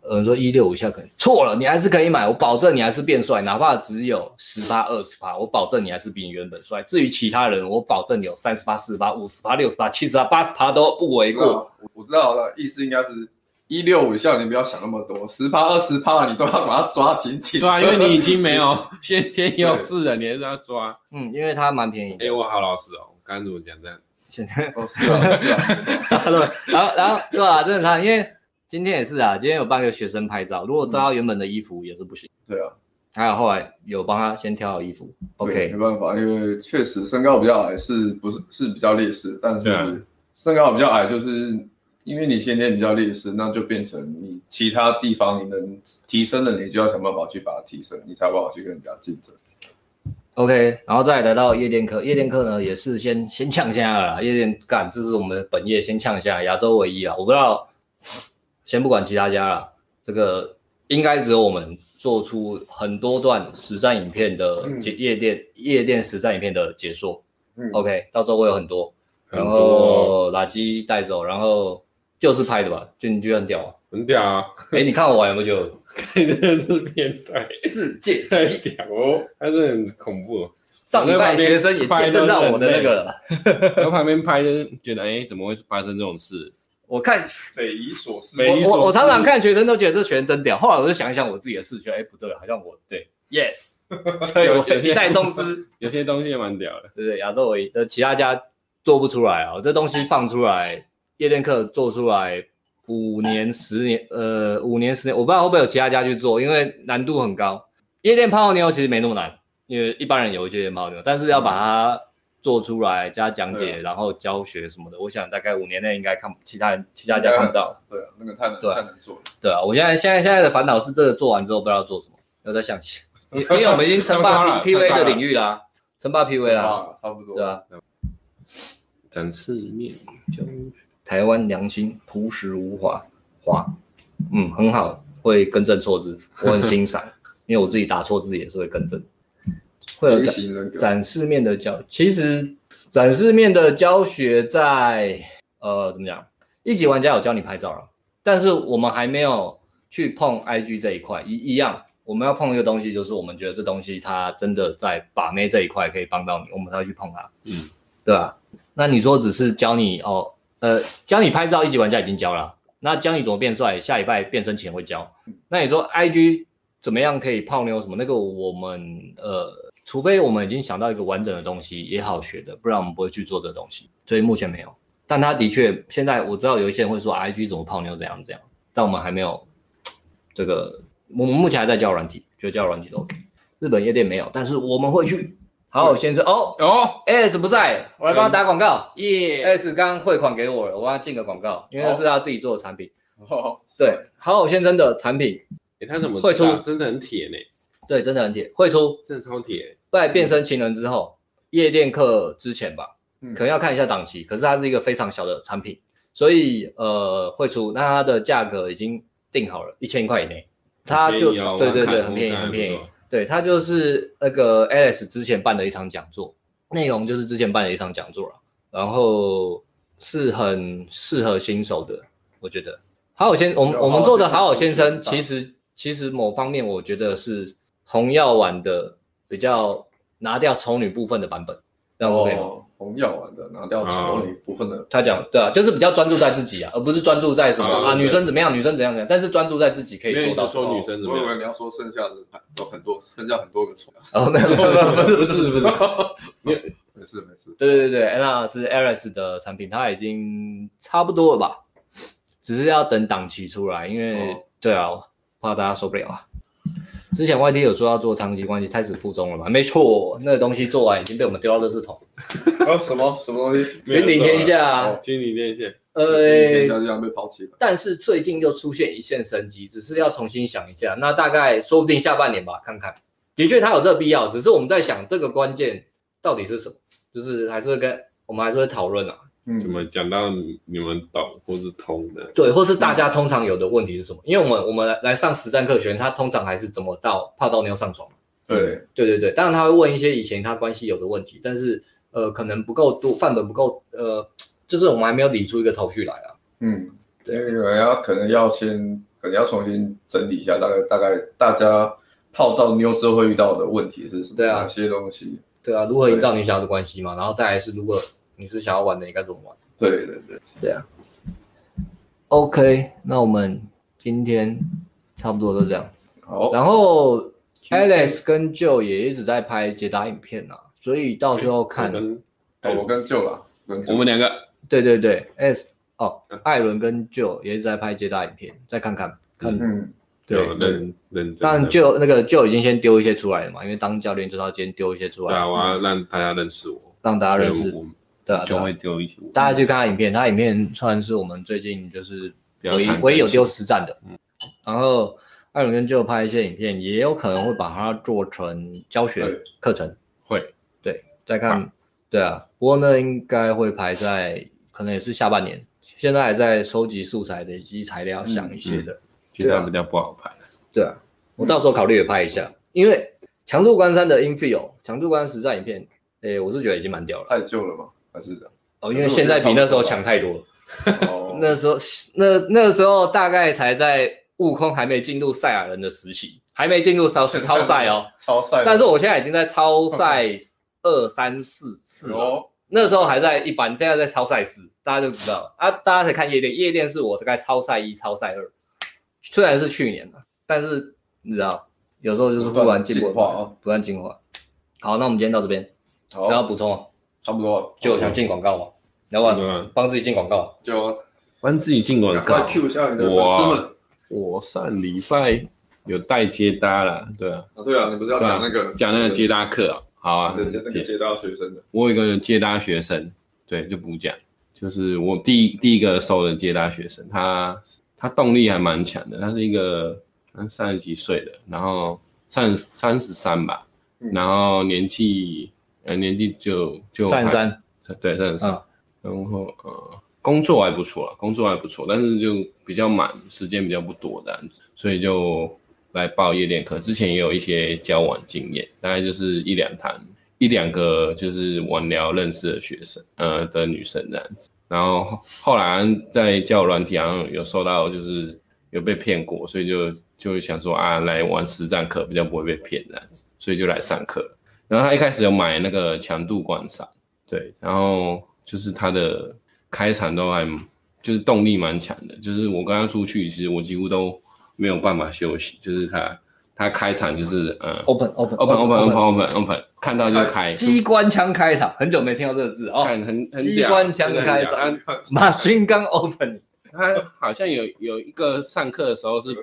[SPEAKER 2] 呃，你说一六五以下可能错了，你还是可以买，我保证你还是变帅，哪怕只有十趴二十趴，我保证你还是比你原本帅。至于其他人，我保证你有三十八、四十八、五十八、六十八、七十八、八十趴都不
[SPEAKER 3] 啊
[SPEAKER 2] 为
[SPEAKER 1] 那
[SPEAKER 2] 过。
[SPEAKER 1] 我我知道了，意思应该是一六五以下你不要想那么多，十趴二十趴你都要把它抓紧紧。
[SPEAKER 3] 对啊，因为你已经 没有先天优势了，你还是要抓。
[SPEAKER 2] 嗯，因为它蛮便宜
[SPEAKER 3] 哎、
[SPEAKER 2] 的。
[SPEAKER 3] 我好老实哦，我刚刚怎么讲这样？
[SPEAKER 2] 现在
[SPEAKER 1] 哦是啊是啊，
[SPEAKER 2] 然后然后对啊，真的差，因为今天也是啊，今天有帮一个学生拍照，如果照他原本的衣服也是不行，
[SPEAKER 1] 对啊
[SPEAKER 2] 还有后来有帮他先挑好衣服
[SPEAKER 1] 对
[SPEAKER 2] ，OK，
[SPEAKER 1] 没办法，因为确实身高比较矮是不是是比较劣势，但
[SPEAKER 3] 对啊
[SPEAKER 1] 是身高比较矮就是因为你先天比较劣势，那就变成你其他地方你能提升的，你就要想办法去把它提升，你才有办法去跟人家竞争。
[SPEAKER 2] OK，然后再来到夜店课，夜店课呢也是先先呛下了啦，夜店干，这是我们本业先呛下亚洲唯一啊，我不知道，先不管其他家了，这个应该只有我们做出很多段实战影片的
[SPEAKER 1] 嗯
[SPEAKER 2] 解、夜店夜店实战影片的解说、
[SPEAKER 1] 嗯
[SPEAKER 2] o k 到时候会有很多，
[SPEAKER 3] 很
[SPEAKER 2] 然
[SPEAKER 3] 多
[SPEAKER 2] 后垃圾带走，然后就是拍的吧，就你就很屌啊，
[SPEAKER 3] 很屌啊！
[SPEAKER 2] 哎，你看我玩有没有就
[SPEAKER 3] 看真的是变态，
[SPEAKER 2] 世界
[SPEAKER 3] 太
[SPEAKER 2] 级，
[SPEAKER 3] 屌，
[SPEAKER 1] 哦，
[SPEAKER 3] 他是很恐 怖。哦
[SPEAKER 2] 上礼拜学生也见证到我的那个了，
[SPEAKER 3] 然后旁边拍就是觉得，哎、怎么会发生这种事？
[SPEAKER 2] 我看。
[SPEAKER 1] 匪夷所思啊
[SPEAKER 3] 匪夷
[SPEAKER 2] 我我我
[SPEAKER 3] 所思
[SPEAKER 2] 常常看学生都觉得这学生真屌，后来我就想一想我自己的事，觉得哎不对，好像我对，yes，所以我
[SPEAKER 3] 有有些
[SPEAKER 2] 一代宗师，
[SPEAKER 3] 有些东西也蛮屌的。
[SPEAKER 2] 对不对？亚洲唯一，呃，其他家做不出来啊，这东西放出来，夜店课做出来五年十年，呃，五年十年，我不知道会不会有其他家去做，因为难度很高。夜店泡妞其实没那么难，因为一般人也会去夜店泡妞，但是要把它做出来加讲
[SPEAKER 1] 对
[SPEAKER 2] 解，
[SPEAKER 1] 啊
[SPEAKER 2] 然后教学什么的，我想大概五年内应该看其他人其他家看不到。
[SPEAKER 1] 对啊，那个太难
[SPEAKER 2] 对啊
[SPEAKER 1] 太难做了。
[SPEAKER 2] 对啊，我现在现在现在的烦恼是这个做完之后不知道做什么，要再想一 想，因因为我们已经称
[SPEAKER 3] 太
[SPEAKER 2] 霸
[SPEAKER 3] 棒了
[SPEAKER 2] P P V
[SPEAKER 3] 太
[SPEAKER 2] 的
[SPEAKER 3] 棒了
[SPEAKER 2] 领域啦、称霸 P V 啦，
[SPEAKER 1] 啊，差不多。
[SPEAKER 2] 对啊，
[SPEAKER 3] 展示面 教育
[SPEAKER 2] 台湾良心朴实无华，华，嗯，很好，会更正错字，我很欣 赏，因为我自己打错字也是会更正，会有
[SPEAKER 1] 原
[SPEAKER 2] 展
[SPEAKER 1] 型人格。
[SPEAKER 2] 展示面的教，其实展示面的教学在呃怎么讲，一级玩家有教你拍照了，但是我们还没有去碰 IG 这一块，一一样，我们要碰一个东西，就是我们觉得这东西它真的在把妹这一块可以帮到你，我们才会去碰它，
[SPEAKER 3] 嗯，
[SPEAKER 2] 对吧、啊那你说只是教你哦，呃，教你拍照，一级玩家已经教了，那教你怎么变帅，下礼拜变身前会教。那你说 IG 怎么样可以泡妞什么？那个我们呃，除非我们已经想到一个完整的东西也好学的，不然我们不会去做这个东西。所以目前没有，但他的确现在我知道有一些人会说啊 IG 怎么泡妞怎样怎样，但我们还没有这个，我们目前还在教软体，觉得教软体都 OK。日本夜店没有，但是我们会去。好，先生哦
[SPEAKER 3] 哦，
[SPEAKER 2] ，S 不在，我来帮他打广告。
[SPEAKER 3] 耶！
[SPEAKER 2] S 刚刚汇款给我了，我帮他进个广告，因为那是他自己做的产品。
[SPEAKER 1] 哦，
[SPEAKER 2] 对，好好先生的产品，
[SPEAKER 3] 欸他怎么
[SPEAKER 2] 会
[SPEAKER 3] 知道
[SPEAKER 2] 出
[SPEAKER 3] 真的很铁呢、
[SPEAKER 2] 对，真的很铁，会出
[SPEAKER 3] 真的超铁、
[SPEAKER 2] 在变身情人之后，夜店课之前吧，
[SPEAKER 1] 嗯
[SPEAKER 2] 可能要看一下档期。可是它是一个非常小的产品，所以呃会出，那它的价格已经定好了，一千块以内，它就、
[SPEAKER 3] 便宜哦
[SPEAKER 2] 对对对，
[SPEAKER 3] 我看
[SPEAKER 2] 很便宜
[SPEAKER 3] 我看
[SPEAKER 2] 很便宜
[SPEAKER 3] 还不错。
[SPEAKER 2] 对，它就是那个 Alex 之前办的一场讲座，内容就是之前办的一场讲座了，然后是很适合新手的，我觉得。好好先，我们
[SPEAKER 1] 有
[SPEAKER 2] 我们
[SPEAKER 1] 好好
[SPEAKER 2] 做的
[SPEAKER 1] 先
[SPEAKER 2] 好好先
[SPEAKER 1] 先生
[SPEAKER 2] 生，其实其实某方面我觉得是红药丸的比较拿掉丑女部分的版本，这样 OK 吗？
[SPEAKER 1] 哦红药丸的，拿掉所有一部分的。
[SPEAKER 2] 他讲对啊，就是比较专注在自己啊，而不是专注在什么
[SPEAKER 1] 啊
[SPEAKER 2] 啊
[SPEAKER 1] 对
[SPEAKER 2] 女生怎么样，女生怎样怎样，但是专注在自己可以
[SPEAKER 3] 因为一
[SPEAKER 2] 做
[SPEAKER 3] 直
[SPEAKER 2] 到。
[SPEAKER 3] 说女生怎
[SPEAKER 1] 我以
[SPEAKER 3] 么
[SPEAKER 1] 为
[SPEAKER 3] 样，
[SPEAKER 1] 你要说剩下的有很多，剩下很多个 虫。
[SPEAKER 2] 哦，没有没有没有，不是不是不是，
[SPEAKER 1] 没事没事，
[SPEAKER 2] 对对对对，那是 Ares 的产品，它已经差不多了吧？只是要等档期出来，因为、
[SPEAKER 1] 哦
[SPEAKER 2] 对啊，怕大家受不了啊。之前 YT 有说要做长期关系，开始附中了嘛？没错，那个东西做完已经被我们丢到垃圾桶。
[SPEAKER 1] 啊什么什么东西？
[SPEAKER 3] 没有啊哦
[SPEAKER 2] 云顶天下啊
[SPEAKER 1] 哦，
[SPEAKER 3] 经理连线，
[SPEAKER 1] 对，
[SPEAKER 2] 呃，
[SPEAKER 1] 就这样被抛弃了。
[SPEAKER 2] 但是最近又出现一线生机，只是要重新想一下。那大概说不定下半年吧，看看。的确，它有这个必要，只是我们在想这个关键到底是什么，就是还是会跟我们还是会讨论啊。
[SPEAKER 1] 嗯
[SPEAKER 3] 怎么讲到你们懂或是通的？
[SPEAKER 2] 对，或是大家通常有的问题是什么？因为我们我们来来上实战课学员，他通常还是怎么到泡到妞上床。
[SPEAKER 1] 对？
[SPEAKER 2] 对对对，当然他会问一些以前他关系有的问题，但是呃，可能不够多，范本不够，呃，就是我们还没有理出一个头绪来啊。
[SPEAKER 1] 嗯，因为要可能要先，可能要重新整理一下，大概大概大家泡到妞之后会遇到的问题是什么？
[SPEAKER 2] 对啊
[SPEAKER 1] 哪些东西？
[SPEAKER 2] 对啊，如何营造你想要的关系嘛？然后再来是，如果你是想要玩的，你该怎么玩
[SPEAKER 1] 对对对，
[SPEAKER 2] ？OK，那我们今天差不多都这样。
[SPEAKER 1] 好，
[SPEAKER 2] 然后 Alex 跟 Joe 也一直在拍解答影片啊，所以到时候看。
[SPEAKER 3] 跟
[SPEAKER 1] 哦我跟舅啦，跟
[SPEAKER 3] 我
[SPEAKER 1] 舅
[SPEAKER 3] 们两个
[SPEAKER 2] 对对对，S 哦，
[SPEAKER 3] 嗯
[SPEAKER 2] 艾伦跟 Joe 也一直在拍接大影片，再看看看。
[SPEAKER 1] 嗯，
[SPEAKER 2] 对
[SPEAKER 3] 有，认认真，
[SPEAKER 2] 当然
[SPEAKER 3] 对
[SPEAKER 2] Joe 那个 Joe 已经先丢一些出来了嘛，因为当教练就是要先丢一些出来
[SPEAKER 3] 啊，，我要让大家认识我，
[SPEAKER 2] 让大家认
[SPEAKER 3] 所
[SPEAKER 2] 识
[SPEAKER 3] 以。我
[SPEAKER 2] 对啊，对
[SPEAKER 3] 就
[SPEAKER 2] 啊
[SPEAKER 3] 会丢一起我。
[SPEAKER 2] 大家去看他影片，他影片算是我们最近就是
[SPEAKER 3] 比较
[SPEAKER 2] 唯一
[SPEAKER 3] 常见
[SPEAKER 2] 唯一有丢实战的。然后艾伦跟 Joe 拍一些影片，也有可能会把它做成教学
[SPEAKER 1] 对
[SPEAKER 2] 课程。
[SPEAKER 3] 会
[SPEAKER 2] 再看，对啊，不过那应该会排在可能也是下半年，现在还在收集素材、累积材料，想一些的。
[SPEAKER 3] 其他比较不好拍，
[SPEAKER 2] 对啊，我到时候考虑也拍一下，因为强度关山的 infill 强度关实战影片，诶、我是觉得已经蛮屌了
[SPEAKER 1] 太旧了嘛，还是这
[SPEAKER 2] 哦，因为现在比那时候强太多了。，
[SPEAKER 1] 样？哦
[SPEAKER 2] 那时候那那时候大概才在悟空还没进入赛亚人的时期，还没进入超超赛 哦，，
[SPEAKER 1] 超赛，
[SPEAKER 2] 但是我现在已经在超赛二三四四了。
[SPEAKER 1] 哦，
[SPEAKER 2] 那时候还在一般，现在在超赛四，大家就知道了啊。大家才看夜店，夜店是我大概超赛一、超赛二，虽然是去年的，啊但是你知道，有时候就是忽然进步啊
[SPEAKER 1] 不断进化哦，
[SPEAKER 2] 不断进化。好，那我们今天到这边，
[SPEAKER 1] 好
[SPEAKER 2] 还，要补充吗？
[SPEAKER 1] 差不多了，
[SPEAKER 2] 就想进广告吗？老板
[SPEAKER 3] 对
[SPEAKER 1] 嗯
[SPEAKER 3] 啊
[SPEAKER 2] 帮自己进广告，
[SPEAKER 1] 就
[SPEAKER 3] 帮自己进广
[SPEAKER 1] 赶
[SPEAKER 3] 告
[SPEAKER 1] 快。Q 一下你的粉丝们。
[SPEAKER 3] 我上礼拜有带接搭啦，对啊，
[SPEAKER 1] 啊，对啊，你不是要讲那个
[SPEAKER 3] 讲那个接搭课啊，好啊，
[SPEAKER 1] 对，那个接到学生的，
[SPEAKER 3] 我有一个接搭学生，对，就补讲，就是我第一第一个收的接搭学生，他他动力还蛮强的，他是一个三十几岁的，然后三三十三吧，
[SPEAKER 1] 嗯
[SPEAKER 3] 然后年纪呃年纪就就
[SPEAKER 2] 三十三，
[SPEAKER 3] 对三十三
[SPEAKER 2] 嗯，
[SPEAKER 3] 然后呃工作还不错啊，工作还不错，但是就比较满，时间比较不多这样子，所以就来报夜店课。之前也有一些交往经验，大概就是一两堂一两个就是网聊认识的学生，呃的女生这样子。然后后后来好像在交友软体好像有受到就是有被骗过，所以就就想说啊来玩实战课比较不会被骗这样子，所以就来上课了。然后他一开始有买那个强度观赏。对，然后就是他的开场都还就是动力蛮强的，就是我跟他出去，其实我几乎都没有办法休息，就是他他开场就是呃
[SPEAKER 2] open open 啊
[SPEAKER 3] open open open open open 看到就开，
[SPEAKER 2] 机关枪开场，很久没听到这个字哦。
[SPEAKER 3] 看很很
[SPEAKER 2] 机
[SPEAKER 3] 屌
[SPEAKER 2] 关枪
[SPEAKER 3] 真的
[SPEAKER 2] 开
[SPEAKER 3] 很屌啊
[SPEAKER 2] 场，马勋刚 open，
[SPEAKER 3] 他他好像有有一个上课的时候是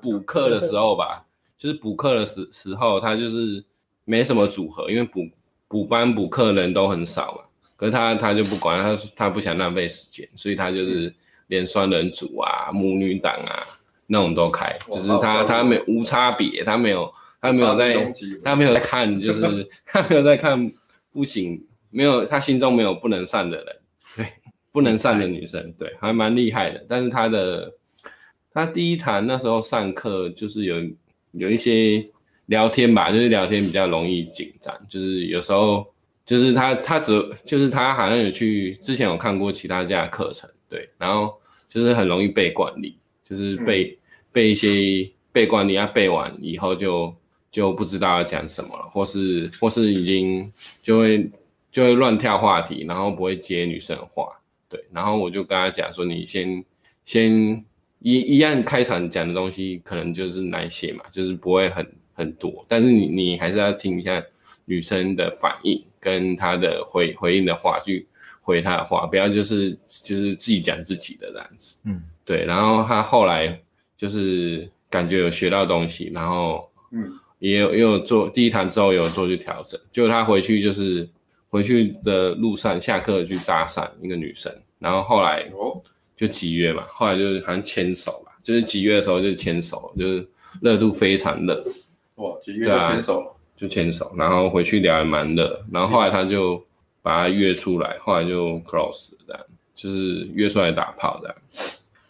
[SPEAKER 3] 补课的时候吧，就是补课的时时候，他就是没什么组合，因为补补班补课人都很少嘛。可是他他就不管，他说他不想浪费时间，所以他
[SPEAKER 1] 嗯
[SPEAKER 3] 就是连双人组啊、母女档啊那种都开，
[SPEAKER 1] 哇
[SPEAKER 3] 就是
[SPEAKER 1] 好
[SPEAKER 3] 他
[SPEAKER 1] 好
[SPEAKER 3] 他没有无差别，他没有他没有在他没有在看，就是 他没有在看不行，没有他心中没有不能上的人， 对，不能上的女生，对，还蛮厉害的。但是他的他第一堂那时候上课就是有有一些聊天吧，就是聊天比较容易紧张，就是有时候就是他他只就是他好像有去之前有看过其他家的课程，对，然后就是很容易被管理，就是被、被一些被管理啊背完以后就就不知道要讲什么了，或是或是已经就会就会乱跳话题，然后不会接女生的话，对，然后我就跟他讲说，你先先一一样开场讲的东西，可能就是那些嘛，就是不会很很多，但是你你还是要听一下女生的反应跟她的回回应的话去回她的话，不要就是就是自己讲自己的这样子。
[SPEAKER 4] 嗯，
[SPEAKER 3] 对，然后他后来就是感觉有学到东西，然后
[SPEAKER 1] 嗯，
[SPEAKER 3] 也有也有做第一堂之后也有做去调整，就他回去就是回去的路上下课去搭讪一个女生，然后后来
[SPEAKER 1] 哦，
[SPEAKER 3] 就几月嘛，后来就是好像牵手吧，就是几月的时候就牵手，就是热度非常热，
[SPEAKER 1] 哇，几月
[SPEAKER 3] 啊
[SPEAKER 1] 就牵手了，
[SPEAKER 3] 就牵手，然后回去聊也蛮热，然后后来他就把他约出来，后来就 close 这样，就是约出来打炮这样，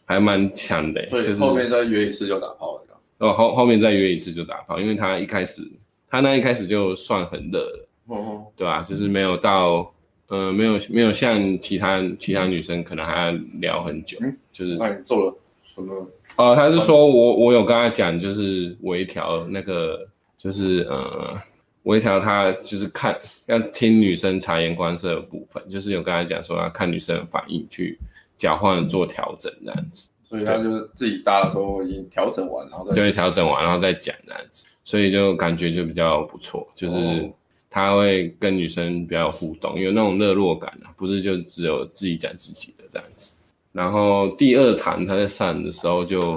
[SPEAKER 3] 还蛮强的、欸
[SPEAKER 1] 所
[SPEAKER 3] 哎就
[SPEAKER 1] 以
[SPEAKER 3] 是
[SPEAKER 1] 后面再约一次就打炮了这样。
[SPEAKER 3] 然后哦后后面再约一次就打炮，因为他一开始他那一开始就算很热了，
[SPEAKER 1] 哦，
[SPEAKER 3] 对吧、就是没有到呃没有没有像其他其他女生可能还要聊很久，
[SPEAKER 1] 嗯
[SPEAKER 3] 就是
[SPEAKER 1] 那你做了什么？
[SPEAKER 3] 呃他是说我我有跟他讲就是微调那个就是呃微调他就是看要听女生察言观色的部分，就是有跟他讲说要看女生的反应去交换做调整这样子。
[SPEAKER 1] 所以他就是自己搭的时候已经调整完，然后再
[SPEAKER 3] 就会调整完，然后再讲这样子，所以就感觉就比较不错，就是
[SPEAKER 1] 哦
[SPEAKER 3] 他会跟女生比较有互动，有那种热络感啊，不是就只有自己讲自己的这样子。然后第二堂他在上的时候就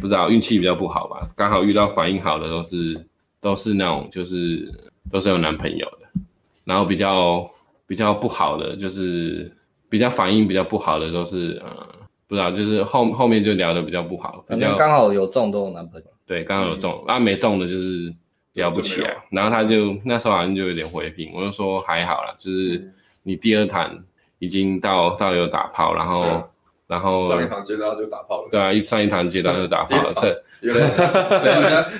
[SPEAKER 3] 不知道运气比较不好吧，刚好遇到反应好的都是都是那种就是都是有男朋友的，然后比较比较不好的就是比较反应比较不好的都是呃不知道就是后后面就聊的比较不好，比
[SPEAKER 4] 反
[SPEAKER 3] 较
[SPEAKER 4] 正刚好有中都有男朋友，
[SPEAKER 3] 对，刚好有中，那、没中的就是聊不起
[SPEAKER 1] 嗯就没
[SPEAKER 3] 来
[SPEAKER 1] 有。
[SPEAKER 3] 然后他就那时候好像就有点回屏，我就说还好啦，就是
[SPEAKER 1] 嗯
[SPEAKER 3] 你第二坛已经到到有打炮，然
[SPEAKER 1] 对
[SPEAKER 3] 后然
[SPEAKER 1] 嗯
[SPEAKER 3] 后
[SPEAKER 1] 上一堂接到就打炮了。
[SPEAKER 3] 对啊，一上一堂接到就 打炮了，
[SPEAKER 1] 接到
[SPEAKER 3] 这
[SPEAKER 1] 有人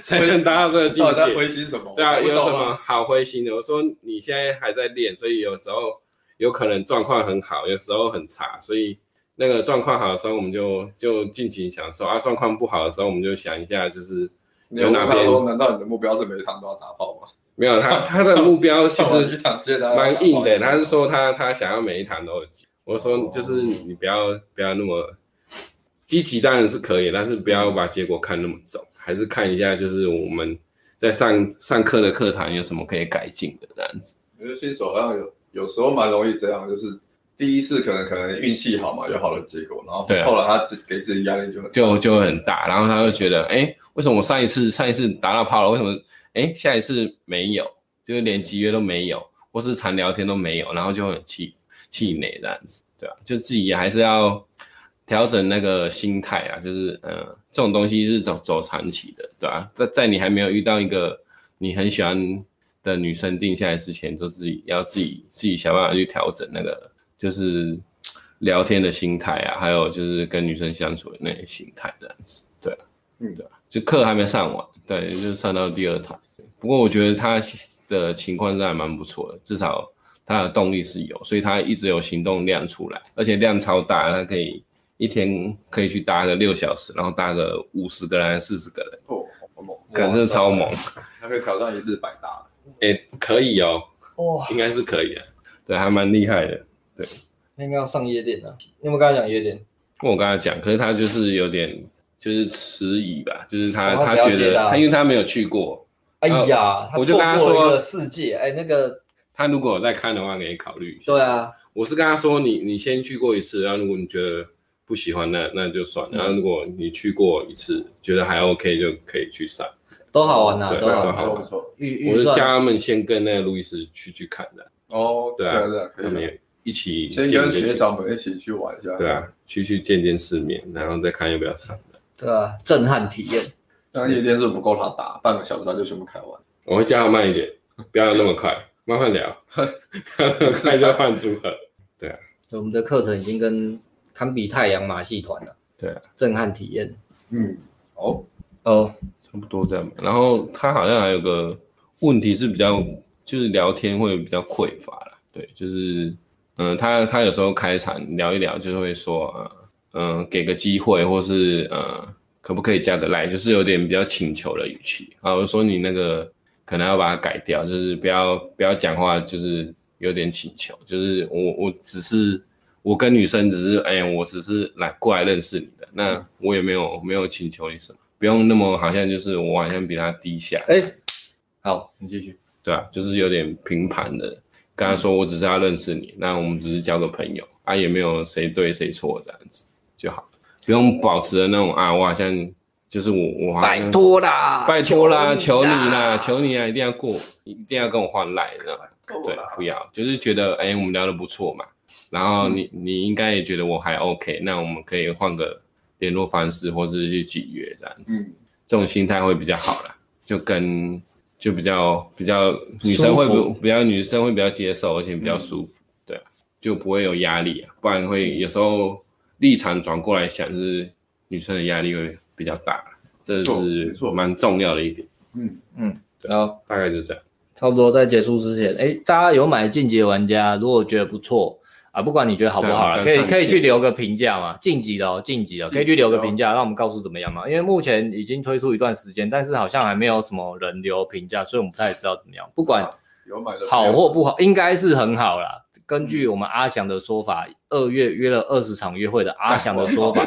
[SPEAKER 3] 谁谁能达到这个境
[SPEAKER 1] 到底在
[SPEAKER 3] 界？
[SPEAKER 1] 灰心什么？
[SPEAKER 3] 对啊，
[SPEAKER 1] 我不
[SPEAKER 3] 有
[SPEAKER 1] 懂
[SPEAKER 3] 什么？好灰心的？我说你现在还在练，所以有时候有可能状况很好，有时候很差，所以。那个状况好的时候，我们就就尽情享受啊；状况不好的时候，我们就想一下，就是
[SPEAKER 1] 你有问
[SPEAKER 3] 有哪
[SPEAKER 1] 他
[SPEAKER 3] 边
[SPEAKER 1] 说，难道你的目标是每一堂都要打炮吗？
[SPEAKER 3] 没有他他的目标其
[SPEAKER 1] 上完一
[SPEAKER 3] 实
[SPEAKER 1] 场接单
[SPEAKER 3] 蛮硬
[SPEAKER 1] 啊
[SPEAKER 3] 的，他是说他他想要每一堂都有进。我说就是你不要不要那么积极，当然是可以，但是不要把结果看那么重，还是看一下就是我们在上上课的课堂有什么可以改进的这样子。
[SPEAKER 1] 我觉得新手好像有有时候蛮容易这样，就是第一次可能可能运气好嘛，有好的结果，然后
[SPEAKER 3] 对啊
[SPEAKER 1] 后来他就给自己压力就很大
[SPEAKER 3] 就就会很大，然后他就觉得，哎、为什么我上一次上一次打到炮了，为什么哎、诶下一次没有，就是连集约都没有，或是常聊天都没有，然后就会很气气馁啊这样子，对吧、就自己也还是要调整那个心态啊，就是呃，这种东西是走走长期的，对吧、啊在在你还没有遇到一个你很喜欢的女生定下来之前，就自己要自己自己想办法去调整那个就是聊天的心态啊，还有就是跟女生相处的那些心态这样子。对啊，
[SPEAKER 1] 嗯
[SPEAKER 3] 对啊，就课还没上完，对，就是上到第二堂。不过我觉得他的情况是还蛮不错的，至少他的动力是有，所以他一直有行动量出来，而且量超大，他可以一天可以去搭个六小时，然后搭个五十个人、还是四十个人，
[SPEAKER 1] 哦，好猛，
[SPEAKER 3] 感觉超猛。
[SPEAKER 1] 他可以挑战一日百大。
[SPEAKER 3] 哎、可以哦，
[SPEAKER 4] 哇，
[SPEAKER 3] 应该是可以的，啊对，还蛮厉害的。
[SPEAKER 4] 那应该要上夜店
[SPEAKER 2] 啊
[SPEAKER 4] 了。你有没有跟他讲夜店？
[SPEAKER 3] 跟我跟他讲，可是他就是有点就是迟疑吧，就是他
[SPEAKER 4] 然后
[SPEAKER 3] 他
[SPEAKER 4] 哦了
[SPEAKER 3] 觉
[SPEAKER 4] 解
[SPEAKER 3] 得
[SPEAKER 4] 他
[SPEAKER 3] 他因为他没有去过，
[SPEAKER 4] 哎呀，他
[SPEAKER 3] 哦我就
[SPEAKER 4] 错
[SPEAKER 3] 跟他
[SPEAKER 4] 过
[SPEAKER 3] 说
[SPEAKER 4] 一个世界，哎，那个
[SPEAKER 3] 他如果有在看的话，可以考虑一下。
[SPEAKER 4] 对啊，
[SPEAKER 3] 我是跟他说你你先去过一次，然后如果你觉得不喜欢，那那就算了。然后如果你去过一次，觉得还 OK，就可以去上。
[SPEAKER 4] 都好玩呐，
[SPEAKER 3] 对
[SPEAKER 4] 都好
[SPEAKER 3] 都好
[SPEAKER 4] 玩。
[SPEAKER 1] 好
[SPEAKER 3] 玩
[SPEAKER 1] 不错
[SPEAKER 4] 预
[SPEAKER 3] 我
[SPEAKER 4] 预
[SPEAKER 3] 就叫
[SPEAKER 4] 算
[SPEAKER 3] 他们先跟那个路易斯去去看的，
[SPEAKER 1] 哦，
[SPEAKER 3] 对
[SPEAKER 1] 对
[SPEAKER 3] 啊
[SPEAKER 1] 啊对啊，可
[SPEAKER 3] 他
[SPEAKER 1] 以
[SPEAKER 3] 们
[SPEAKER 1] 的。
[SPEAKER 3] 也一起
[SPEAKER 1] 先
[SPEAKER 3] 见
[SPEAKER 1] 跟
[SPEAKER 3] 见
[SPEAKER 1] 学长们一起去玩一下。
[SPEAKER 3] 对啊，去去见见世面，然后再看要不要上。
[SPEAKER 4] 对啊，震撼体验。
[SPEAKER 1] 但夜店是不够他打，半个小时他就全部开完。
[SPEAKER 3] 我会叫他慢一点，不要那么快，慢慢 聊，不要那么快就换组合。
[SPEAKER 4] 我们的课程已经跟堪比太阳马戏团了，
[SPEAKER 3] 对啊，
[SPEAKER 4] 震撼体验
[SPEAKER 1] 嗯，哦，
[SPEAKER 4] 哦。
[SPEAKER 3] 差不多这样吧。然后他好像还有个问题是比较，就是聊天会比较匮乏啦。对，就是嗯，他他有时候开场聊一聊，就会说呃嗯、给个机会，或是呃可不可以加个 line，就是有点比较请求的语气啊。我说你那个可能要把它改掉，就是不要不要讲话，就是。有点请求，就是我我只是我跟女生只是哎、我只是来过来认识你的，那我也没有没有请求你什么，不用那么好像就是我好像比她低下，
[SPEAKER 2] 哎、好，你继续。
[SPEAKER 3] 对啊，就是有点平盘的。跟他
[SPEAKER 2] 嗯
[SPEAKER 3] 说，我只是要认识你，那我们只是交个朋友啊，也没有谁对谁错这样子就好，不用保持的那种啊，我好像就是我我好像
[SPEAKER 2] 拜托啦，
[SPEAKER 3] 拜托啦，
[SPEAKER 2] 求
[SPEAKER 3] 求
[SPEAKER 2] 你
[SPEAKER 3] 你啦，求你啦，一定要过，一定要跟我换赖，这样对，不要，就是觉得哎、我们聊得不错嘛，然后
[SPEAKER 2] 嗯
[SPEAKER 3] 你、你应该也觉得我还 OK，那我们可以换个联络方式，或是去解约这样子。
[SPEAKER 1] 嗯，
[SPEAKER 3] 这种心态会比较好啦，就跟就比较比较女生会
[SPEAKER 2] 舒服
[SPEAKER 3] 不比较女生会比较接受，而且比较舒
[SPEAKER 1] 嗯
[SPEAKER 3] 服，对啊，就不会有压力啊，不然会有时候立场转过来想，就是女生的压力会比较大，这
[SPEAKER 1] 没
[SPEAKER 3] 是
[SPEAKER 1] 错
[SPEAKER 3] 蛮重要的一点，
[SPEAKER 2] 好，
[SPEAKER 3] 大概就这样。
[SPEAKER 2] 差不多在结束之前，哎、大家有买《晋级的玩家》，如果觉得不错啊，不管你觉得好不好啦，可
[SPEAKER 3] 对
[SPEAKER 2] 以
[SPEAKER 3] 啊
[SPEAKER 2] 可以
[SPEAKER 3] 上线
[SPEAKER 2] 去留个评价嘛，晋级的哦，晋级的，可以去留个评价，让我们告诉怎么样嘛。因为目前已经推出一段时间，但是好像还没有什么人留评价，所以我们不太知道怎么样。不管
[SPEAKER 1] 有买的嗯
[SPEAKER 2] 好或不好，应该是很好啦。根据我们阿翔的说法，二月约了二十场约会的阿翔的说 法，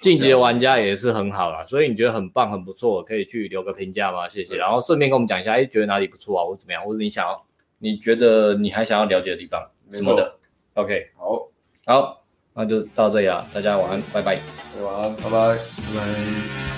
[SPEAKER 2] 晋级的玩家也是很好啦。所以你觉得很棒、很不错，可以去留个评价吗？谢谢。
[SPEAKER 1] 对
[SPEAKER 2] 然后顺便跟我们讲一下，哎，觉得哪里不错啊，或者怎么样，或者你想要，你觉得你还想要了解的地方
[SPEAKER 1] 没错
[SPEAKER 2] 什么的。OK，
[SPEAKER 1] 好，
[SPEAKER 2] 好，那就到这里了，大家晚安，拜拜。
[SPEAKER 1] 晚安，拜拜。
[SPEAKER 3] 拜拜。